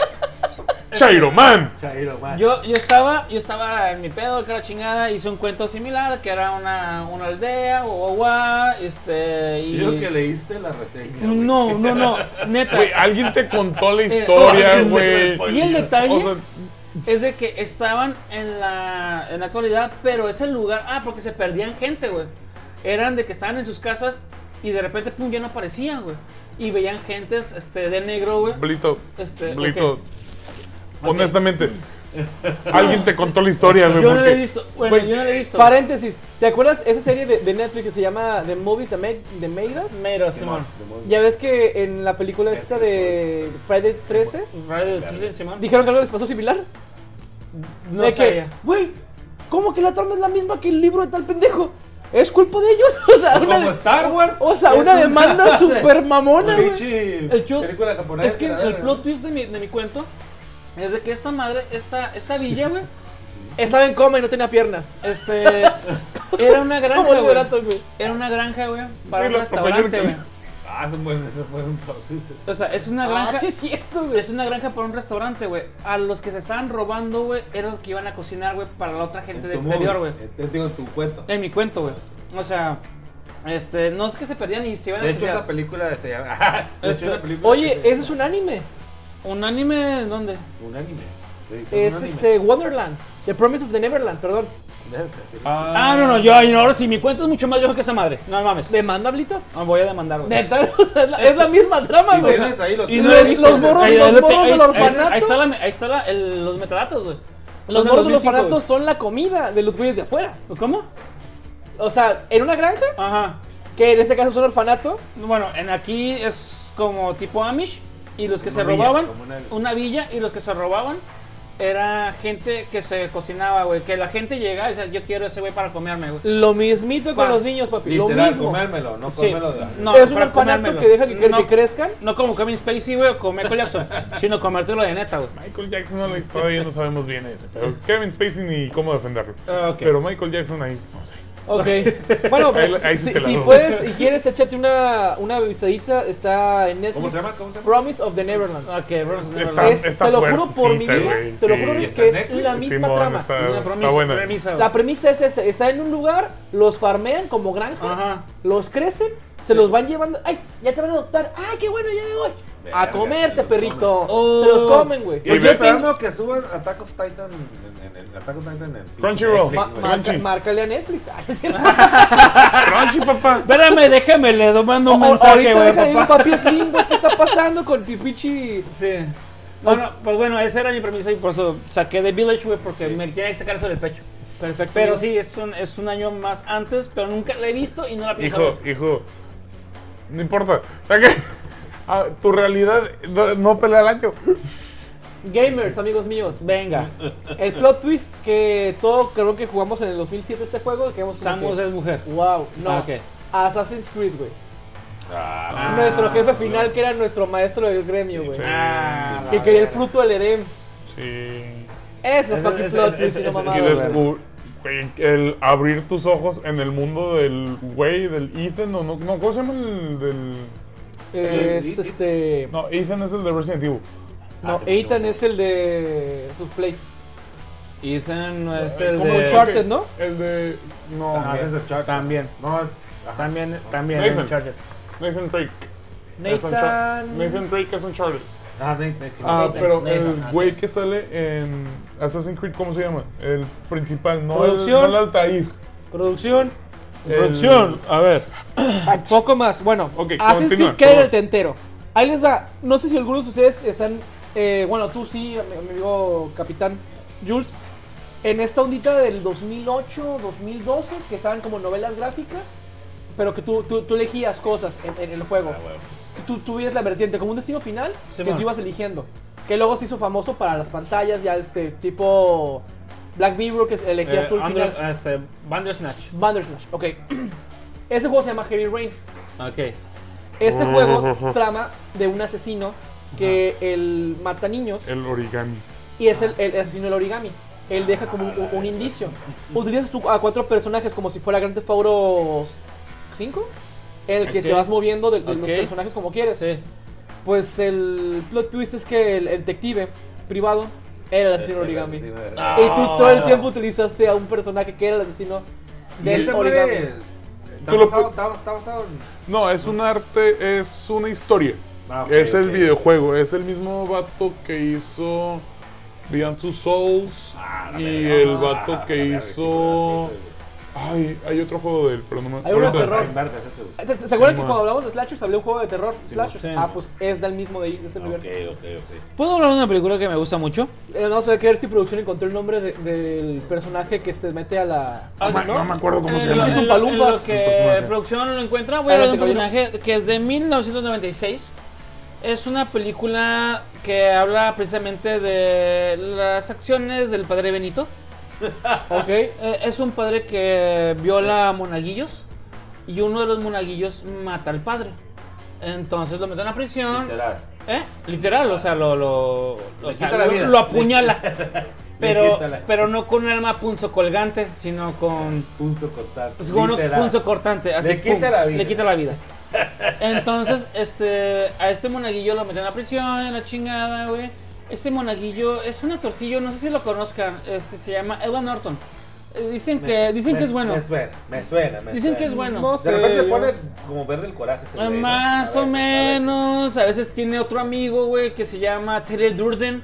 Speaker 4: Chairo Man.
Speaker 6: Eh.
Speaker 1: Chairoman.
Speaker 6: yo, yo estaba yo estaba en mi pedo, que era chingada, hice un cuento similar, que era una, una aldea, guau, guau, guau, este, y...
Speaker 1: Yo creo que ah, leíste la reseña. güey.
Speaker 6: No, no, no, neta.
Speaker 4: Güey, alguien te contó la historia,
Speaker 6: alguien
Speaker 4: güey.
Speaker 1: te-
Speaker 6: Eh, Y el detalle...
Speaker 4: O sea,
Speaker 6: es de que estaban en la, en la actualidad, pero ese lugar, ah, porque se perdían gente, güey. Eran de que estaban en sus casas y de repente, pum, ya no aparecían, güey. Y veían gentes este, de negro, güey.
Speaker 4: Blito.
Speaker 6: Este,
Speaker 4: Blito.
Speaker 6: ok.
Speaker 4: Honestamente. Alguien te contó la historia, güey.
Speaker 6: Yo no lo
Speaker 4: porque-
Speaker 6: he visto, bueno,
Speaker 4: Güey,
Speaker 6: yo no lo he visto.
Speaker 3: Paréntesis. ¿Te acuerdas esa serie de, de Netflix que se llama The Movies That Made, that Made Us?
Speaker 1: Simón,
Speaker 6: Mero, Simón.
Speaker 1: Simón.
Speaker 3: Ya ves que en la película
Speaker 6: Este
Speaker 3: esta de Friday 13
Speaker 6: Radio Tuesday, Simón.
Speaker 3: dijeron que algo les pasó similar.
Speaker 6: No
Speaker 3: de que,
Speaker 6: sabía.
Speaker 3: güey, ¿cómo que la trama es la misma que el libro de tal pendejo? Es culpa de ellos. O sea, una,
Speaker 1: Como Star Wars.
Speaker 3: o sea, una demanda super mamona, güey.
Speaker 6: El show-
Speaker 1: película japonesa.
Speaker 6: Es que
Speaker 1: la
Speaker 6: el
Speaker 1: verga.
Speaker 6: plot twist de mi, de mi cuento es de que esta madre, esta, esta villa, güey,
Speaker 3: Estaba en coma y no tenía piernas.
Speaker 6: este, era una granja,
Speaker 3: Como el
Speaker 6: güey.
Speaker 3: Liberato, güey.
Speaker 6: Era una granja, güey, para
Speaker 4: Sí,
Speaker 6: un
Speaker 4: lo atropelló el
Speaker 6: restaurante,
Speaker 4: camión.
Speaker 6: güey.
Speaker 1: Ah, eso fue, eso fue un plot twist.
Speaker 6: O sea, es una
Speaker 3: Ah,
Speaker 6: granja.
Speaker 3: sí es cierto, güey.
Speaker 6: Es una granja para un restaurante, güey. A los que se estaban robando, güey, eran los que iban a cocinar, güey, para la otra gente de
Speaker 1: En tu
Speaker 6: exterior, güey.
Speaker 1: movie. Eh, Digo, en tu cuento.
Speaker 6: En mi cuento, güey. O sea, este, no es que se perdían y se iban
Speaker 1: De
Speaker 6: a
Speaker 1: hecho,
Speaker 6: cocinar.
Speaker 1: esa película se llama. De hecho,
Speaker 6: Este,
Speaker 1: una película
Speaker 3: Oye,
Speaker 1: que se-
Speaker 3: eso es un anime.
Speaker 6: ¿Un anime en dónde?
Speaker 1: Un anime. Sí,
Speaker 3: Es
Speaker 1: un anime.
Speaker 3: este Wonderland. The Promise of the Neverland, perdón.
Speaker 6: Ah, no, no, yo, ay, no, ahora sí, mi cuento es mucho más viejo que esa madre. No mames.
Speaker 3: ¿Demanda, Blito?
Speaker 6: No, voy a demandar, güey.
Speaker 3: Neta, o sea, es la, es la misma trama,
Speaker 1: Y
Speaker 3: güey.
Speaker 1: tienes ahí, lo
Speaker 6: Y
Speaker 1: tienes.
Speaker 6: no he
Speaker 3: Los-
Speaker 6: visto.
Speaker 3: los morros-
Speaker 6: Ahí-
Speaker 3: los
Speaker 6: ahí lo te-
Speaker 3: morros
Speaker 6: ahí-
Speaker 3: del
Speaker 6: ahí-
Speaker 3: orfanato.
Speaker 6: Ahí está, la, ahí está la, el- los metadatos, güey.
Speaker 3: Los morros de los
Speaker 6: 2005,
Speaker 3: orfanatos son la comida de los güeyes de afuera.
Speaker 6: güey. ¿Cómo?
Speaker 3: O sea, en una granja,
Speaker 6: Ajá.
Speaker 3: que en este caso es un orfanato,
Speaker 6: Bueno, en aquí es como tipo Amish y los que
Speaker 1: Una
Speaker 6: se
Speaker 1: villa,
Speaker 6: robaban
Speaker 1: como una-
Speaker 6: una... villa y los que se robaban era gente que se cocinaba, güey, que la gente llegaba y decía, "Yo quiero ese güey para comerme, güey."
Speaker 3: lo mismito con
Speaker 6: Vas.
Speaker 3: los niños, papi. lo
Speaker 1: Literal,
Speaker 3: mismo.
Speaker 1: comérmelo, no
Speaker 6: Sí.
Speaker 1: comérmelo de hambre.
Speaker 6: No,
Speaker 3: es un
Speaker 6: para
Speaker 3: orfanato
Speaker 6: comérmelo.
Speaker 3: que deja que, cre-
Speaker 6: No.
Speaker 3: que crezcan.
Speaker 6: No como Kevin Spacey, güey, o como Michael Jackson, sino comértelo de neta, güey.
Speaker 4: Michael Jackson no le- todavía no sabemos bien ese, pero Kevin Spacey ni cómo defenderlo.
Speaker 6: Ah, ok.
Speaker 4: Pero Michael Jackson ahí, no sé.
Speaker 3: Ok. Bueno,
Speaker 4: Ahí la- ahí sí
Speaker 3: si,
Speaker 4: te la
Speaker 3: si
Speaker 4: doy.
Speaker 3: puedes y quieres, échate una, una visadita. Está en Netflix.
Speaker 1: ¿Cómo se llama? ¿Cómo se llama?
Speaker 3: Promise of the Neverland.
Speaker 6: Ok, Promise de
Speaker 4: Está-
Speaker 3: Es- te lo juro por mi vida,
Speaker 4: fuertecita, güey,
Speaker 3: te lo
Speaker 4: sí.
Speaker 3: juro
Speaker 1: Y está
Speaker 3: que
Speaker 1: en
Speaker 3: es
Speaker 1: Netflix.
Speaker 3: la misma
Speaker 4: Simón,
Speaker 3: trama.
Speaker 4: está-
Speaker 6: Una
Speaker 4: está
Speaker 6: promesa-
Speaker 4: buena.
Speaker 6: premisa, güey.
Speaker 3: La premisa es esa, está en un lugar, los farmean como granja,
Speaker 6: Ajá.
Speaker 3: los crecen, se los van llevando, ay, ya te van a adoptar, ay, qué bueno, ya me voy. a
Speaker 1: Verga,
Speaker 3: comerte,
Speaker 1: se los
Speaker 3: perrito.
Speaker 6: comen.
Speaker 3: Se los
Speaker 6: Oh.
Speaker 3: comen, güey.
Speaker 4: Y
Speaker 1: Pues
Speaker 4: ve-
Speaker 1: yo esperando que suban Attack of Titan en- en en- Attack of Titan en
Speaker 4: Crunchyroll.
Speaker 1: Netflix,
Speaker 3: Ma-
Speaker 1: güey.
Speaker 3: marca-
Speaker 4: Crunchy.
Speaker 3: márcale a Netflix. Ay, es cierto.
Speaker 4: Crunchy, papá.
Speaker 6: Espérame, déjame le mando un
Speaker 3: O-
Speaker 6: mensaje,
Speaker 3: Ahorita
Speaker 6: güey,
Speaker 3: deja de ir
Speaker 6: papá.
Speaker 3: un papi Slim, güey, ¿qué está pasando con tu pichi?
Speaker 6: Sí. Bueno, pues bueno, esa era mi premisa y por eso saqué de Village, güey, porque me tenía que sacar eso del pecho.
Speaker 3: Perfecto.
Speaker 6: Pero sí, es un, es un año más antes, pero nunca la he visto y no la pienso
Speaker 4: Hijo,
Speaker 6: ver.
Speaker 4: hijo. No importa. Saca- Ah, tu realidad no, no pelea al año.
Speaker 3: Gamers, amigos míos.
Speaker 6: Venga,
Speaker 3: El plot twist que todo creo que jugamos en el 2007 este juego, que hemos como
Speaker 6: Samus
Speaker 3: que-
Speaker 6: es mujer.
Speaker 3: Wow, no.
Speaker 6: Ah, ok.
Speaker 3: Assassin's Creed, güey.
Speaker 1: Ah,
Speaker 3: nuestro jefe final, que era nuestro maestro del gremio, güey.
Speaker 4: Sí.
Speaker 6: Ah,
Speaker 3: Que
Speaker 6: la
Speaker 3: quería el
Speaker 6: verga.
Speaker 3: fruto del Edem.
Speaker 4: Sí.
Speaker 3: Eso
Speaker 1: Ese-
Speaker 3: fucking
Speaker 1: ese-
Speaker 3: plot
Speaker 1: ese-
Speaker 3: twist,
Speaker 1: ese-
Speaker 3: no
Speaker 1: ese-
Speaker 4: Y
Speaker 3: mamada,
Speaker 1: ese-
Speaker 3: güey.
Speaker 4: descu- güey, el abrir tus ojos en el mundo del güey, del Ethan, o no, no, ¿cómo se llama el del...?
Speaker 3: Es este.
Speaker 4: No, Ethan es el de Resident Evil.
Speaker 3: No, Ethan es el de. Sus play.
Speaker 6: Ethan no es
Speaker 4: Eh,
Speaker 6: el
Speaker 4: ¿cómo
Speaker 6: de...
Speaker 4: que-
Speaker 3: Uncharted, ¿no?
Speaker 4: El de... No,
Speaker 1: Ah, ese es el Chuck.
Speaker 6: También,
Speaker 1: No, es. Ajá. Ah,
Speaker 6: también, también.
Speaker 4: Nathan.
Speaker 6: Uncharted.
Speaker 4: Nathan Drake. Es Unchar-
Speaker 3: Nathan.
Speaker 4: Nathan Drake es Uncharted.
Speaker 1: Ah, Nate, Nate, sí,
Speaker 4: Ah,
Speaker 1: Nate,
Speaker 4: pero
Speaker 1: Nate,
Speaker 4: el
Speaker 1: ajá.
Speaker 4: güey que sale en Assassin's Creed, ¿cómo se llama? El principal, no el, no
Speaker 3: Producción.
Speaker 4: el Altair.
Speaker 3: Producción.
Speaker 4: El-
Speaker 6: a ver.
Speaker 3: Un poco más. Bueno,
Speaker 4: Ok,
Speaker 3: Assassin's
Speaker 4: continúa,
Speaker 3: Creed queda en
Speaker 4: perdón.
Speaker 3: el tentero. Ahí les va. No sé si algunos de ustedes están. eh, bueno, tú sí, ami- amigo capitán Jules. En esta ondita del 2008, 2012, que estaban como novelas gráficas, pero que tú, tú, tú elegías cosas en, en el juego.
Speaker 4: Ah,
Speaker 3: Tú, tú veías la vertiente como un destino final que
Speaker 6: Simón.
Speaker 3: tú ibas eligiendo. Que luego se hizo famoso para las pantallas, ya este tipo Black Mirror, que elegías
Speaker 6: Eh,
Speaker 3: tú el final.
Speaker 6: Ander- este, Bandersnatch.
Speaker 3: Bandersnatch, ok. Ese juego se llama Heavy Rain.
Speaker 6: Ok.
Speaker 3: Este juego trama de un asesino que él mata niños
Speaker 4: El origami.
Speaker 3: y es el, el asesino del origami. Él deja como un, un indicio. Utilizas tú a cuatro personajes como si fuera Grand Theft Auto 5, en el que te
Speaker 6: Ok.
Speaker 3: vas moviendo de, de los
Speaker 6: Ok.
Speaker 3: personajes como quieres.
Speaker 6: Sí.
Speaker 3: Pues el plot twist es que el, el detective privado era el asesino del origami.
Speaker 1: Sí, sí, sí.
Speaker 6: Ah.
Speaker 3: Y tú todo el
Speaker 6: no.
Speaker 3: tiempo utilizaste a un personaje que era el asesino
Speaker 1: Y
Speaker 3: del
Speaker 1: ese
Speaker 3: origami.
Speaker 1: muere. Está
Speaker 4: Tú lo
Speaker 1: basado,
Speaker 4: pu-
Speaker 1: está, está basado en.
Speaker 4: No, es un arte, es una historia.
Speaker 1: Ah, ok,
Speaker 4: es el
Speaker 1: ok.
Speaker 4: videojuego, es el mismo vato que hizo Beyond Two Souls
Speaker 1: Ah,
Speaker 4: y el vato que hizo... Ay, hay otro juego de él, pero no me
Speaker 3: Hay uno de
Speaker 4: ahorita-
Speaker 3: terror.
Speaker 1: Verde, ese seguro.
Speaker 3: ¿Se, se acuerdan que
Speaker 4: Simón.
Speaker 3: cuando hablamos de Slashers hablé de un juego de terror? Slashers.
Speaker 6: sí.
Speaker 3: Ah, pues es del mismo de ahí, de ese universo. Eh,
Speaker 6: ¿Puedo hablar de una película que me gusta mucho?
Speaker 3: Vamos a ver que si producción encontró el nombre de- del personaje que se mete a la.
Speaker 6: Ah,
Speaker 4: No me- no me acuerdo
Speaker 1: Ah,
Speaker 4: cómo se
Speaker 6: En lo-
Speaker 4: llama.
Speaker 3: Pinches
Speaker 6: en lo- en
Speaker 3: Umpalumpas.
Speaker 6: lo que producción lo encuentra, voy a hablar de un personaje que es de 1996. Es una película que habla precisamente de las acciones del padre Benito.
Speaker 3: Ok.
Speaker 6: Eh, Es un padre que viola a monaguillos y uno de los monaguillos mata al padre. Entonces lo meten a la prisión.
Speaker 1: Literal.
Speaker 6: ¿Eh? Literal, o sea, lo, lo, o
Speaker 1: Le
Speaker 6: sea,
Speaker 1: quita la
Speaker 6: lo-
Speaker 1: vida.
Speaker 6: lo apuñala. pero,
Speaker 1: quita la-
Speaker 6: pero no con un arma punzocolgante, sino con
Speaker 1: Punto cortante.
Speaker 6: es con Pues, un
Speaker 1: Literal.
Speaker 6: punzo cortante. Así,
Speaker 1: Le quita
Speaker 6: pum,
Speaker 1: la vida.
Speaker 6: le quita la vida. Entonces, este, a este monaguillo lo meten a la prisión, en la chingada, güey. Este monaguillo es un actorcillo, no sé si lo conozcan. Este se llama Edward Norton. Eh, Dicen que, dicen
Speaker 1: Me-
Speaker 6: que es bueno.
Speaker 1: Me suena, me suena. me
Speaker 6: Dicen que es
Speaker 1: suena.
Speaker 6: bueno.
Speaker 3: No
Speaker 1: De repente se
Speaker 3: sé.
Speaker 1: pone como verde el coraje. ese
Speaker 6: Eh,
Speaker 1: güey, ¿no?
Speaker 6: Más
Speaker 1: A
Speaker 6: o
Speaker 1: veces, a veces.
Speaker 6: menos. A veces tiene otro amigo, güey, que se llama Terry Durden.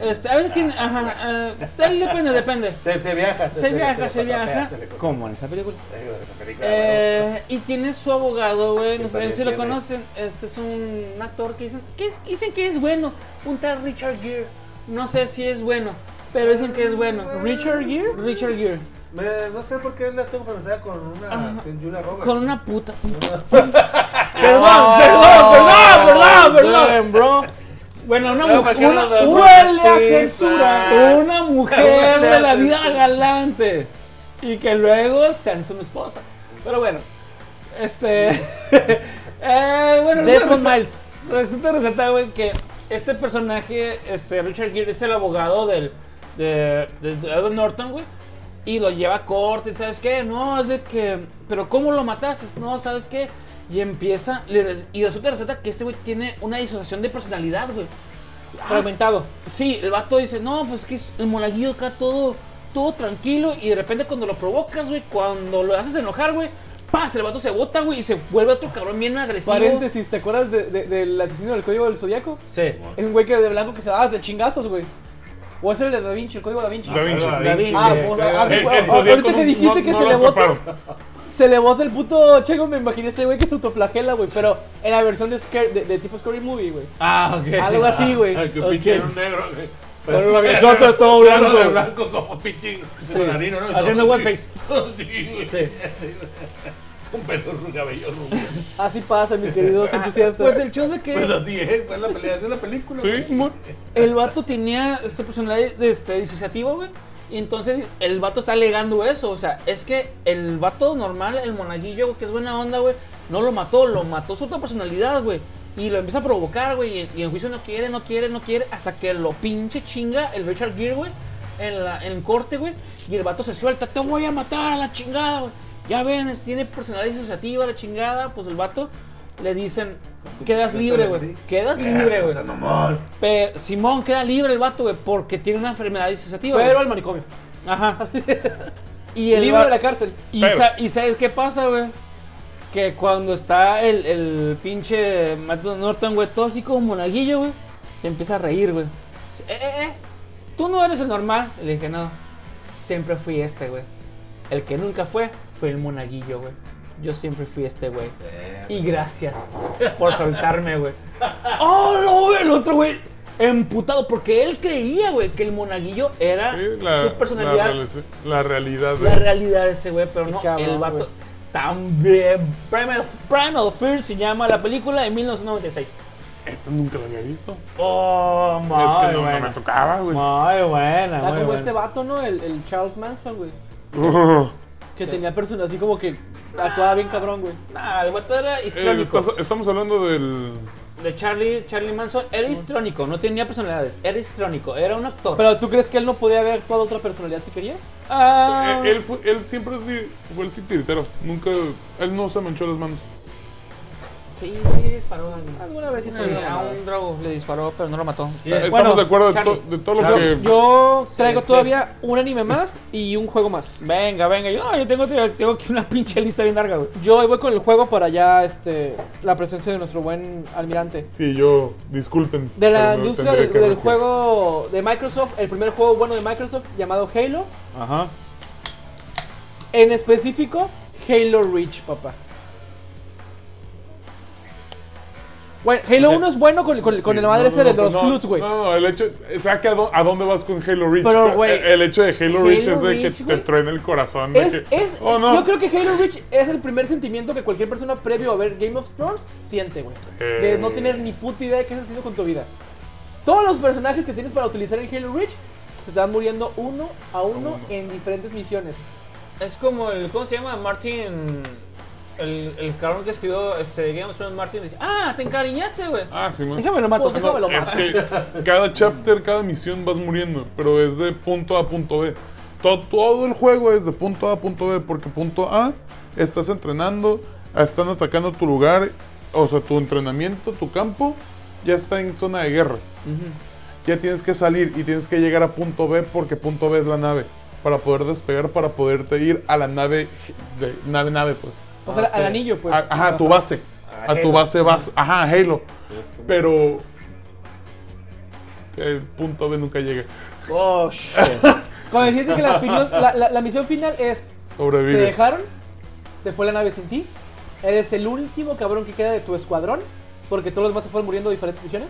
Speaker 6: Este, a veces tiene. Ajá. eh, él depende, depende.
Speaker 1: Se, se viaja,
Speaker 6: Se viaja, se viaja.
Speaker 1: ¿Cómo?
Speaker 6: Como en esa película. Eh, y tiene su abogado, güey. No sé si lo conocen. Este es un actor que dicen que, es- que dicen que es bueno. Un tal Richard Gere. No sé si es bueno, pero dicen que es bueno.
Speaker 3: Richard Gere.
Speaker 6: Richard Gere.
Speaker 1: Me- no sé por qué la tengo familiarizada con una con Julia Roberts.
Speaker 6: Ah, Con una puta. perdón, perdón, perdón, perdón, perdón.
Speaker 3: Damn, bro.
Speaker 6: Bueno, una
Speaker 3: Pero
Speaker 6: mujer.
Speaker 3: ¿por qué
Speaker 6: Una,
Speaker 3: no da
Speaker 6: huele a
Speaker 3: cuenta?
Speaker 6: censura. Una mujer
Speaker 1: Huele a
Speaker 6: de la vida
Speaker 1: censura.
Speaker 6: galante. Y que luego se hace su esposa. Pero bueno. Este. eh, bueno,
Speaker 3: Desmond
Speaker 6: resulta-
Speaker 3: Miles.
Speaker 6: Resulta resulta, güey, que este personaje, este Richard Gere, es el abogado del, de, de- de Edward Norton, güey. Y lo lleva a corte, y ¿sabes qué? No, es de que... Pero ¿cómo lo mataste? No, ¿sabes qué? Y empieza... le- Y resulta resulta que este güey tiene una disociación de personalidad, güey.
Speaker 3: Fragmentado.
Speaker 6: Sí, el vato dice, no, pues que es el monaguillo acá todo, todo tranquilo. Y de repente cuando lo provocas, güey, cuando lo haces enojar, güey, ¡paz! El vato se bota, güey, y se vuelve otro cabrón bien agresivo.
Speaker 3: Paréntesis, ¿te acuerdas de- de- del asesino del código del zodiaco?
Speaker 6: Sí.
Speaker 3: Es un güey que de blanco que se va ah, de chingazos, güey. O es el de Da Vinci, el código Da Vinci.
Speaker 4: Da Vinci.
Speaker 1: Da Vinci.
Speaker 3: Ah, pues, ah, ah,
Speaker 4: El- el
Speaker 3: ah,
Speaker 4: Zodíaco
Speaker 3: ahorita
Speaker 4: no-
Speaker 3: que dijiste
Speaker 4: no-
Speaker 3: que
Speaker 4: no
Speaker 3: se
Speaker 4: lo
Speaker 3: le bota,
Speaker 4: atraparon.
Speaker 3: se le bota el puto Checo, me imaginé ese güey que se autoflagela, güey, pero en la versión de, scare- de, de tipo Scary Movie, güey.
Speaker 6: Ah, ok.
Speaker 3: Algo así, güey.
Speaker 7: Ay, que
Speaker 6: Ok.
Speaker 7: pinche era un negro. güey.
Speaker 6: Pero lo que son todos todo
Speaker 7: Claro,
Speaker 6: blanco.
Speaker 7: de blanco como pinche sonarino, ¿no?
Speaker 6: Haciendo
Speaker 7: Todo-
Speaker 6: one face.
Speaker 7: Sí, güey.
Speaker 6: Sí.
Speaker 7: Un pelo rubio, cabello rubio.
Speaker 3: Así pasa, mis queridos entusiastas.
Speaker 6: Pues el show de
Speaker 7: Pues
Speaker 6: que
Speaker 7: así es, pues la pelea de la película.
Speaker 4: Sí, mo-
Speaker 6: el vato tenía esta personalidad este, disociativa, güey. Y entonces el vato está alegando eso. O sea, es que el vato normal, el monaguillo, güey, que es buena onda, güey, No lo mató, lo mató su otra personalidad, güey. Y lo empieza a provocar, güey. Y, y en juicio no quiere, no quiere, no quiere. Hasta que lo pinche chinga el Richard Gere, güey. En, la- en corte, güey. Y el vato se suelta. Te voy a matar a la chingada, güey. Ya ven, es- tiene personalidad asociativa, la chingada. Pues el vato le dicen, quedas libre, güey. Quedas
Speaker 7: Eh,
Speaker 6: libre, güey. Pero Simón queda libre el vato, güey, porque tiene una enfermedad disociativa.
Speaker 3: Pero
Speaker 6: güey.
Speaker 3: al manicomio.
Speaker 6: Ajá. Y el
Speaker 3: Libre
Speaker 6: va-
Speaker 3: de la cárcel.
Speaker 6: y,
Speaker 4: Pero-
Speaker 6: sa- y sabes qué pasa, güey? Que cuando está el, el pinche Matt Norton, güey, todo así como monaguillo, güey, se empieza a reír, güey. Dice, Eh, eh, eh, tú no eres el normal. Le dije, no, siempre fui este, güey. El que nunca fue, fue el monaguillo, güey. Yo siempre fui este, güey. Y gracias por soltarme, güey. ¡Oh, no, güey! El otro, güey, emputado, porque él creía, güey, que el monaguillo era
Speaker 4: Sí, la,
Speaker 6: su
Speaker 4: La,
Speaker 6: personalidad.
Speaker 4: reali- la realidad.
Speaker 6: La
Speaker 4: güey.
Speaker 6: realidad de ese güey, pero no,
Speaker 3: cabrón,
Speaker 6: el vato
Speaker 3: güey.
Speaker 6: también. Primal, Primal Fear se llama la película de 1996.
Speaker 4: Esta nunca la había visto.
Speaker 6: Oh, muy
Speaker 4: es que no, no
Speaker 6: buena.
Speaker 4: me tocaba, güey.
Speaker 6: Muy buena,
Speaker 3: Ah,
Speaker 6: muy
Speaker 3: como
Speaker 6: buena.
Speaker 3: este vato, ¿no? El, el Charles Manson, güey.
Speaker 4: Uh,
Speaker 3: Que tenía personas así como que actuaba bien cabrón, güey.
Speaker 6: Nah, Ah, el vato era
Speaker 4: eh,
Speaker 6: histrónico.
Speaker 4: estás- estamos hablando del.
Speaker 6: De Charlie, Charlie Manson era histrónico, no tenía personalidades, era histrónico, era un actor.
Speaker 3: Pero ¿tú crees que él no podía haber actuado otra personalidad si quería?
Speaker 6: Ah,
Speaker 4: eh, él, fue- él siempre es di- fue el titiritero. Nunca. Él no se manchó las manos.
Speaker 6: sí, sí, disparó a alguien.
Speaker 3: Alguna vez hizo
Speaker 6: Sí,
Speaker 3: una
Speaker 6: A
Speaker 3: mamada.
Speaker 6: un drogo le disparó, pero no lo mató.
Speaker 4: Estamos
Speaker 3: Bueno,
Speaker 4: de acuerdo de,
Speaker 6: Charlie.
Speaker 4: to- de todo lo
Speaker 1: Charlie.
Speaker 4: que.
Speaker 3: Yo traigo
Speaker 6: Sí,
Speaker 3: todavía un anime más y un juego más.
Speaker 6: Venga, venga, yo, no, yo tengo, tengo aquí una pinche lista bien larga, güey.
Speaker 3: Yo hoy voy con el juego para ya este, la presencia de nuestro buen almirante.
Speaker 4: Sí, yo. Disculpen.
Speaker 3: De la
Speaker 4: pero no
Speaker 3: industria
Speaker 4: tendría
Speaker 3: del,
Speaker 4: que
Speaker 3: del
Speaker 4: ver.
Speaker 3: juego de Microsoft, el primer juego bueno de Microsoft llamado Halo.
Speaker 4: Ajá.
Speaker 3: En específico, Halo Reach, papá. Bueno, Halo 1 es bueno con, con, con
Speaker 4: Sí,
Speaker 3: el madre
Speaker 4: no,
Speaker 3: ese
Speaker 4: no,
Speaker 3: de
Speaker 4: no,
Speaker 3: los
Speaker 4: no,
Speaker 3: flutes, güey.
Speaker 4: No, no, el hecho. Saca a, dó- a dónde vas con Halo Reach.
Speaker 3: Pero, güey,
Speaker 4: El, el hecho de Halo,
Speaker 3: Halo
Speaker 4: Reach es de que
Speaker 3: Reach,
Speaker 4: te
Speaker 3: güey,
Speaker 4: truena el corazón. de
Speaker 3: Es,
Speaker 4: que,
Speaker 3: es,
Speaker 4: oh, no.
Speaker 3: Yo creo que Halo Reach es el primer sentimiento que cualquier persona previo a ver Game of Thrones siente, güey. De no tener ni puta idea de qué estás haciendo con tu vida. Todos los personajes que tienes para utilizar en Halo Reach se te van muriendo uno a uno en diferentes misiones.
Speaker 6: Es como el, ¿cómo se llama? Martin, el, el cabrón que escribió este, Game of Thrones, Martin, dice, ah, te encariñaste, güey.
Speaker 4: Ah, sí, man.
Speaker 6: Déjame lo mato.
Speaker 3: Pues déjame lo
Speaker 4: Es que cada chapter, cada misión vas muriendo, pero es de punto A a punto B. To- Todo, el juego es de punto A a punto B, porque punto A estás entrenando, están atacando tu lugar, o sea, tu entrenamiento, tu campo, ya está en zona de guerra. Ya tienes que salir y tienes que llegar a punto B porque punto B es la nave. Para poder despegar, para poderte ir a la nave, de, nave, nave, pues.
Speaker 3: O sea, al anillo, pues.
Speaker 4: A- Ah, ajá, a tu base. A, tu base vas. Ajá, a Halo. Pero. El punto B nunca llega.
Speaker 3: Oh, shit. Cuando dijiste que la, opinión- la- la- la misión final es, te
Speaker 4: Sobrevive.
Speaker 3: dejaron, se fue la nave sin ti, eres el último cabrón que queda de tu escuadrón, porque todos los demás se fueron muriendo de diferentes misiones.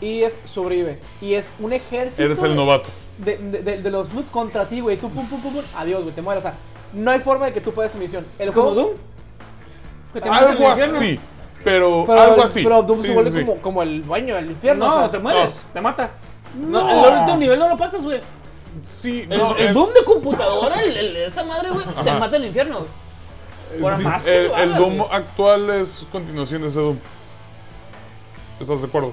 Speaker 3: Y es sobrevive. Y es un ejército.
Speaker 4: Eres el
Speaker 3: de-
Speaker 4: novato.
Speaker 3: de, de- de- de los flutes contra ti, güey. Tú pum, pum, pum, pum. Adiós, güey. Te mueres. O sea, no hay forma de que tú puedas misión. El
Speaker 6: ¿Como
Speaker 3: juego
Speaker 6: Doom?
Speaker 3: que te mandan
Speaker 4: Algo
Speaker 3: al infierno,
Speaker 4: así. Pero,
Speaker 3: Pero,
Speaker 4: algo así.
Speaker 3: Pero Doom
Speaker 4: Sí,
Speaker 3: se vuelve
Speaker 4: sí, sí.
Speaker 3: Como, como el dueño del infierno.
Speaker 6: no,
Speaker 3: o sea,
Speaker 6: te mueres, te mata. No, el último nivel no lo pasas, güey.
Speaker 4: Sí,
Speaker 6: El,
Speaker 4: no,
Speaker 6: el
Speaker 4: el-
Speaker 6: Doom de computadora, el- el- esa madre, güey, te mata el infierno. por
Speaker 4: sí,
Speaker 6: más que
Speaker 4: el-
Speaker 6: lo
Speaker 4: el
Speaker 6: hagas,
Speaker 4: Doom
Speaker 6: güey.
Speaker 4: actual es continuación de ese Doom. ¿Estás de acuerdo?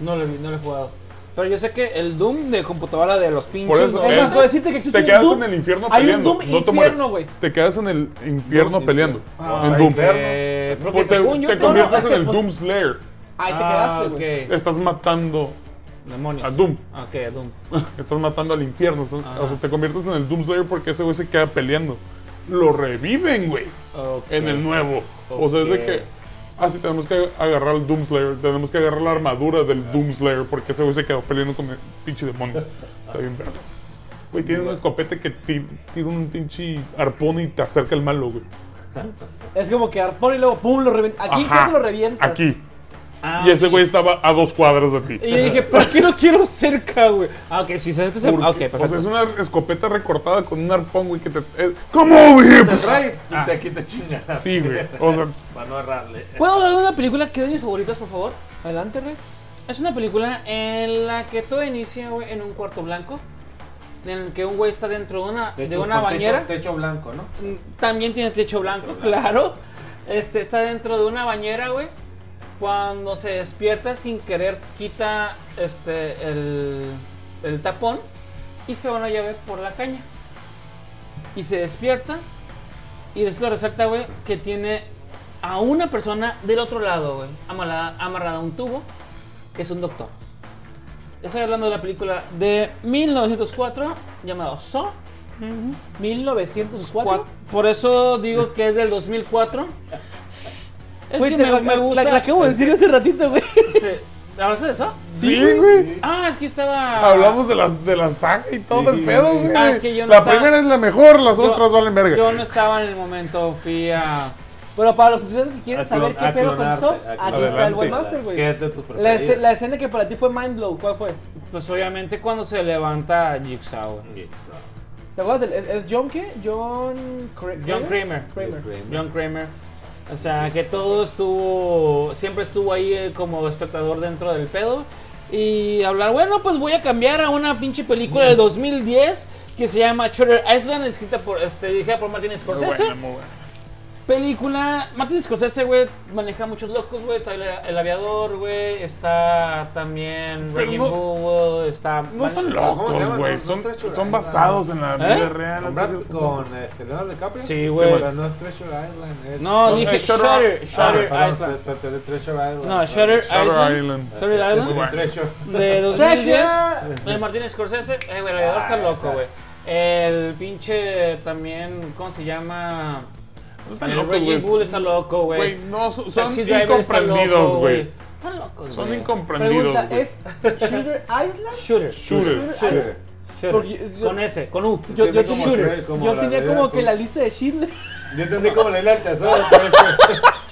Speaker 6: No lo, no lo he jugado. Pero yo sé que el Doom de computadora de los pinches.
Speaker 4: Por eso,
Speaker 6: ¿no?
Speaker 3: Es
Speaker 4: es-
Speaker 3: más, puedo decirte que existe
Speaker 4: Te
Speaker 3: un
Speaker 4: quedas
Speaker 3: Doom.
Speaker 4: en el infierno
Speaker 3: Hay un
Speaker 4: peleando.
Speaker 3: Doom
Speaker 4: no te
Speaker 3: infierno,
Speaker 4: mueres.
Speaker 3: güey.
Speaker 4: Te quedas en el infierno
Speaker 1: Doom
Speaker 4: peleando.
Speaker 1: Ah,
Speaker 4: en Doom.
Speaker 1: infierno.
Speaker 6: Eh, porque
Speaker 4: Pues te,
Speaker 6: según yo
Speaker 4: te
Speaker 6: todo-
Speaker 4: conviertes
Speaker 3: es que,
Speaker 4: en el
Speaker 3: pues,
Speaker 4: Doom Slayer.
Speaker 3: Ahí te
Speaker 6: Ah,
Speaker 3: quedaste, güey.
Speaker 6: ok.
Speaker 4: Estás matando
Speaker 6: Demonios.
Speaker 4: a Doom.
Speaker 6: Ah, Ok, a Doom.
Speaker 4: Estás matando al infierno. estás-
Speaker 6: Ajá.
Speaker 4: o sea, te conviertes en el Doomslayer porque ese güey se queda peleando. Lo reviven, güey.
Speaker 6: Ok.
Speaker 4: En el nuevo. O sea, es de que. Ah, sí, tenemos que agarrar al Doomslayer. Tenemos que agarrar la armadura del Doomslayer porque ese güey se quedó peleando con el pinche demonio. Está bien verga. Güey, tiene un escopete que ti- tira un pinche arpón y te acerca el malo, güey.
Speaker 3: Es como que arpón y luego pum, lo revienta. Aquí
Speaker 4: Ajá,
Speaker 3: te lo revientas.
Speaker 4: Aquí.
Speaker 6: Ah,
Speaker 4: Y ese
Speaker 6: ok.
Speaker 4: güey estaba a dos cuadras de ti.
Speaker 6: Y yo dije, ¿por qué no quiero cerca, güey? Ah, ok, sí, sabes que se.
Speaker 4: Porque-
Speaker 6: Ah, ok, perfecto.
Speaker 4: O sea, es una escopeta recortada con un arpón, güey, que te... eh, ¿Cómo, güey?
Speaker 1: Trae.
Speaker 7: Y te quita chingada.
Speaker 4: Ah. Sí, güey. O sea,
Speaker 1: Para no errarle.
Speaker 6: ¿Puedo hablar de una película que es de mis favoritas, por favor?
Speaker 3: Adelante, rey.
Speaker 6: Es una película en la que todo inicia, güey, en un cuarto blanco. En el que un güey está dentro de una, de
Speaker 1: Techo-
Speaker 6: una
Speaker 1: con
Speaker 6: bañera.
Speaker 1: Techo, techo blanco, ¿no?
Speaker 6: Mm, También tiene techo blanco, claro. Este está dentro de una bañera, güey. Cuando se despierta sin querer, quita este el, el tapón y se va una llave por la caña. Y se despierta. Y esto resalta, güey, que tiene a una persona del otro lado, güey. Amarrada, amarrada a un tubo. que Es un doctor. Estoy hablando de la película de 1904 llamado Saw.
Speaker 3: 1904.
Speaker 6: Cua- Por eso digo que es del 2004. Es
Speaker 3: Güey,
Speaker 6: que
Speaker 3: te-
Speaker 6: me,
Speaker 3: la,
Speaker 6: me
Speaker 3: la-
Speaker 6: gusta.
Speaker 3: la acabo de decir hace ratito, güey.
Speaker 6: Sí. ¿Hablaste de eso?
Speaker 2: Sí, güey.
Speaker 6: Ah, es que estaba.
Speaker 2: Hablamos de las de la saga y todo el pedo, güey.
Speaker 6: Ah, es que yo no
Speaker 2: la
Speaker 6: estaba-
Speaker 2: primera es la mejor, las
Speaker 6: Yo-
Speaker 2: otras valen verga.
Speaker 6: Yo no estaba en el momento, fui a.
Speaker 3: Pero para los estudiantes que quieren
Speaker 1: A
Speaker 3: saber
Speaker 1: clon-
Speaker 3: qué
Speaker 1: a
Speaker 3: pedo con
Speaker 1: clonarte, a
Speaker 3: eso, aquí está el
Speaker 4: clonarte.
Speaker 3: webmaster, güey.
Speaker 1: ¿Qué es de tus
Speaker 3: La, escena-
Speaker 1: preferidas?
Speaker 3: la escena que para ti fue mind blow, ¿cuál fue?
Speaker 6: Pues obviamente cuando se levanta Jigsaw. güey.
Speaker 3: ¿Te acuerdas del es, es John qué? John Cra-
Speaker 6: John Kramer.
Speaker 3: Kramer.
Speaker 6: John Kramer. O sea, que todo estuvo. Siempre estuvo ahí eh, como espectador dentro del pedo. Y hablar, bueno, pues voy a cambiar a una pinche película de 2010 que se llama Shutter Island, escrita por, este, dirigida por Martin
Speaker 4: Muy
Speaker 6: Scorsese.
Speaker 4: buena, muy buena.
Speaker 6: Película. Martin Scorsese, güey, maneja muchos locos, güey. Está el, el aviador, güey. Está también
Speaker 4: Pero
Speaker 6: Raging
Speaker 4: no-
Speaker 6: Bull, Está.
Speaker 4: No son
Speaker 1: ¿Cómo se llama?
Speaker 4: locos,
Speaker 1: No,
Speaker 4: güey.
Speaker 1: no
Speaker 4: Son,
Speaker 1: tres churras.
Speaker 4: son basados en la vida
Speaker 6: ¿Eh?
Speaker 4: real.
Speaker 1: Con
Speaker 4: hasta
Speaker 1: Brad-
Speaker 4: cierto punto.
Speaker 1: Con este, Leonardo DiCaprio.
Speaker 6: Sí, güey.
Speaker 1: pero no es Treasure Island. Es...
Speaker 6: No, dije
Speaker 4: eh, Shutter-
Speaker 6: Shutter,
Speaker 1: Ah,
Speaker 6: Shutter
Speaker 1: perdón,
Speaker 6: Island.
Speaker 1: pe- pe- pe- Treasure Island.
Speaker 6: No, Shutter,
Speaker 4: Shutter
Speaker 6: Island.
Speaker 4: Island.
Speaker 6: Shutter Island.
Speaker 4: Bueno.
Speaker 1: Treasure.
Speaker 6: De 2010, de Martín Scorsese, eh, güey, el aviador está
Speaker 3: Ah,
Speaker 6: loco, güey. El pinche también, ¿cómo se llama?
Speaker 4: No están
Speaker 6: el
Speaker 4: locos,
Speaker 6: Raging Bull
Speaker 4: güey.
Speaker 6: está loco,
Speaker 4: Güey,
Speaker 6: güey.
Speaker 4: no, son
Speaker 6: Taxi
Speaker 4: son
Speaker 6: Driver está
Speaker 4: incomprendidos,
Speaker 6: loco,
Speaker 4: güey.
Speaker 6: Están locos,
Speaker 4: Son
Speaker 6: güey.
Speaker 4: incomprendidos,
Speaker 3: Pregunta,
Speaker 4: güey.
Speaker 3: ¿es Shooter Island?
Speaker 6: Shooter,
Speaker 4: Shooter.
Speaker 1: Shooter.
Speaker 6: shooter.
Speaker 3: Porque yo-
Speaker 6: Con S, con U.
Speaker 3: Yo, yo,
Speaker 1: Tiene como
Speaker 3: shooter.
Speaker 1: tres, como
Speaker 3: yo
Speaker 1: la
Speaker 3: tenía
Speaker 1: de-
Speaker 3: como que la lista de Schindler.
Speaker 1: Yo entendí como la isla del tesoro. Treasure-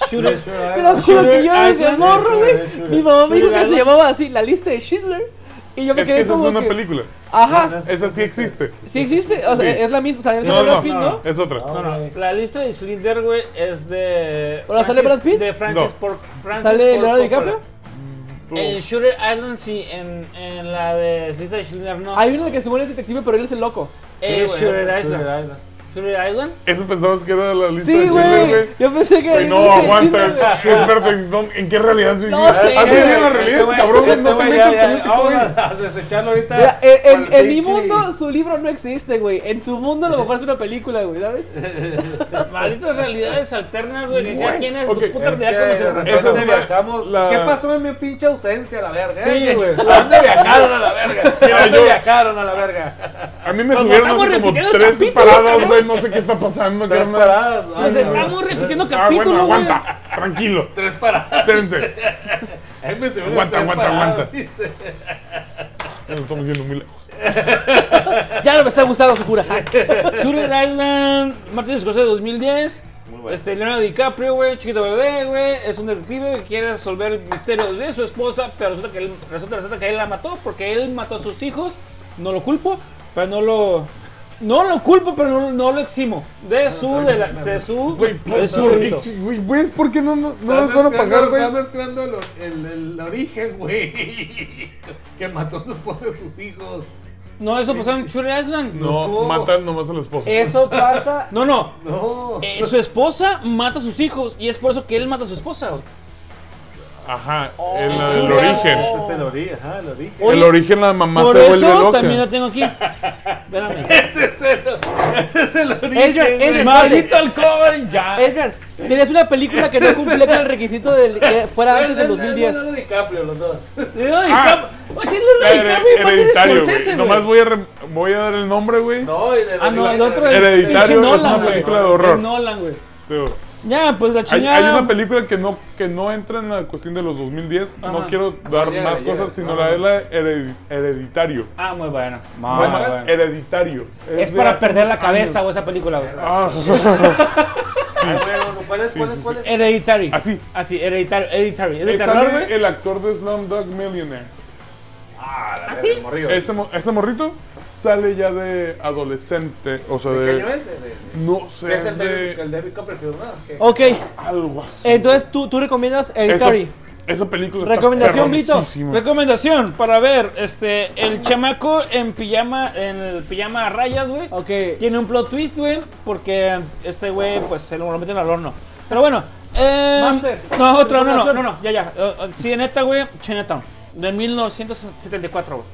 Speaker 1: Treasure Island.
Speaker 3: Te lo juro que yo
Speaker 6: Shooter
Speaker 3: desde
Speaker 6: Island.
Speaker 3: morro, güey.
Speaker 1: Shooter, shooter.
Speaker 3: Mi mamá me dijo que se
Speaker 6: Shooter
Speaker 3: llamaba así, la lista de Schindler. Y yo me
Speaker 4: Es que
Speaker 3: quedé
Speaker 4: esa es
Speaker 3: como
Speaker 4: una
Speaker 3: que,
Speaker 4: película.
Speaker 3: Ajá,
Speaker 4: Esa sí existe.
Speaker 3: sí existe. O sea,
Speaker 4: Sí.
Speaker 3: es la misma. O sea, es
Speaker 4: No,
Speaker 3: Brad
Speaker 4: no,
Speaker 3: Pitt,
Speaker 4: no,
Speaker 3: ¿no?
Speaker 4: es otra.
Speaker 1: No.
Speaker 6: No, no, la lista de Schindler, güey, es de.
Speaker 3: ¿Ahora sale
Speaker 6: Francis-
Speaker 3: Brad Pitt?
Speaker 6: De Francis
Speaker 4: No.
Speaker 6: por. Francis
Speaker 3: ¿Sale
Speaker 6: Ford
Speaker 3: Leonardo
Speaker 6: Coppola.
Speaker 3: DiCaprio?
Speaker 6: En Shooter Island, sí, en, en la de lista de Schindler, no.
Speaker 3: Hay uno que se muere el detective, pero él es el loco.
Speaker 1: Sí,
Speaker 6: Eh,
Speaker 1: güey,
Speaker 6: Shooter Island.
Speaker 1: Shooter Island.
Speaker 6: Shooter Island.
Speaker 4: Eso pensabas que era la lista
Speaker 3: Sí,
Speaker 4: de Schindler, güey.
Speaker 3: güey. Yo pensé que.
Speaker 4: Güey,
Speaker 3: era
Speaker 4: no
Speaker 3: la lista de Schindler,
Speaker 4: aguanta.
Speaker 3: güey.
Speaker 4: Es verdad, ¿en, dónde- en qué realidad has vivido?
Speaker 3: No sé,
Speaker 4: Has vivido en la
Speaker 1: Este
Speaker 4: realidad,
Speaker 1: güey-
Speaker 4: cabrón.
Speaker 1: este
Speaker 4: no te
Speaker 1: güey
Speaker 4: metas
Speaker 1: ya-
Speaker 4: con
Speaker 1: ya-
Speaker 4: este
Speaker 1: Vamos
Speaker 4: güey.
Speaker 1: a a desecharlo ahorita.
Speaker 3: Mira, en, en-
Speaker 1: Al
Speaker 3: en mi
Speaker 1: pinche-
Speaker 3: mundo su libro no existe, güey. En su mundo a lo mejor es una película, güey, ¿sabes?
Speaker 6: Malditas realidades alternas, güey. Ni
Speaker 4: Güey,
Speaker 6: quién es
Speaker 4: ok,
Speaker 6: su puta
Speaker 1: Es
Speaker 6: realidad como se
Speaker 1: que
Speaker 4: Esa
Speaker 1: Esa
Speaker 4: es
Speaker 1: es
Speaker 4: la- la-
Speaker 1: ¿Qué pasó en mi pinche ausencia, la verga?
Speaker 6: Sí,
Speaker 1: eh?
Speaker 6: güey.
Speaker 1: ¿A dónde viajaron a la verga? ¿A dónde
Speaker 4: yo-
Speaker 1: viajaron a la verga?
Speaker 4: A mí me subieron
Speaker 6: estamos
Speaker 4: hace como
Speaker 6: repitiendo
Speaker 4: tres
Speaker 6: capítulo,
Speaker 4: paradas,
Speaker 6: cabrón.
Speaker 4: güey. No sé qué está pasando,
Speaker 1: Tres
Speaker 4: carnal.
Speaker 1: paradas.
Speaker 6: Pues
Speaker 1: ay,
Speaker 6: estamos repitiendo
Speaker 4: Ah,
Speaker 6: capítulo,
Speaker 4: bueno,
Speaker 6: güey.
Speaker 4: aguanta. Tranquilo.
Speaker 1: Tres paradas.
Speaker 4: Espérense.
Speaker 1: Ahí me subieron
Speaker 4: Aguanta,
Speaker 1: tres
Speaker 4: aguanta,
Speaker 1: paradas,
Speaker 4: aguanta.
Speaker 1: dice.
Speaker 4: Nos estamos yendo muy lejos.
Speaker 3: Ya no me está gustando su cura.
Speaker 6: Shooter Island, Martin Scorsese 2010. Este, Leonardo DiCaprio, güey, chiquito bebé, güey, es un detective que quiere resolver el misterio de su esposa, pero resulta que él, resulta, resulta que él la mató porque él mató a sus hijos. No lo culpo, pero no lo. No lo culpo, pero no, no lo eximo.
Speaker 4: Ah,
Speaker 6: De su. De, la- de su.
Speaker 4: Güey,
Speaker 6: De su.
Speaker 4: ¿por qué
Speaker 6: delito.
Speaker 2: Ch- Güey, güey, ¿por qué no, no, no
Speaker 1: Estás
Speaker 2: nos van a
Speaker 1: mezclando-
Speaker 2: pagar, güey?
Speaker 1: Estás mezclando el, el- el origen, güey. Que mató a su esposa y a sus hijos.
Speaker 6: No, eso pasó en Shooter Island.
Speaker 4: No,
Speaker 1: No.
Speaker 4: matan nomás a la esposa.
Speaker 3: Eso pasa.
Speaker 6: No, no.
Speaker 1: No.
Speaker 6: Eh, su esposa mata a sus hijos y es por eso que él mata a su esposa. güey.
Speaker 4: Ajá, en la del
Speaker 6: Chula.
Speaker 4: origen.
Speaker 1: Ese es el origen, ajá, el origen.
Speaker 6: Oye,
Speaker 4: el origen la mamá
Speaker 6: por
Speaker 4: se vuelve
Speaker 6: eso
Speaker 4: loca.
Speaker 6: también la tengo aquí. Espérame.
Speaker 1: Ese es el, ese es el origen.
Speaker 3: Adrian,
Speaker 1: güey.
Speaker 3: Adrian,
Speaker 6: Maldito alcohol, ya.
Speaker 3: Edgar, tenías una película que no cumplía con el requisito del que fuera antes del
Speaker 1: Es- es- es
Speaker 3: 2010.
Speaker 1: Leonardo DiCaprio, los dos.
Speaker 6: Leonardo
Speaker 4: Ah.
Speaker 6: DiCaprio. Oye, Leonardo DiCaprio y
Speaker 4: Hered-
Speaker 6: Martin
Speaker 4: Hereditario,
Speaker 6: Scorsese,
Speaker 4: güey.
Speaker 6: güey.
Speaker 4: Nomás voy a, re- voy a dar el nombre, güey.
Speaker 1: No, y de-
Speaker 6: Ah, no,
Speaker 1: de-
Speaker 6: el otro es
Speaker 4: Hereditario
Speaker 6: pinche
Speaker 4: es
Speaker 6: Nolan,
Speaker 4: una
Speaker 6: güey.
Speaker 4: película de horror.
Speaker 6: Es Nolan, güey.
Speaker 4: Pero
Speaker 6: Ya, pues la
Speaker 4: Hay,
Speaker 6: chingada.
Speaker 4: hay una película que no, que no entra en la cuestión de los 2010. No
Speaker 6: Ajá.
Speaker 4: quiero dar
Speaker 1: Llega,
Speaker 4: más
Speaker 1: llega,
Speaker 4: cosas, sino
Speaker 1: no,
Speaker 4: la de
Speaker 1: no.
Speaker 4: la hered- Hereditario.
Speaker 6: Ah, muy buena. Muy
Speaker 4: Bueno,
Speaker 6: buena.
Speaker 4: Hereditario.
Speaker 6: Es
Speaker 4: de
Speaker 6: para
Speaker 4: hace
Speaker 6: perder
Speaker 4: unos
Speaker 6: la cabeza,
Speaker 4: años.
Speaker 6: güey, esa película, güey.
Speaker 4: Ah,
Speaker 1: Ay, Ah, bueno, ¿Cuál es? ¿Cuál es? ¿Cuál es?
Speaker 6: Eh, Hereditario.
Speaker 4: Así.
Speaker 6: Así, hereditario. Hereditario. Es de
Speaker 4: ahí
Speaker 6: terror,
Speaker 4: sale
Speaker 6: güey.
Speaker 4: el actor de Slumdog Millionaire.
Speaker 1: Ah, la
Speaker 6: sí?
Speaker 1: verga, morrido.
Speaker 4: Ese, mo- ese morrito sale ya de adolescente. O sea,
Speaker 1: ¿Qué año
Speaker 4: de.
Speaker 1: es? De- de- de-
Speaker 4: No sé,
Speaker 1: Es
Speaker 4: es
Speaker 1: el David, el
Speaker 4: de.
Speaker 1: David Copperfield, ¿no? ¿Qué?
Speaker 3: Ok,
Speaker 4: Algo así.
Speaker 3: entonces tú, tú recomiendas
Speaker 4: Esa,
Speaker 3: Hereditary.
Speaker 4: esa película está
Speaker 3: Recomendación, Blito.
Speaker 4: perroncísima.
Speaker 6: Recomendación para ver este el chamaco en pijama en el pijama a rayas, güey.
Speaker 3: Ok.
Speaker 6: Tiene un plot twist, güey, porque este güey pues se lo meten al horno. Pero bueno, Eh,
Speaker 3: Master.
Speaker 6: No, otro, no, no, no, no, ya, ya. Eh, eh, sí, neta, güey, Chinatown. De 1974, güey.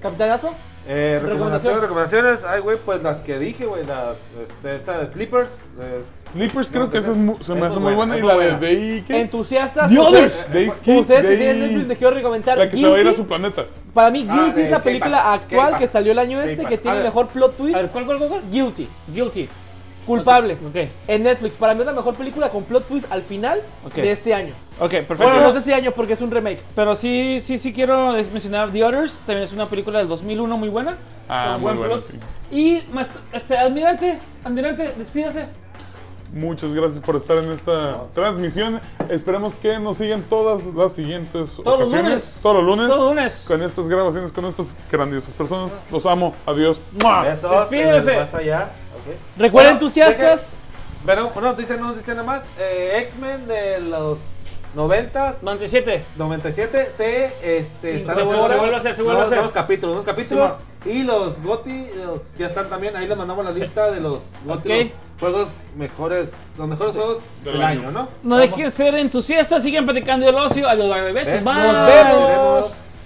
Speaker 3: ¿Capitanazo?
Speaker 1: Eh,
Speaker 3: Recomendación.
Speaker 1: recomendaciones, recomendaciones. Ay, güey, pues las que dije, güey. Las, este, esa de Slippers. es-
Speaker 4: Sleepers creo
Speaker 1: No,
Speaker 4: que esa es mu- se me
Speaker 1: es
Speaker 4: hace
Speaker 1: muy
Speaker 4: muy
Speaker 1: buena,
Speaker 4: buena.
Speaker 1: es
Speaker 4: Y
Speaker 1: muy
Speaker 4: la de
Speaker 1: buena.
Speaker 4: Day. ¿qué?
Speaker 3: Entusiastas.
Speaker 4: The
Speaker 3: ustedes-
Speaker 4: Others. Day Skip,
Speaker 3: Ustedes si
Speaker 4: Day-
Speaker 3: tienen Netflix, les quiero recomendar.
Speaker 4: La que se va a ir a
Speaker 3: Guilty.
Speaker 4: su planeta.
Speaker 3: Para mí,
Speaker 1: Ah,
Speaker 3: Guilty
Speaker 1: de
Speaker 3: es la película
Speaker 1: K-Pax,
Speaker 3: actual que
Speaker 1: K-Pax.
Speaker 3: salió el año este que
Speaker 1: K-Pax.
Speaker 3: tiene
Speaker 6: A
Speaker 3: el
Speaker 6: ver.
Speaker 3: mejor plot twist.
Speaker 6: A ver, ¿cuál, cuál, cuál? cuál?
Speaker 3: Guilty.
Speaker 6: Guilty.
Speaker 3: Culpable.
Speaker 6: Ok,
Speaker 3: En Netflix. Para mí es la mejor película con plot twist al final
Speaker 6: Ok.
Speaker 3: de este año.
Speaker 6: ok, perfecto.
Speaker 3: Bueno, no sé si año porque es un remake.
Speaker 6: Pero sí, sí, sí quiero mencionar The Others. También es una película del 2001 muy buena.
Speaker 4: Ah,
Speaker 6: con
Speaker 4: muy
Speaker 6: buen
Speaker 4: buena,
Speaker 6: plot.
Speaker 4: sí.
Speaker 6: Y, maestro- este, admirante, admirante, despídase.
Speaker 4: Muchas gracias por estar en esta transmisión. Esperemos que nos sigan todas las siguientes
Speaker 6: Todos los
Speaker 4: ocasiones.
Speaker 6: lunes.
Speaker 4: Todos los lunes.
Speaker 6: Todo lunes.
Speaker 4: Con estas grabaciones, con estas grandiosas personas. Los amo. Adiós.
Speaker 6: ¡Mua!
Speaker 1: Besos. en el
Speaker 6: Ah, Despídase.
Speaker 1: Más allá. ok.
Speaker 3: Recuerden,
Speaker 1: Bueno,
Speaker 3: entusiastas.
Speaker 1: Pero, bueno, dicen, no, dicen nada más. eh, X-Men de los 90s.
Speaker 6: 97.
Speaker 1: 97 se este
Speaker 6: Se
Speaker 1: están
Speaker 6: vuelve-
Speaker 1: ahora
Speaker 6: se vuelve a hacer, se vuelve a
Speaker 1: nuevos-
Speaker 6: hacer.
Speaker 1: nuevos capítulos nuevos capítulos
Speaker 6: Sí,
Speaker 1: y los goti los- ya están también ahí les mandamos la lista de los goti
Speaker 6: Ok.
Speaker 1: los juegos mejores los mejores juegos del,
Speaker 4: Del
Speaker 1: año,
Speaker 4: año.
Speaker 1: no
Speaker 6: No dejen ser entusiastas, sigan platicando del ocio. Adiós, bye, bye, bye.
Speaker 1: Besos.
Speaker 6: Bye.
Speaker 3: Nos vemos.